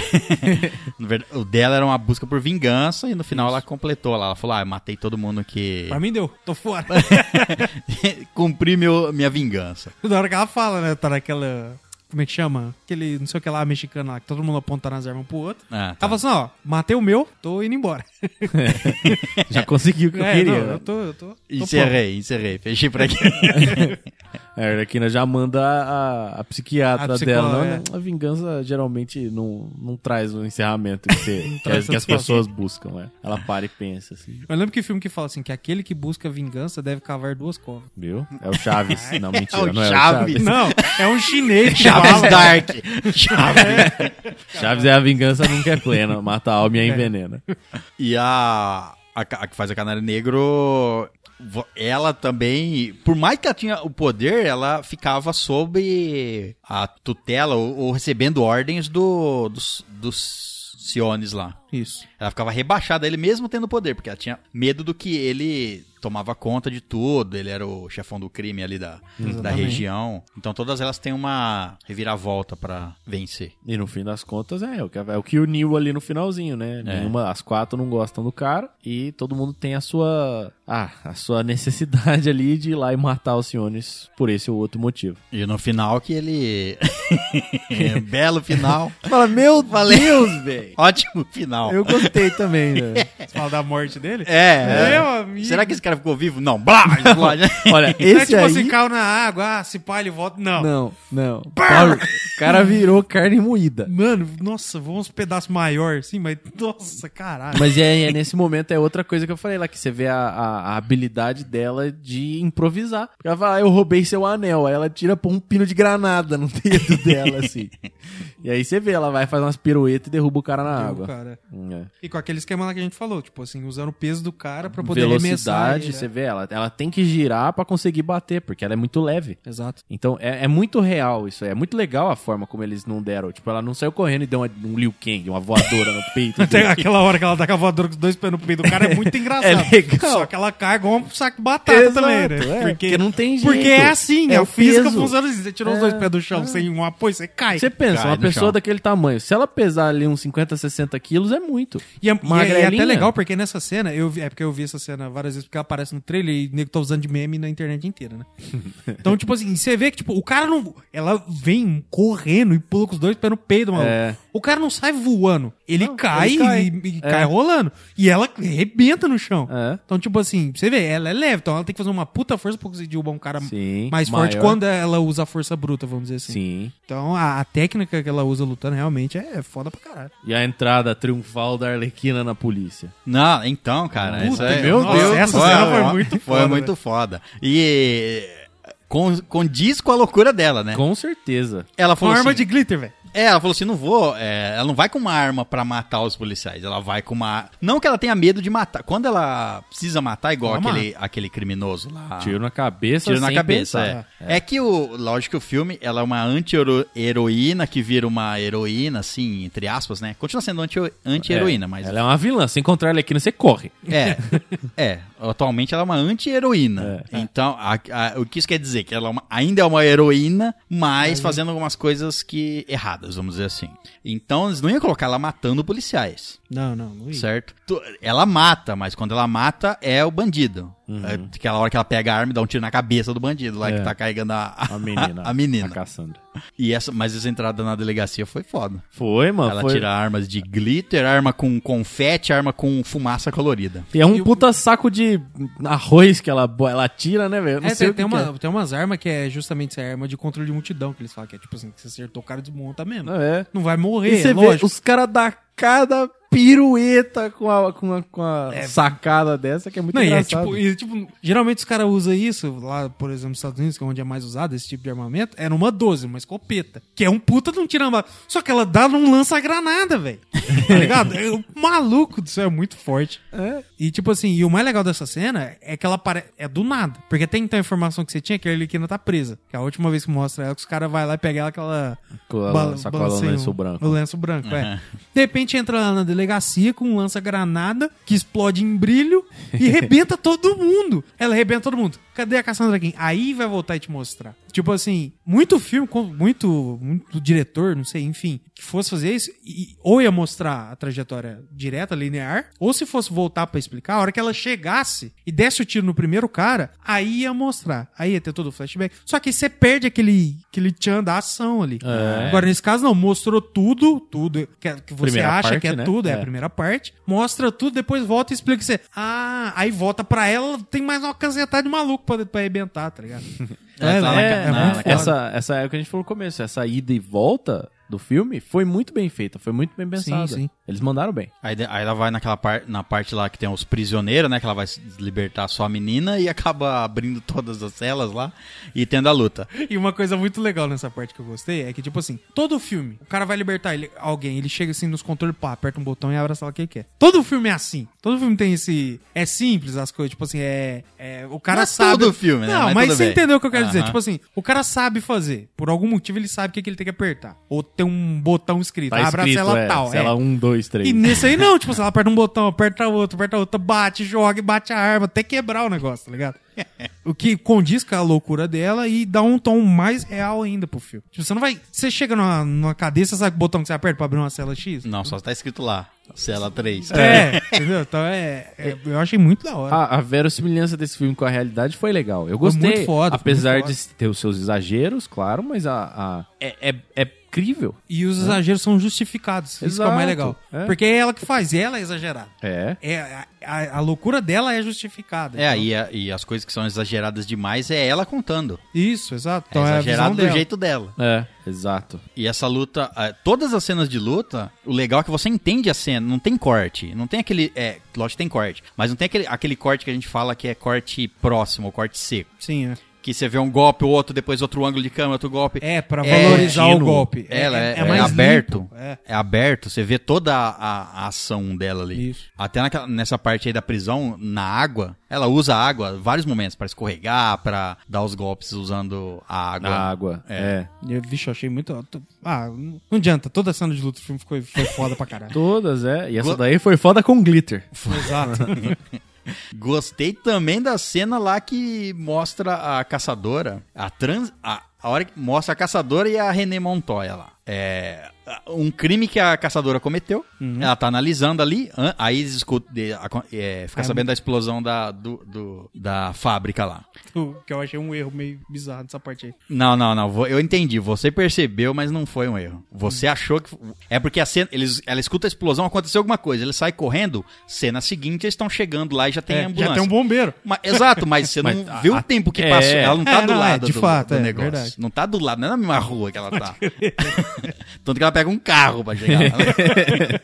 Speaker 2: No verdade, o dela era uma busca por vingança e no final ela completou lá. Ela falou: Ah, eu matei todo mundo que.
Speaker 4: Pra mim deu, tô fora.
Speaker 2: Cumpri meu, minha vingança.
Speaker 4: Na hora que ela fala, né? Tá naquela. Como é que chama? Aquele, não sei o que lá, mexicano lá, que todo mundo apontando as armas um pro outro.
Speaker 2: Ah, tá.
Speaker 4: Ela fala assim, ó, matei o meu, tô indo embora.
Speaker 5: Já conseguiu o que eu
Speaker 4: É,
Speaker 5: queria.
Speaker 4: não,
Speaker 5: né? é
Speaker 4: eu tô, eu tô. tô fora.
Speaker 2: Encerrei, encerrei. Fechei por aqui.
Speaker 5: A Arlequina já manda a, a psiquiatra
Speaker 4: A psicóloga,
Speaker 5: dela. Não,
Speaker 4: é.
Speaker 5: não, A vingança geralmente não, não traz o encerramento que, você- que
Speaker 4: traz
Speaker 5: as, que as
Speaker 4: satisfação.
Speaker 5: pessoas buscam. né? Ela para e pensa assim.
Speaker 4: Eu lembro que filme que fala assim, que aquele que busca vingança deve cavar duas covas.
Speaker 5: Viu? É o Chaves. Não,
Speaker 2: É
Speaker 5: mentira.
Speaker 2: o
Speaker 5: não
Speaker 2: Chaves.
Speaker 5: é o Chaves.
Speaker 4: Não, é um chinês que
Speaker 2: Chaves
Speaker 4: fala. É.
Speaker 2: Dark. Chaves.
Speaker 5: Chaves é a vingança nunca é plena. Mata a alma
Speaker 4: É.
Speaker 5: e a envenena.
Speaker 2: E a, a, ca- a que faz a Canário Negro, vo- ela também, por mais que ela tinha o poder, ela ficava sob a tutela ou, ou recebendo ordens do, dos, dos Siones lá.
Speaker 4: Isso.
Speaker 2: Ela ficava rebaixada, ele mesmo tendo poder, porque ela tinha medo do que ele tomava conta de tudo, ele era o chefão do crime ali da, da
Speaker 4: Exatamente.
Speaker 2: região. Então todas elas têm uma reviravolta pra vencer.
Speaker 5: E no fim das contas é, o que- é o que uniu ali no finalzinho,
Speaker 4: É.
Speaker 5: né? Nenhuma- as quatro não gostam do cara e todo mundo tem a sua ah, a sua necessidade ali de ir lá e matar os Siones por esse ou outro motivo.
Speaker 2: E no final que ele... Belo final.
Speaker 5: Fala, meu Deus, velho!
Speaker 2: Ótimo final.
Speaker 5: Eu gostei também, né?
Speaker 4: Você fala da morte dele?
Speaker 2: É.
Speaker 4: Meu amigo.
Speaker 2: Será que esse cara ficou vivo? Não. Blá, explode.
Speaker 5: Olha,
Speaker 4: É
Speaker 5: esse
Speaker 4: tipo
Speaker 5: aí...
Speaker 4: assim, caiu na água, ah, se pá, ele volta. Não.
Speaker 5: Não, não. Paulo, o cara virou carne moída.
Speaker 4: Mano, nossa, vamos um pedaço maior, assim, mas nossa, caralho.
Speaker 5: Mas é, é nesse momento é outra coisa que eu falei lá, que você vê a, a- a habilidade dela de improvisar. Ela fala, "Ah, eu roubei seu anel. Aí ela tira pô, um pino de granada no dedo dela, assim. E aí você vê, ela vai fazer umas piruetas e derruba o cara na
Speaker 4: Deu,
Speaker 5: água.
Speaker 4: cara.
Speaker 5: Hum, é.
Speaker 4: E com aquele esquema lá que a gente falou, tipo assim, usando o peso do cara pra poder arremessar
Speaker 5: Velocidade,
Speaker 4: ele,
Speaker 5: você
Speaker 4: né?
Speaker 5: vê, ela, ela tem que girar pra conseguir bater, porque ela é muito leve.
Speaker 4: Exato.
Speaker 5: Então é, é muito real isso aí. É muito legal a forma como eles não deram. Tipo, ela não saiu correndo e deu uma- um Liu Kang, uma voadora no peito.
Speaker 4: Até
Speaker 5: dele.
Speaker 4: aquela hora que ela dá com a voadora com os dois pés no peito do cara é muito engraçado.
Speaker 5: É legal.
Speaker 4: Só que ela carga um saco de batata
Speaker 5: Exato,
Speaker 4: também, né?
Speaker 5: é, porque não tem jeito.
Speaker 4: Porque é assim,
Speaker 5: É
Speaker 4: é
Speaker 5: o
Speaker 4: o física
Speaker 5: peso. É.
Speaker 4: funciona assim. Você tirou os dois pés do chão sem um apoio, você cai.
Speaker 5: Você pensa,
Speaker 2: Cai
Speaker 5: uma
Speaker 2: no
Speaker 5: pessoa
Speaker 2: chão.
Speaker 5: daquele tamanho, se ela pesar ali uns 50, 60 quilos, é muito.
Speaker 4: E é, e é- e é
Speaker 5: Magrelinha.
Speaker 4: até legal, porque nessa cena, eu vi- é porque eu vi essa cena várias vezes, porque ela aparece no trailer e o nego tá usando de meme na internet inteira, né? Então, tipo assim, você vê que, tipo, o cara não. Ela vem correndo e pula com os dois pés no peito, maluco.
Speaker 5: É.
Speaker 4: O cara não sai voando. Ele cai,
Speaker 5: ele cai.
Speaker 4: e, e
Speaker 5: É.
Speaker 4: cai rolando. E ela arrebenta no chão.
Speaker 5: É.
Speaker 4: Então, tipo assim, você vê, ela é leve, então ela tem que fazer uma puta força pra conseguir derrubar um cara
Speaker 5: Sim,
Speaker 4: mais forte
Speaker 5: maior.
Speaker 4: quando ela usa a força bruta, vamos dizer assim.
Speaker 5: Sim.
Speaker 4: Então, a, a técnica que ela usa lutando realmente é, é foda pra caralho.
Speaker 5: E a entrada triunfal da Arlequina na polícia.
Speaker 2: Não, então, cara.
Speaker 4: Puta,
Speaker 2: isso aí-
Speaker 4: meu
Speaker 2: Nossa,
Speaker 4: Deus, essa cena foi muito
Speaker 2: Foi
Speaker 4: foda, né?
Speaker 2: muito foda. E con- condiz com a loucura dela, né?
Speaker 5: É. Com certeza.
Speaker 2: Ela
Speaker 4: Com
Speaker 2: falou
Speaker 4: arma
Speaker 2: assim,
Speaker 4: de glitter, velho.
Speaker 2: É, ela falou assim, não vou... é, ela não vai com uma arma pra matar os policiais. Ela vai com uma... Não que ela tenha medo de matar. Quando ela precisa matar, igual
Speaker 4: Ela
Speaker 2: aquele, aquele criminoso lá.
Speaker 5: Ah. Tiro na cabeça,
Speaker 2: Tiro na
Speaker 5: sem
Speaker 2: cabeça,
Speaker 5: pensar.
Speaker 2: é. é. que o. Lógico que o filme ela é uma anti-heroína que vira uma heroína, assim, entre aspas, né? Continua sendo anti- anti-heroína, mas.
Speaker 5: Ela é uma vilã. Se encontrar a Arlequina, você corre.
Speaker 2: É, é. Atualmente ela é uma anti-heroína.
Speaker 5: É.
Speaker 2: Então, a- a- o que isso quer dizer? Que ela é uma- ainda é uma heroína, mas fazendo algumas coisas que erradas, vamos dizer assim. Então, eles não iam colocar ela matando policiais.
Speaker 4: Não, não, não ia.
Speaker 2: Certo? Tu- Ela mata, mas quando ela mata é o bandido. É aquela hora que ela pega a arma e dá um tiro na cabeça do bandido lá que tá carregando a,
Speaker 5: A menina.
Speaker 2: A menina.
Speaker 5: A Cassandra.
Speaker 2: E essa, mas essa entrada na delegacia foi foda.
Speaker 5: Foi, mano.
Speaker 2: Ela
Speaker 5: foi.
Speaker 2: tira armas de glitter, arma com confete, arma com fumaça colorida.
Speaker 5: E é um puta saco de arroz que ela, bo- ela tira, né, velho? Eu não
Speaker 4: É,
Speaker 5: sei
Speaker 4: tem,
Speaker 5: o que
Speaker 4: tem
Speaker 5: que
Speaker 4: uma, tem umas armas que é justamente essa arma de controle de multidão que eles falam, que é tipo assim, que você acertou o cara desmonta mesmo.
Speaker 5: É.
Speaker 4: Não vai
Speaker 5: E
Speaker 4: morrer,
Speaker 5: você
Speaker 4: é
Speaker 5: vê
Speaker 4: lógico.
Speaker 5: os caras da cada pirueta com a, com a, com a sacada dessa que é muito
Speaker 4: É. Não, e é
Speaker 5: engraçado.
Speaker 4: tipo, e, tipo, geralmente os caras usam isso, lá, por exemplo, nos Estados Unidos, que é onde é mais usado esse tipo de armamento, é numa 12, uma escopeta. Que é um puta de um tirambar. Só que ela dá num lança-granada, velho. tá ligado? É, o maluco disso é muito forte.
Speaker 5: É.
Speaker 4: E tipo assim, e o mais legal dessa cena é que ela parece. É do nada. Porque até então a informação que você tinha é que a Arlequina tá presa. Que a última vez que mostra ela, que os caras vai lá e pega ela aquela. um.
Speaker 5: Com a lança- com a
Speaker 4: balanceio-
Speaker 5: lança branca.
Speaker 4: o lenço branco, é. De repente entra lá na delegacia com um lança-granada que explode em brilho e arrebenta todo mundo. Ela arrebenta todo mundo. Cadê a Cassandra Kim? Aí vai voltar e te mostrar. Tipo assim, muito filme, com- muito, muito diretor, não sei, enfim, que fosse fazer isso, e- ou ia mostrar a trajetória direta, linear, ou se fosse voltar pra explicar, a hora que ela chegasse e desse o tiro no primeiro cara, aí ia mostrar. Aí ia ter todo o flashback. Só que você perde aquele, aquele tchan da ação ali.
Speaker 5: É.
Speaker 4: Agora, nesse caso, não. Mostrou tudo, tudo que, é- que você
Speaker 5: Primeira
Speaker 4: acha
Speaker 5: parte,
Speaker 4: que é
Speaker 5: né?
Speaker 4: tudo, é,
Speaker 5: É.
Speaker 4: a primeira parte. Mostra tudo, depois volta e explica que você. Ah, aí volta pra ela, tem mais uma cancetada de maluco pra, pra arrebentar, tá ligado?
Speaker 2: É, tá na-
Speaker 5: É,
Speaker 2: é
Speaker 5: na-
Speaker 2: muito foda.
Speaker 5: essa, essa é o que a gente falou no começo. Essa ida e volta do filme foi muito bem feita, foi muito bem pensada.
Speaker 4: sim.
Speaker 5: Eles mandaram bem.
Speaker 2: Aí, de- aí ela vai naquela par, na parte lá que tem os prisioneiros, né? Que ela vai se libertar só a menina e acaba abrindo todas as celas lá e tendo a luta.
Speaker 4: E uma coisa muito legal nessa parte que eu gostei é que, tipo assim, todo filme, o cara vai libertar ele- alguém, ele chega assim nos controles, pá, aperta um botão e abre a sala que ele quer. Todo filme é assim. Todo filme tem esse. É simples as coisas, tipo assim, é. é- o cara
Speaker 2: Não é
Speaker 4: sabe.
Speaker 2: todo filme, né?
Speaker 4: Não,
Speaker 2: Mas
Speaker 4: mas,
Speaker 2: tudo
Speaker 4: você
Speaker 2: bem.
Speaker 4: entendeu o que eu quero dizer.
Speaker 2: Aham.
Speaker 4: Tipo assim, o cara sabe fazer. Por algum motivo ele sabe o que, que ele tem que apertar. Ou tem um botão escrito,
Speaker 5: Tá
Speaker 4: abre
Speaker 5: escrito,
Speaker 4: a cela
Speaker 5: é,
Speaker 4: tal.
Speaker 5: Cela
Speaker 4: é.
Speaker 5: 1, 2, 3.
Speaker 4: E nesse aí não, tipo, você aperta um botão, aperta outro, aperta outro, bate, joga, e bate a arma, até quebrar o negócio, tá ligado? O que condiz com a loucura dela e dá um tom mais real ainda pro filme. Tipo, você não vai. Você chega numa, numa cadeia, você sabe o botão que você aperta pra abrir uma cela X?
Speaker 2: Não, só tá escrito lá. Cela 3.
Speaker 4: É, entendeu? Então é, é- Eu achei muito da
Speaker 2: Ah.
Speaker 4: hora.
Speaker 5: A, a verossimilhança desse filme com a realidade foi legal. Eu gostei.
Speaker 4: muito foda, foi
Speaker 5: apesar
Speaker 4: muito
Speaker 5: de ter os seus exageros, claro, mas a, a- é, é, é crível.
Speaker 4: E os exageros são justificados. Isso que é o mais
Speaker 5: Exato,
Speaker 4: legal.
Speaker 5: é.
Speaker 4: Porque é ela que faz, ela é exagerada.
Speaker 5: É.
Speaker 4: É, a, a- a loucura dela é justificada.
Speaker 2: É,
Speaker 4: então-
Speaker 2: e, a- e as coisas que são exageradas demais é ela contando.
Speaker 4: Isso, exato. Então
Speaker 2: é
Speaker 4: é, a
Speaker 2: exagerado
Speaker 4: visão
Speaker 2: do
Speaker 4: dela.
Speaker 2: jeito dela.
Speaker 5: É, exato.
Speaker 2: E essa luta, eh, todas as cenas de luta, o legal é que você entende a cena, não tem corte. Não tem aquele. É, lógico que tem corte, mas não tem aquele, aquele corte que a gente fala que é corte próximo, ou corte seco.
Speaker 4: Sim, é.
Speaker 2: Que você vê um golpe, outro, depois outro ângulo de câmera, outro golpe.
Speaker 4: É, pra valorizar o
Speaker 5: contínuo.
Speaker 4: golpe.
Speaker 2: Ela é, é
Speaker 4: mais
Speaker 2: aberto.
Speaker 4: limpo,
Speaker 2: É.
Speaker 4: é.
Speaker 2: aberto, você vê toda a, a- a ação dela ali.
Speaker 4: Isso.
Speaker 2: Até naquela- nessa parte aí da prisão, na água, ela usa a água em vários momentos pra escorregar, pra dar os golpes usando a água.
Speaker 5: Na água. É.
Speaker 4: Eu, vixe, eu achei muito. eu tô- Ah, não não adianta. Toda cena de luta do filme ficou, foi foda pra caralho.
Speaker 5: Todas, é. E essa daí foi foda com glitter.
Speaker 4: Exato.
Speaker 2: Gostei também da cena lá que mostra a caçadora, a trans, a, a hora que mostra a caçadora e a René Montoya lá. É a- um crime que a caçadora cometeu. Ela tá analisando ali, an- aí eles escutam, de- a- é, fica sabendo da explosão da, do, do- da fábrica lá.
Speaker 4: O que eu achei um erro meio bizarro dessa parte aí.
Speaker 2: Não, não, não. vo- Eu entendi. Você percebeu, mas não foi um erro. Você achou que. É porque a cena, eles, ela escuta a explosão, aconteceu alguma coisa. Ele sai correndo, cena seguinte, eles estão chegando lá e já tem
Speaker 4: É,
Speaker 2: ambulância.
Speaker 4: já tem um bombeiro.
Speaker 2: Ma- exato, mas você
Speaker 5: Mas,
Speaker 2: não
Speaker 5: ah,
Speaker 2: viu
Speaker 5: ah,
Speaker 2: o tempo que
Speaker 5: é.
Speaker 2: passou. Ela não tá
Speaker 4: É,
Speaker 2: do
Speaker 4: não, é,
Speaker 2: lado
Speaker 4: de
Speaker 2: do,
Speaker 4: fato,
Speaker 2: do
Speaker 4: é,
Speaker 2: negócio.
Speaker 4: verdade.
Speaker 2: Não tá do lado, não é na mesma rua que ela tá. Tanto que ela pega um carro pra chegar lá.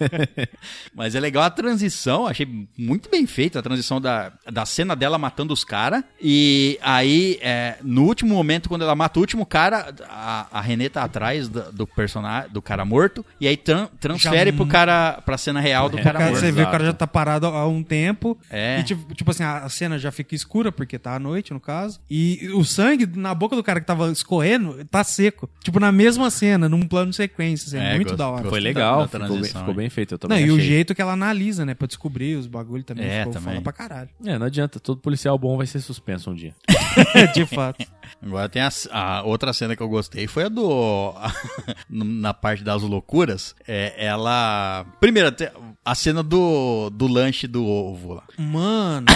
Speaker 2: mas é legal a transição, achei muito bem feita a transição da, da cena dela matando os caras. E aí, é, no último momento, quando ela mata o último cara, a, a Renê tá atrás do, do personagem, do cara morto, e aí tran- transfere pro cara, pra cena real do
Speaker 5: É,
Speaker 2: cara
Speaker 4: Cara,
Speaker 2: morto.
Speaker 4: você vê, o
Speaker 5: exato.
Speaker 4: cara já tá parado há um tempo.
Speaker 2: É.
Speaker 4: E tipo, tipo assim, a a cena já fica escura, porque tá à noite, no caso. E o sangue na boca do cara que tava escorrendo tá seco. Tipo, na mesma cena, num plano de sequência. assim, é, muito
Speaker 2: gosto-
Speaker 4: da hora.
Speaker 5: Foi
Speaker 2: Gostei
Speaker 5: legal,
Speaker 2: da- da
Speaker 5: ficou, bem,
Speaker 2: transição,
Speaker 5: ficou
Speaker 2: hein?
Speaker 5: bem feito. Eu
Speaker 4: Não,
Speaker 5: também
Speaker 4: e o
Speaker 5: achei.
Speaker 4: jeito que ela analisa, né? Pra descobrir os bagulho também
Speaker 2: É,
Speaker 4: ficou
Speaker 2: também.
Speaker 4: foda pra caralho.
Speaker 5: É, não adianta. Todo policial bom vai ser suspenso um dia.
Speaker 4: de fato.
Speaker 2: Agora tem a, a outra cena que eu gostei foi a do. na parte das loucuras. É, ela. Primeiro, te- a cena do, do lanche do ovo lá.
Speaker 4: Mano,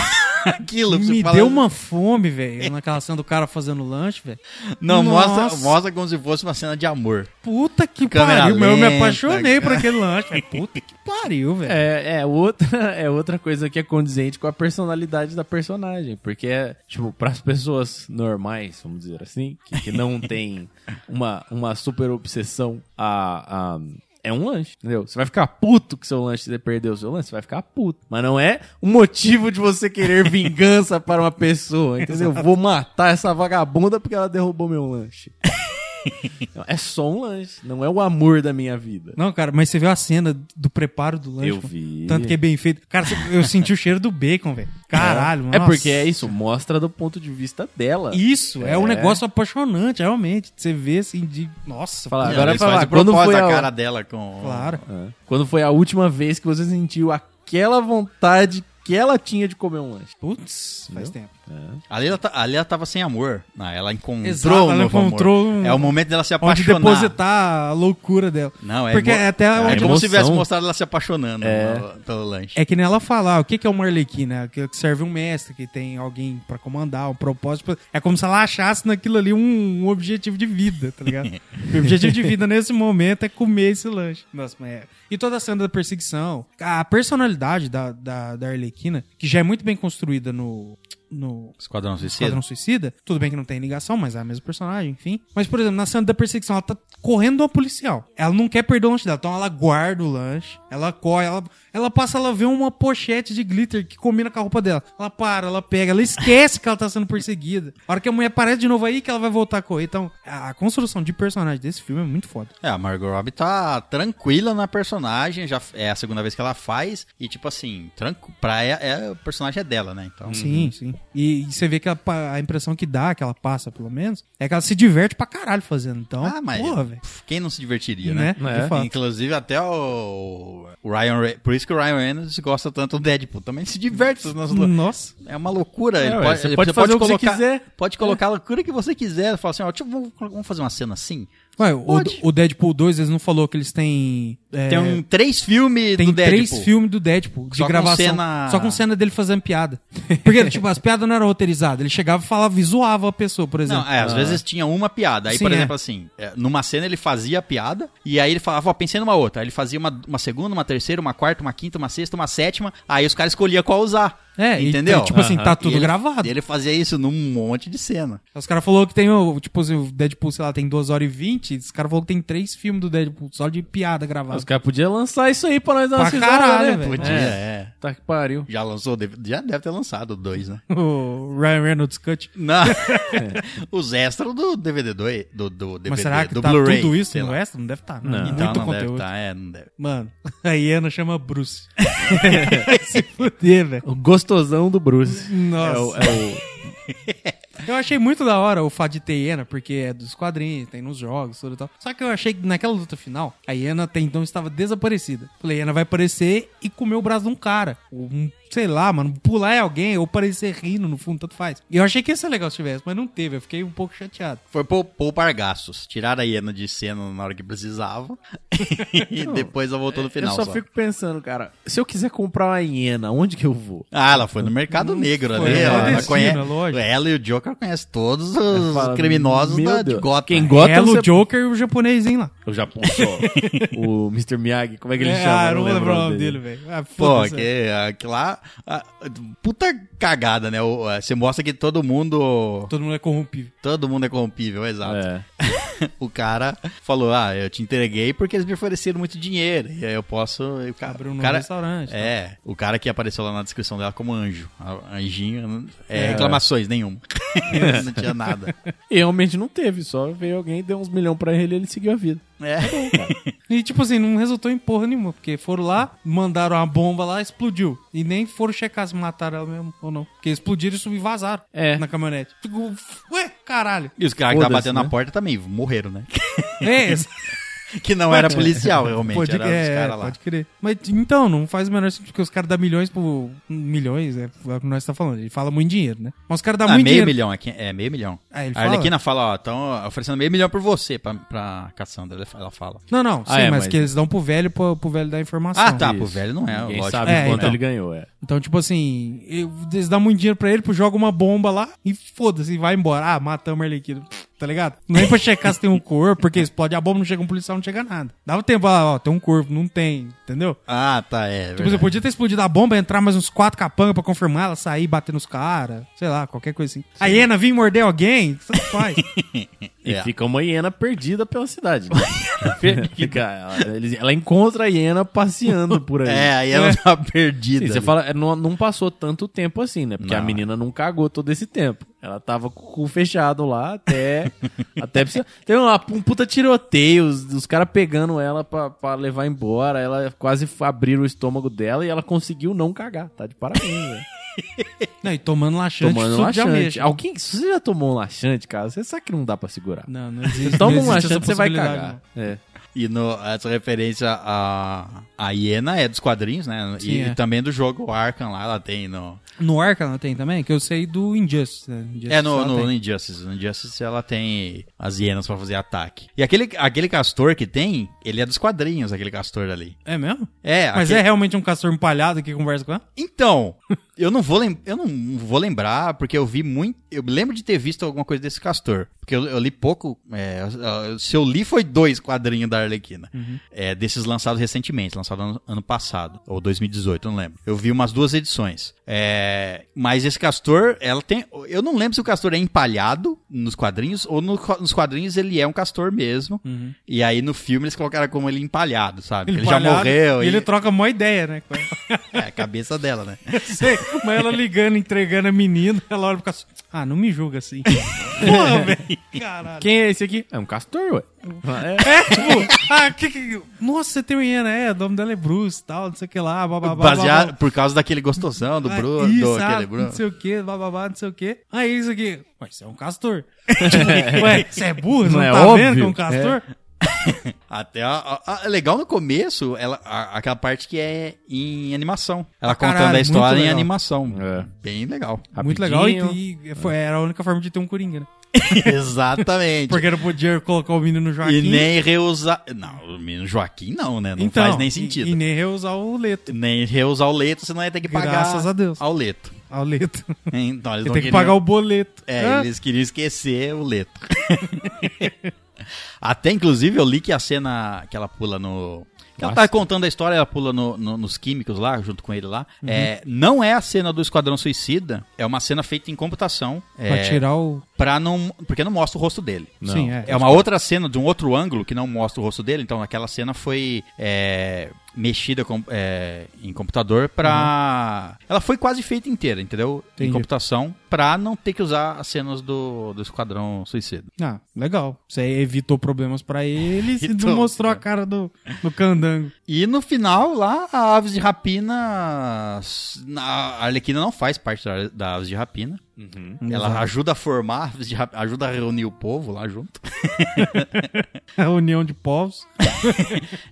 Speaker 2: Aquilo, você
Speaker 4: me
Speaker 2: fala-
Speaker 4: deu uma fome, velho. Naquela cena do cara fazendo lanche, velho.
Speaker 2: Não, mostra,
Speaker 4: Nossa.
Speaker 2: mostra como se fosse uma cena de amor.
Speaker 4: Puta que
Speaker 2: Câmera
Speaker 4: pariu, meu. Eu me
Speaker 2: lenta,
Speaker 4: apaixonei por aquele lanche. velho. Puta que pariu, velho.
Speaker 5: É, é outra, é outra coisa que é condizente com a personalidade da personagem. Porque, é, tipo, para as pessoas normais, vamos dizer assim, que, que não tem uma, uma super obsessão a, a é um lanche, entendeu? Você vai ficar puto que seu lanche, você perdeu o seu lanche, você vai ficar puto. Mas não é um motivo de você querer vingança para uma pessoa, entendeu? Vou matar essa vagabunda porque ela derrubou meu lanche. Não, é só um lanche, não é o amor da minha vida.
Speaker 4: Não, cara, mas você viu a cena do preparo do lanche?
Speaker 5: Eu
Speaker 4: mano?
Speaker 5: vi.
Speaker 4: Tanto que é bem feito. Cara, eu senti o cheiro do bacon, velho. Caralho, mano.
Speaker 5: É porque é isso, mostra do ponto de vista dela.
Speaker 4: Isso, é, um
Speaker 5: É.
Speaker 4: negócio apaixonante, realmente. Você vê assim de. Nossa,
Speaker 5: Fala,
Speaker 4: puta,
Speaker 5: agora
Speaker 2: eles
Speaker 5: fala,
Speaker 2: fazem
Speaker 5: quando
Speaker 2: propósito
Speaker 5: foi
Speaker 2: a
Speaker 5: a-
Speaker 2: cara dela com...
Speaker 4: claro.
Speaker 5: É. Quando foi a última vez que você sentiu aquela vontade que ela tinha de comer um lanche?
Speaker 4: Putz, faz tempo.
Speaker 2: Ali ela, ta- ali ela tava sem amor. Ah, ela encontrou
Speaker 4: Exato,
Speaker 2: um
Speaker 4: ela
Speaker 2: novo
Speaker 4: encontrou
Speaker 2: amor.
Speaker 4: um-
Speaker 2: É o momento dela se
Speaker 4: Onde
Speaker 2: apaixonar.
Speaker 4: depositar a loucura dela.
Speaker 2: Não, é
Speaker 4: Porque
Speaker 2: emo-
Speaker 4: é até
Speaker 2: é
Speaker 4: onde.
Speaker 2: como se
Speaker 5: emoção.
Speaker 2: tivesse mostrado ela se apaixonando
Speaker 5: É.
Speaker 2: no- pelo lanche.
Speaker 4: É que nem ela falar, o que que é uma arlequina? Que que serve um mestre, que tem alguém pra comandar, um propósito. pra- É como se ela achasse naquilo ali um, um objetivo de vida, tá ligado? o objetivo de vida nesse momento é comer esse lanche. Nossa, mas é. E toda a cena da perseguição, a personalidade da, da, da arlequina, que já é muito bem construída no. No
Speaker 2: Esquadrão Suicida.
Speaker 4: Esquadrão Suicida. Tudo bem que não tem ligação, mas é a mesma personagem, enfim. Mas, por exemplo, na cena da perseguição, ela tá correndo de uma policial. Ela não quer perder o lanche dela, então ela guarda o lanche, ela corre, ela, ela passa, ela vê uma pochete de glitter que combina com a roupa dela. Ela para, ela pega, ela esquece que ela tá sendo perseguida. A hora que a mulher aparece de novo aí, que ela vai voltar a correr. Então, a construção de personagem desse filme é muito foda.
Speaker 2: É, a Margot Robbie tá tranquila na personagem, já f- é a segunda vez que ela faz, e tipo assim, tranqu... pra ela, é, o personagem é dela, né? Então,
Speaker 4: Sim, sim. E, e você vê que ela pa- a impressão que dá, que ela passa, pelo menos, é que ela se diverte pra caralho fazendo. Então,
Speaker 2: Ah, mas
Speaker 4: porra, velho.
Speaker 2: quem não se divertiria,
Speaker 4: Né?
Speaker 2: né?
Speaker 4: De fato.
Speaker 2: Inclusive até o, o Ryan Re... Por isso que o Ryan Reynolds gosta tanto do Deadpool. Também se diverte. nas lu-
Speaker 4: Nossa.
Speaker 2: É uma loucura. ele
Speaker 5: ué,
Speaker 2: pode,
Speaker 5: você
Speaker 2: ele-
Speaker 5: pode
Speaker 2: você
Speaker 5: fazer o que você
Speaker 2: colocar,
Speaker 5: quiser.
Speaker 2: Pode
Speaker 4: É.
Speaker 2: colocar a loucura que você quiser. Fala assim, ó, deixa eu- vamos, vamos fazer uma cena assim.
Speaker 4: Ué, o,
Speaker 2: Pode.
Speaker 4: o Deadpool 2, eles não falou que eles têm. é,
Speaker 2: Tem um, três filmes
Speaker 4: tem
Speaker 2: do Deadpool.
Speaker 4: três filmes do Deadpool de
Speaker 2: Só com
Speaker 4: gravação.
Speaker 2: cena-
Speaker 4: Só com cena dele fazendo piada. Porque, tipo, as piadas não eram roteirizadas. Ele chegava e falava, visuava a pessoa, por exemplo. Ah.
Speaker 2: Não, é, às vezes tinha uma piada. Aí,
Speaker 4: né? Sim,
Speaker 2: por
Speaker 4: é.
Speaker 2: exemplo, assim, é, numa cena ele fazia a piada, e aí ele falava, ó, pensei numa outra. Aí ele fazia uma, uma segunda, uma terceira, uma quarta, uma quinta, uma sexta, uma sétima. Aí os caras escolhiam qual usar.
Speaker 4: É,
Speaker 2: entendeu? Ah.
Speaker 4: então, tipo assim, tá tudo
Speaker 2: E ele-
Speaker 4: gravado.
Speaker 2: Ele fazia isso num monte de cena.
Speaker 4: Os caras falaram que tem, o- tipo, assim, o Deadpool, sei lá, tem 2 horas e 20. Os caras falaram que tem três filmes do Deadpool, só de piada gravada.
Speaker 5: Os caras podiam lançar isso aí pra nós dar uma
Speaker 4: Pra
Speaker 5: risada,
Speaker 4: caralho,
Speaker 5: né?
Speaker 4: velho.
Speaker 5: Podia.
Speaker 2: É.
Speaker 5: Tá que pariu.
Speaker 2: Já lançou, deve- já deve ter lançado dois, né?
Speaker 4: O Ryan Reynolds Cut.
Speaker 2: Não. Os extras do DVD 2, do, do DVD,
Speaker 4: Mas será que
Speaker 2: do
Speaker 4: tá
Speaker 2: Blu-ray.
Speaker 4: tudo isso
Speaker 2: sei
Speaker 4: no
Speaker 2: lá.
Speaker 4: extra? Não deve estar. Tá, não.
Speaker 5: Não.
Speaker 4: Muito
Speaker 2: Então não
Speaker 4: conteúdo.
Speaker 2: deve tá, é, não deve.
Speaker 4: Mano, a Iana chama Bruce. Se fuder, velho.
Speaker 5: O gostosão do Bruce.
Speaker 4: Nossa.
Speaker 5: É o, é
Speaker 4: É, Eu achei muito da hora o fato de ter hiena, porque é dos quadrinhos, tem nos jogos, tudo e tal. Só que eu achei que naquela luta final, a hiena até então estava desaparecida. Falei, a hiena vai aparecer e comer o braço de um cara. Ou um, sei lá, mano, pular em alguém ou parecer rindo no fundo, tanto faz. E eu achei que ia ser legal se tivesse, mas não teve. Eu fiquei um pouco chateado.
Speaker 2: Foi pou- poupar gastos. Tiraram a hiena de cena na hora que precisava. e depois ela voltou no
Speaker 5: o... Eu
Speaker 2: final.
Speaker 5: só
Speaker 2: só.
Speaker 5: fico pensando, cara, se eu quiser comprar uma hiena, onde que eu vou?
Speaker 2: Ah, ela foi no mercado negro ali.
Speaker 4: é
Speaker 2: Ela, ela
Speaker 4: clandestino,
Speaker 2: conhece,
Speaker 5: né?
Speaker 4: é lógico.
Speaker 2: ela e o Joker conhecem todos
Speaker 5: Eu
Speaker 2: os
Speaker 5: falo,
Speaker 2: criminosos
Speaker 5: meu
Speaker 2: da, de
Speaker 5: Deus.
Speaker 2: Gotham.
Speaker 5: Quem
Speaker 4: Ela,
Speaker 5: Gotham,
Speaker 4: o
Speaker 5: você-
Speaker 4: Joker e o japonesinho lá.
Speaker 5: O Japão só. o Mr. Miyagi, como é que ele
Speaker 4: É,
Speaker 5: chama?
Speaker 4: ah, eu não vou lembrar o nome dele, velho. Ah,
Speaker 2: Pô,
Speaker 4: foda-se.
Speaker 2: que, ah, que lá. ah, puta cagada, né? O- ah, Você mostra que todo mundo.
Speaker 4: Todo mundo é corrompido.
Speaker 2: Todo mundo é corrompível, exato.
Speaker 5: É.
Speaker 2: o cara falou: Ah, eu te entreguei porque eles me ofereceram muito dinheiro. E aí eu posso. E o cara,
Speaker 4: Abriu um
Speaker 2: o
Speaker 4: novo
Speaker 2: cara-
Speaker 4: restaurante. tá?
Speaker 2: É, o cara que apareceu lá na descrição dela como anjo. A- Anjinho, é,
Speaker 5: É.
Speaker 2: reclamações nenhuma.
Speaker 4: É.
Speaker 2: não tinha nada.
Speaker 5: E realmente não teve, só veio alguém, deu uns milhões pra ele e ele seguiu a vida.
Speaker 4: Tá
Speaker 2: É.
Speaker 4: E, tipo assim, não resultou em porra nenhuma, porque foram lá, mandaram uma bomba lá, explodiu. E nem foram checar se mataram ela mesmo ou não. Porque explodiram e sub- vazaram
Speaker 5: É.
Speaker 4: na caminhonete. Fico, ué, caralho.
Speaker 2: E os caras que estavam
Speaker 5: Foda-se,
Speaker 2: batendo
Speaker 5: né?
Speaker 2: na porta também morreram, né?
Speaker 4: É, esse-
Speaker 2: Que não era policial, realmente.
Speaker 4: pode,
Speaker 2: era os
Speaker 4: é,
Speaker 2: caras lá.
Speaker 4: pode crer. Mas então, não faz o menor sentido, porque os caras dão milhões por. Milhões, é, é o que nós tá falando. Ele fala muito dinheiro, né? Mas os caras dão
Speaker 2: Ah,
Speaker 4: muito
Speaker 2: meio
Speaker 4: dinheiro.
Speaker 2: milhão aqui. É, meio milhão.
Speaker 4: Ah, ele
Speaker 2: a
Speaker 4: fala?
Speaker 2: Arlequina fala, ó, estão oferecendo meio milhão por você pra, pra Cassandra. Ela fala- Ela fala.
Speaker 4: Não, não, sim,
Speaker 5: Ah, é,
Speaker 4: mas,
Speaker 5: mas-
Speaker 4: que eles dão pro velho, pro, pro velho dar informação.
Speaker 2: Ah, tá,
Speaker 5: Isso.
Speaker 2: pô, velho não é,
Speaker 5: Ninguém
Speaker 2: lógico.
Speaker 5: sabe
Speaker 4: É,
Speaker 5: quanto
Speaker 4: então.
Speaker 5: ele ganhou, é.
Speaker 4: Então, tipo assim, eu- eles dão muito dinheiro pra ele, pô, joga uma bomba lá e foda-se, vai embora. Ah, matamos a Arlequina. Tá ligado? Nem pra checar se tem um corpo, porque explode a bomba, não chega um policial, não chega nada. Dava tempo lá, ó, tem um corpo, não tem, entendeu?
Speaker 2: Ah, tá, é.
Speaker 4: Tipo, você
Speaker 2: verdade.
Speaker 4: podia ter explodido a bomba, entrar mais uns quatro capangas pra confirmar ela, sair, bater nos caras, sei lá, qualquer coisa assim. A hiena vir morder alguém, tanto faz.
Speaker 5: E E
Speaker 2: É.
Speaker 5: fica uma hiena perdida pela cidade. né? Fica- ela, eles- ela encontra a hiena passeando por aí.
Speaker 2: É, aí ela tá perdida.
Speaker 5: Sim, você
Speaker 2: ali.
Speaker 5: fala, é, não, não passou tanto tempo assim, né? Porque a
Speaker 2: Não.
Speaker 5: menina não cagou todo esse tempo. Ela tava com o cu fechado lá até. até precisar- Teve uma, um puta tiroteio, os, os caras pegando ela pra, pra levar embora. Ela quase f- abriram o estômago dela e ela conseguiu não cagar. Tá de parabéns, velho.
Speaker 4: Não, e tomando laxante, né?
Speaker 5: Tomando um
Speaker 4: suco de
Speaker 5: laxante.
Speaker 4: ameixa.
Speaker 5: Alguém, se você já tomou um laxante, cara, você sabe que não dá pra segurar.
Speaker 4: Não, não existe.
Speaker 5: Você toma
Speaker 4: não
Speaker 5: um
Speaker 4: existe essa
Speaker 5: laxante, você vai
Speaker 4: possibilidade,
Speaker 5: cagar.
Speaker 4: não.
Speaker 5: É.
Speaker 2: E no, essa referência à, à hiena é dos quadrinhos, né?
Speaker 4: Sim,
Speaker 2: e,
Speaker 4: é.
Speaker 2: e também do jogo Arkham lá, ela tem no...
Speaker 4: No Arkham tem também? Que eu sei do Injustice. né? Injustice
Speaker 2: É, no,
Speaker 4: ela
Speaker 2: no,
Speaker 4: tem.
Speaker 2: no Injustice. No Injustice ela tem as hienas pra fazer ataque. E aquele, aquele castor que tem, ele é dos quadrinhos, aquele castor ali.
Speaker 4: É mesmo?
Speaker 2: É,
Speaker 4: Mas
Speaker 2: aquele-
Speaker 4: é realmente um castor empalhado que conversa com ela?
Speaker 2: Então, eu não vou lem... eu não vou lembrar, porque eu vi muito. Eu me lembro de ter visto alguma coisa desse castor. Porque eu, eu li pouco. é, eu- eu- se eu li, foi dois quadrinhos da Arlequina.
Speaker 4: Uhum.
Speaker 2: É, desses lançados recentemente, lançado ano, ano passado, ou 2018, eu não lembro. Eu vi umas duas edições. É, mas esse castor, ela tem. Eu não lembro se o castor é empalhado nos quadrinhos, ou no- nos quadrinhos ele é um castor mesmo.
Speaker 4: Uhum.
Speaker 2: E aí no filme eles colocaram como ele empalhado, sabe? Ele, já
Speaker 4: Empalhado,
Speaker 2: morreu.
Speaker 4: E ele
Speaker 2: e-
Speaker 4: troca uma ideia, né? com ela.
Speaker 2: É a cabeça dela, né?
Speaker 4: Sei, mas ela ligando, entregando a menina, ela olha pro castor. Ah, não me julga assim. Porra, velho. Caralho.
Speaker 5: Quem é esse aqui? É um castor, ué.
Speaker 4: É, tipo, ah, que, que- nossa, você tem uma hiena, é, o nome dela é Bruce, tal, não sei o que lá, bababá.
Speaker 2: Baseado por causa daquele gostosão do Bruno, do aquele Bruno.
Speaker 4: Ah, Não sei o que, bababá, não sei o que. Aí isso aqui, ué, você é um castor. tipo, ué, você é burro, não,
Speaker 5: Não é
Speaker 4: tá vendo que é
Speaker 5: óbvio?
Speaker 4: um castor?
Speaker 2: Até a, a- a- legal no começo, ela, a- aquela parte que é em animação. Ela
Speaker 4: Ah, caralho,
Speaker 2: contando a história
Speaker 4: muito
Speaker 2: em
Speaker 4: legal.
Speaker 2: animação.
Speaker 5: É.
Speaker 2: Bem legal.
Speaker 4: Muito legal, e, e foi- era a única forma de ter um Coringa, né?
Speaker 2: Exatamente.
Speaker 4: Porque não podia colocar o menino no Joaquim.
Speaker 2: e nem reusar. Não, o menino Joaquim não, né? Não
Speaker 4: Então,
Speaker 2: faz nem
Speaker 4: e-
Speaker 2: sentido.
Speaker 4: E, nem reusar o Leto.
Speaker 2: Nem reusar o leto, senão ia ter que pagar
Speaker 4: Graças a Deus.
Speaker 2: ao leto.
Speaker 4: Ah, o Leto.
Speaker 2: Então eles não
Speaker 4: Ele tem que
Speaker 2: queriam-
Speaker 4: pagar o boleto.
Speaker 2: É,
Speaker 4: Ah,
Speaker 2: eles queriam esquecer o Leto. Até, inclusive, eu li que a cena que ela pula no. Que ela tá contando a história, ela pula no- no- nos químicos lá, junto com ele lá. É, não é a cena do Esquadrão Suicida, é uma cena feita em computação.
Speaker 4: Pra
Speaker 2: É,
Speaker 4: tirar o...
Speaker 2: pra não. Porque não mostra o rosto dele.
Speaker 4: Sim, é.
Speaker 2: É uma outra cena de um outro ângulo que não mostra o rosto dele, então aquela cena foi é, mexida com- é, em computador pra. Ela foi quase feita inteira, entendeu? Em
Speaker 4: Uhum. Entendi.
Speaker 2: computação, pra não ter que usar as cenas do, do Esquadrão Suicida.
Speaker 4: Ah, legal. Você evitou problemas pra eles e
Speaker 2: Evitou,
Speaker 4: não mostrou a
Speaker 2: Então, cara.
Speaker 4: cara do, do candango.
Speaker 2: E no final, lá, a Aves de Rapina. s- na- A Arlequina não faz parte da, da Aves de Rapina. Ela ajuda a formar, a Aves de Rap- ajuda a reunir o povo lá junto.
Speaker 4: A união de povos.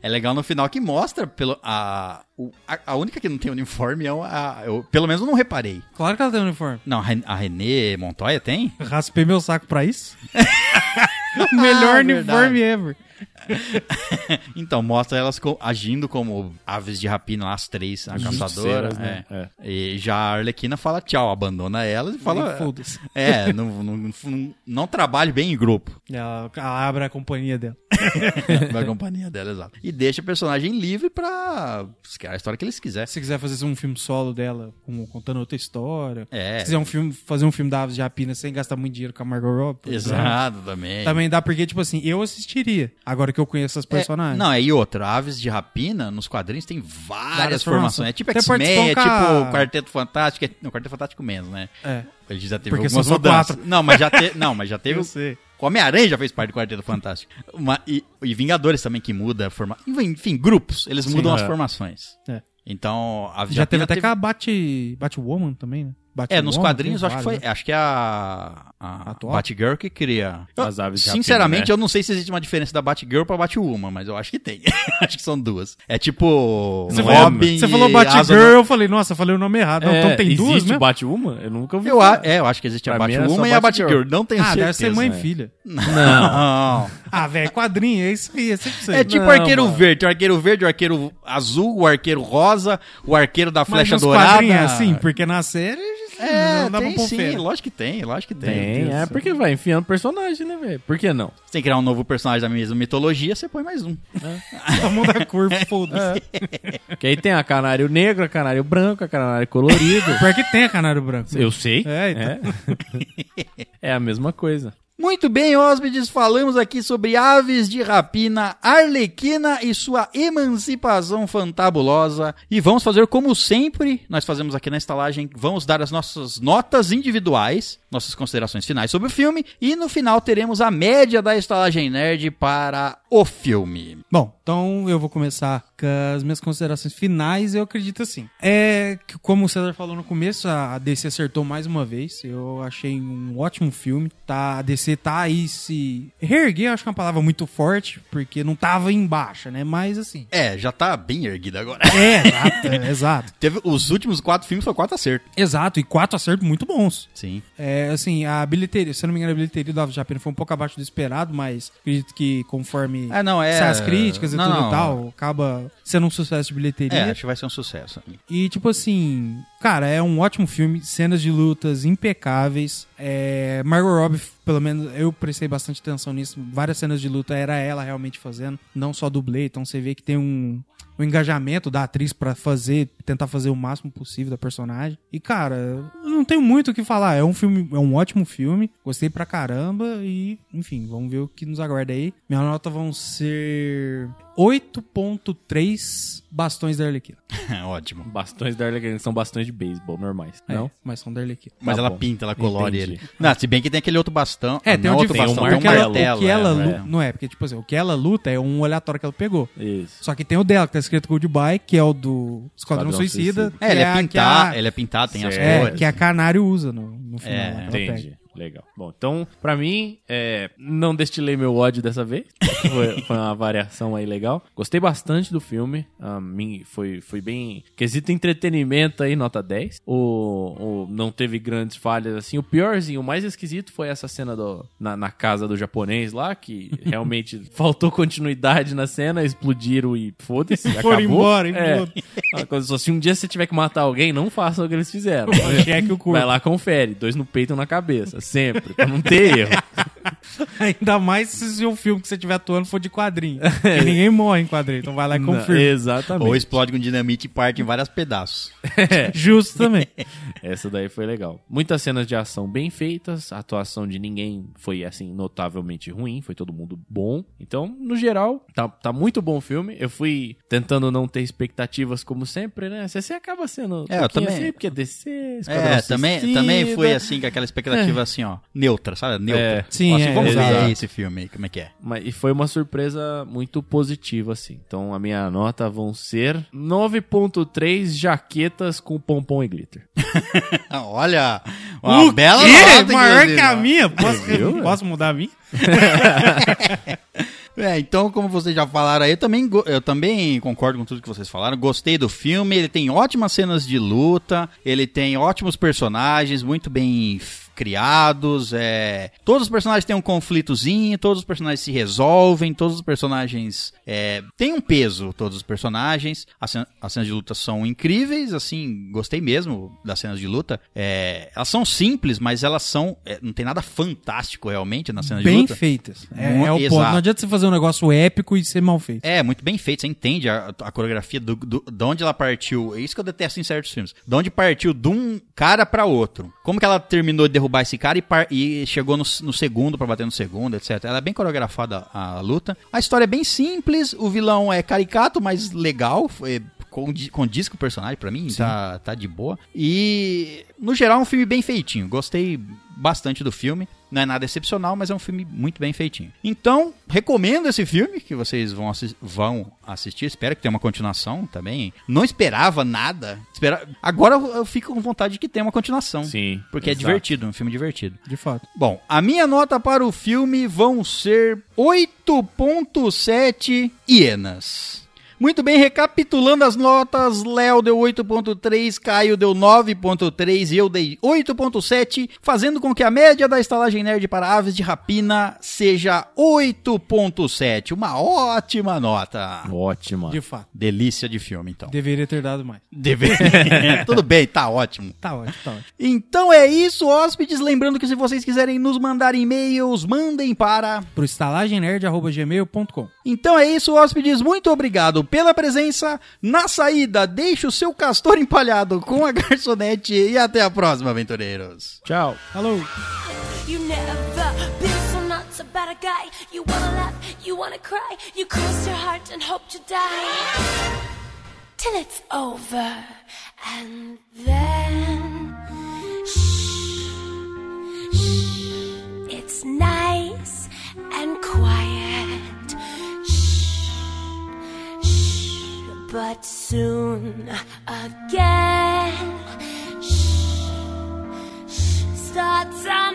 Speaker 2: É legal no final que mostra pelo, a, o- a, a única que não tem uniforme é a, eu pelo menos eu não reparei.
Speaker 4: Claro que ela tem uniforme.
Speaker 2: Não, a Ren- a Renê Montoya tem?
Speaker 4: Raspei meu saco pra isso. O Melhor
Speaker 2: Ah,
Speaker 4: uniforme ever.
Speaker 2: Então, mostra elas co- agindo como aves de rapina, lá, as três, a caçadora.
Speaker 5: Justiceiras, né?
Speaker 2: é. E já a Arlequina fala tchau, abandona elas e fala.
Speaker 4: E foda-se.
Speaker 2: É, não, não, não, não trabalhe bem em grupo.
Speaker 4: Ela, ela abre a companhia dela.
Speaker 2: Na companhia dela, exato. E deixa o personagem livre pra. criar a história que eles quiserem.
Speaker 4: Se quiser fazer um filme solo dela, como contando outra história.
Speaker 2: É.
Speaker 4: Se quiser um filme, fazer um filme da Aves de Rapina sem gastar muito dinheiro com a Margot Robbie. por exemplo.
Speaker 2: Exato, também.
Speaker 4: Também dá porque, tipo assim, eu assistiria. Agora que eu conheço as
Speaker 2: É,
Speaker 4: personagens.
Speaker 2: não, é e outra, Aves de Rapina, nos quadrinhos tem várias,
Speaker 4: Várias
Speaker 2: formações.
Speaker 4: formações.
Speaker 2: É tipo
Speaker 4: Até
Speaker 2: X-Men, é
Speaker 4: participam com a-
Speaker 2: tipo Quarteto Fantástico. É... Não, Quarteto Fantástico menos, né?
Speaker 4: É.
Speaker 2: Ele já teve
Speaker 4: Porque são
Speaker 2: algumas
Speaker 4: só
Speaker 2: mudanças.
Speaker 4: quatro.
Speaker 2: Não, mas já, te... não, mas já teve.
Speaker 4: Eu sei.
Speaker 2: O Homem-Aranha já fez parte do Quarteto Fantástico. Uma- E, e Vingadores também que muda a formação. Enfim, grupos. Eles mudam as
Speaker 5: é.
Speaker 2: formações.
Speaker 4: É.
Speaker 2: Então, a Aves de
Speaker 4: Já teve
Speaker 2: Rapina
Speaker 4: até com a Bat, Batwoman também, né?
Speaker 2: É, nos
Speaker 4: Batwoman,
Speaker 2: quadrinhos
Speaker 4: tem né?
Speaker 2: eu acho que foi.
Speaker 4: vários,
Speaker 2: Acho que é a. A
Speaker 4: Atual?
Speaker 2: Batgirl que cria.
Speaker 5: As aves de rapina,
Speaker 2: Sinceramente,
Speaker 5: né?
Speaker 2: eu não sei se existe uma diferença da Batgirl pra Batwoman, mas eu acho que tem. acho que são duas. É tipo.
Speaker 4: Você
Speaker 5: Não é,
Speaker 4: falou,
Speaker 2: Robin
Speaker 4: você falou
Speaker 2: e Asa É,
Speaker 4: Batgirl,
Speaker 2: no-
Speaker 4: eu falei, nossa, eu falei o nome errado. Não, então tem duas
Speaker 5: existe
Speaker 4: mesmo?
Speaker 5: Batwoman? Eu nunca ouvi.
Speaker 2: Eu,
Speaker 5: falar.
Speaker 2: a- é, eu acho que existe a
Speaker 5: Pra mim era
Speaker 2: Batwoman
Speaker 5: só
Speaker 2: e a
Speaker 5: Batgirl.
Speaker 2: Batgirl. Não tenho
Speaker 4: Ah,
Speaker 2: certeza. é.
Speaker 4: deve ser mãe e
Speaker 5: né?
Speaker 4: filha.
Speaker 2: Não.
Speaker 4: Ah, velho, quadrinho, é isso aí, é sempre isso aí.
Speaker 2: É tipo
Speaker 5: Não,
Speaker 2: arqueiro
Speaker 5: mano.
Speaker 2: verde. Tem o arqueiro verde, o arqueiro azul, o arqueiro rosa, o arqueiro da
Speaker 4: Mas
Speaker 2: flecha
Speaker 4: nos
Speaker 2: dourada.
Speaker 4: quadrinhos é assim, porque na série
Speaker 2: É,
Speaker 4: não dá
Speaker 2: tem
Speaker 4: pra pôr
Speaker 2: sim,
Speaker 4: fé.
Speaker 2: lógico que tem, lógico que tem.
Speaker 5: Tem, é porque vai enfiando personagem, né, velho? Por que não?
Speaker 2: Você tem que criar um novo personagem da mesma mitologia, você põe mais um.
Speaker 4: Todo mundo da cor,
Speaker 2: É.
Speaker 4: foda-se.
Speaker 5: Porque aí tem a canário negro, a canário branco, a canário
Speaker 4: É.
Speaker 5: colorido.
Speaker 4: Pior que tem a Canário Branco.
Speaker 5: Eu sei.
Speaker 4: É, então.
Speaker 5: é. É a mesma coisa.
Speaker 2: Muito bem, hóspedes, falamos aqui sobre aves de rapina, arlequina e sua emancipação fantabulosa. E vamos fazer como sempre, nós fazemos aqui na estalagem, vamos dar as nossas notas individuais, nossas considerações finais sobre o filme, e no final teremos a média da estalagem nerd para o filme.
Speaker 4: Bom, então eu vou começar com as minhas considerações finais. Eu acredito assim. É que, como o César falou no começo, a DC acertou mais uma vez. Eu achei um ótimo filme. Tá, a DC tá aí se. Reerguer, eu acho que é uma palavra muito forte, porque não tava em baixa, né? Mas assim.
Speaker 2: É, já tá bem erguida agora.
Speaker 4: É, exato, é, exato.
Speaker 2: Teve os últimos quatro filmes, foi quatro acertos.
Speaker 4: Exato, e quatro acertos muito bons.
Speaker 2: Sim.
Speaker 4: É, assim, a bilheteria, se eu não me engano, a bilheteria do Aves de Japina foi um pouco abaixo do esperado, mas acredito que conforme
Speaker 2: É, não, é-
Speaker 4: saem as críticas e
Speaker 2: Não,
Speaker 4: tudo
Speaker 2: não.
Speaker 4: e tal, acaba sendo um sucesso de
Speaker 2: É,
Speaker 4: bilheteria.
Speaker 2: acho que vai ser um sucesso.
Speaker 4: E, tipo assim, cara, é um ótimo filme, cenas de lutas impecáveis. É, Margot Robbie, pelo menos eu prestei bastante atenção nisso, várias cenas de luta era ela realmente fazendo, não só dublê, então você vê que tem um, um engajamento da atriz pra fazer, tentar fazer o máximo possível da personagem. E, cara, eu não tenho muito o que falar, é um filme, é um ótimo filme, gostei pra caramba e, enfim, vamos ver o que nos aguarda aí. Minha nota vão ser 8.3 bastões da Arlequina.
Speaker 2: Ótimo.
Speaker 5: Bastões da Arlequina são bastões de beisebol, normais.
Speaker 4: É,
Speaker 5: Não?
Speaker 4: mas são da Arlequina.
Speaker 2: Mas
Speaker 5: Tá
Speaker 2: ela
Speaker 5: bom.
Speaker 2: pinta, ela colore
Speaker 5: Entendi.
Speaker 2: ele. Não, se bem que tem aquele outro bastão.
Speaker 4: É, tem
Speaker 2: não,
Speaker 4: um
Speaker 2: outro
Speaker 4: diferença.
Speaker 5: bastão,
Speaker 4: porque
Speaker 5: tem um
Speaker 4: ela-
Speaker 5: martelo,
Speaker 4: o que ela
Speaker 2: é,
Speaker 4: lu-
Speaker 2: é.
Speaker 4: Não é, porque, tipo assim, o que ela luta é um aleatório que ela pegou.
Speaker 5: Isso.
Speaker 4: Só que tem o dela, que tá escrito Goodbye, que é o do Esquadrão
Speaker 5: Esquadrão
Speaker 4: Suicida.
Speaker 5: Suicida.
Speaker 2: É, ele
Speaker 4: que
Speaker 2: é
Speaker 4: a-
Speaker 2: pintar,
Speaker 4: que a-
Speaker 2: ele é pintado, tem as
Speaker 5: Certo.
Speaker 4: É,
Speaker 2: cores.
Speaker 4: que a Canário usa no, no final.
Speaker 2: É,
Speaker 4: ela pega.
Speaker 5: Entendi. Legal. Bom, então, pra mim, é, não destilei meu ódio dessa vez. Foi, foi uma variação aí legal. Gostei bastante do filme. A mim foi, foi bem. Quesito entretenimento aí, nota 10. O, o- não teve grandes falhas assim. O piorzinho, o mais esquisito foi essa cena do, na, na casa do japonês lá, que realmente faltou continuidade na cena, explodiram e foda-se.
Speaker 4: Foram
Speaker 5: acabou.
Speaker 4: embora,
Speaker 5: é,
Speaker 4: implodiu.
Speaker 5: uma coisa só, se um dia você tiver que matar alguém, não faça o que eles fizeram.
Speaker 4: Cheque o
Speaker 5: Vai
Speaker 4: corpo.
Speaker 5: lá, confere. Dois no peito e um na cabeça. Sempre. Pra não ter erro.
Speaker 4: Ainda mais se o filme que você estiver atuando for de quadrinho. E ninguém morre em quadrinho, então vai lá e confirma.
Speaker 5: Não, exatamente.
Speaker 2: Ou explode com dinamite e parte em vários pedaços. é
Speaker 4: Justo também.
Speaker 5: Essa daí foi legal. Muitas cenas de ação bem feitas. A atuação de ninguém foi, assim, notavelmente ruim. Foi todo mundo bom. Então, no geral, tá, tá muito bom o filme. Eu fui tentando não ter expectativas, como sempre, né? Você, você acaba sendo. um
Speaker 2: É, eu
Speaker 5: pouquinho
Speaker 2: também-
Speaker 5: Assim, porque é DC, Esquadrão
Speaker 2: É, também,
Speaker 5: Suicida.
Speaker 2: também foi assim, com aquela expectativa assim, ó. Neutra, sabe? Neutra.
Speaker 5: É.
Speaker 4: Sim,
Speaker 2: assim,
Speaker 4: né? é,
Speaker 2: vamos ver
Speaker 4: exato.
Speaker 2: esse filme aí, como é que é.
Speaker 5: Mas- e foi uma surpresa muito positiva, assim. Então a minha nota vão ser 9.3 jaquetas com pompom e glitter.
Speaker 2: Ah, Olha, uma bela nota,
Speaker 4: maior
Speaker 2: inclusive, né?
Speaker 4: que a
Speaker 2: ó.
Speaker 4: minha. Posso,
Speaker 5: Viu?
Speaker 4: posso mudar a minha?
Speaker 2: É, então, como vocês já falaram aí, eu também, go- eu também concordo com tudo que vocês falaram. Gostei do filme, ele tem ótimas cenas de luta, ele tem ótimos personagens, muito bem f- criados. É... Todos os personagens têm um conflitozinho, todos os personagens se resolvem, todos os personagens é... têm um peso, todos os personagens. As, cen- as cenas de luta são incríveis, assim, gostei mesmo das cenas de luta. É, Elas são simples, mas elas são. é, Não tem nada fantástico realmente nas cenas de
Speaker 4: Bem
Speaker 2: luta.
Speaker 4: feitas. É,
Speaker 2: Mu-
Speaker 4: é o ponto.
Speaker 2: exato.
Speaker 4: Não adianta você fazer um negócio épico e ser mal feito.
Speaker 2: É, muito bem feito, você entende a, a coreografia do, do- de onde ela partiu. É isso que eu detesto em certos filmes. De onde partiu de um cara pra outro. Como que ela terminou de derrubar esse cara e, par- e chegou no, no segundo pra bater no segundo, etc. Ela é bem coreografada a, a luta. A história é bem simples, o vilão é caricato, mas legal. Foi, condi- condiz com o personagem pra mim, tá, tá de boa. E, no geral, é um filme bem feitinho. Gostei bastante do filme. Não é nada excepcional, mas é um filme muito bem feitinho. Então, recomendo esse filme que vocês vão, assis- vão assistir. Espero que tenha uma continuação também. Não esperava nada. Espera... Agora eu eu fico com vontade de que tenha uma continuação.
Speaker 5: Sim,
Speaker 2: Porque
Speaker 5: exato.
Speaker 2: é divertido, é um filme divertido.
Speaker 4: De fato.
Speaker 2: Bom, a minha nota para o filme vão ser 8.7 hienas. Muito bem, recapitulando as notas, Léo deu 8.3, Caio deu 9.3 e eu dei 8.7, fazendo com que a média da estalagem nerd para aves de rapina seja 8.7. Uma ótima nota.
Speaker 5: Ótima.
Speaker 4: De fato.
Speaker 2: Delícia de filme, então.
Speaker 4: Deveria ter dado mais.
Speaker 2: Deve... Tudo bem, tá ótimo.
Speaker 4: Tá ótimo, tá ótimo.
Speaker 2: Então é isso, hóspedes. Lembrando que se vocês quiserem nos mandar e-mails, mandem para
Speaker 4: Pro estalagemnerd.gmail.com.
Speaker 2: Então é isso, hóspedes. Muito obrigado pela presença. Na saída, deixe o seu castor empalhado com a garçonete e até a próxima, aventureiros.
Speaker 5: Tchau.
Speaker 4: Falou!
Speaker 3: You never been so nuts about a guy. You wanna laugh, you wanna cry. You cross your heart and hope to die. Till it's over. And then. Shh. Shh. It's nice and quiet. Shh. Shh. But soon again. Shh starts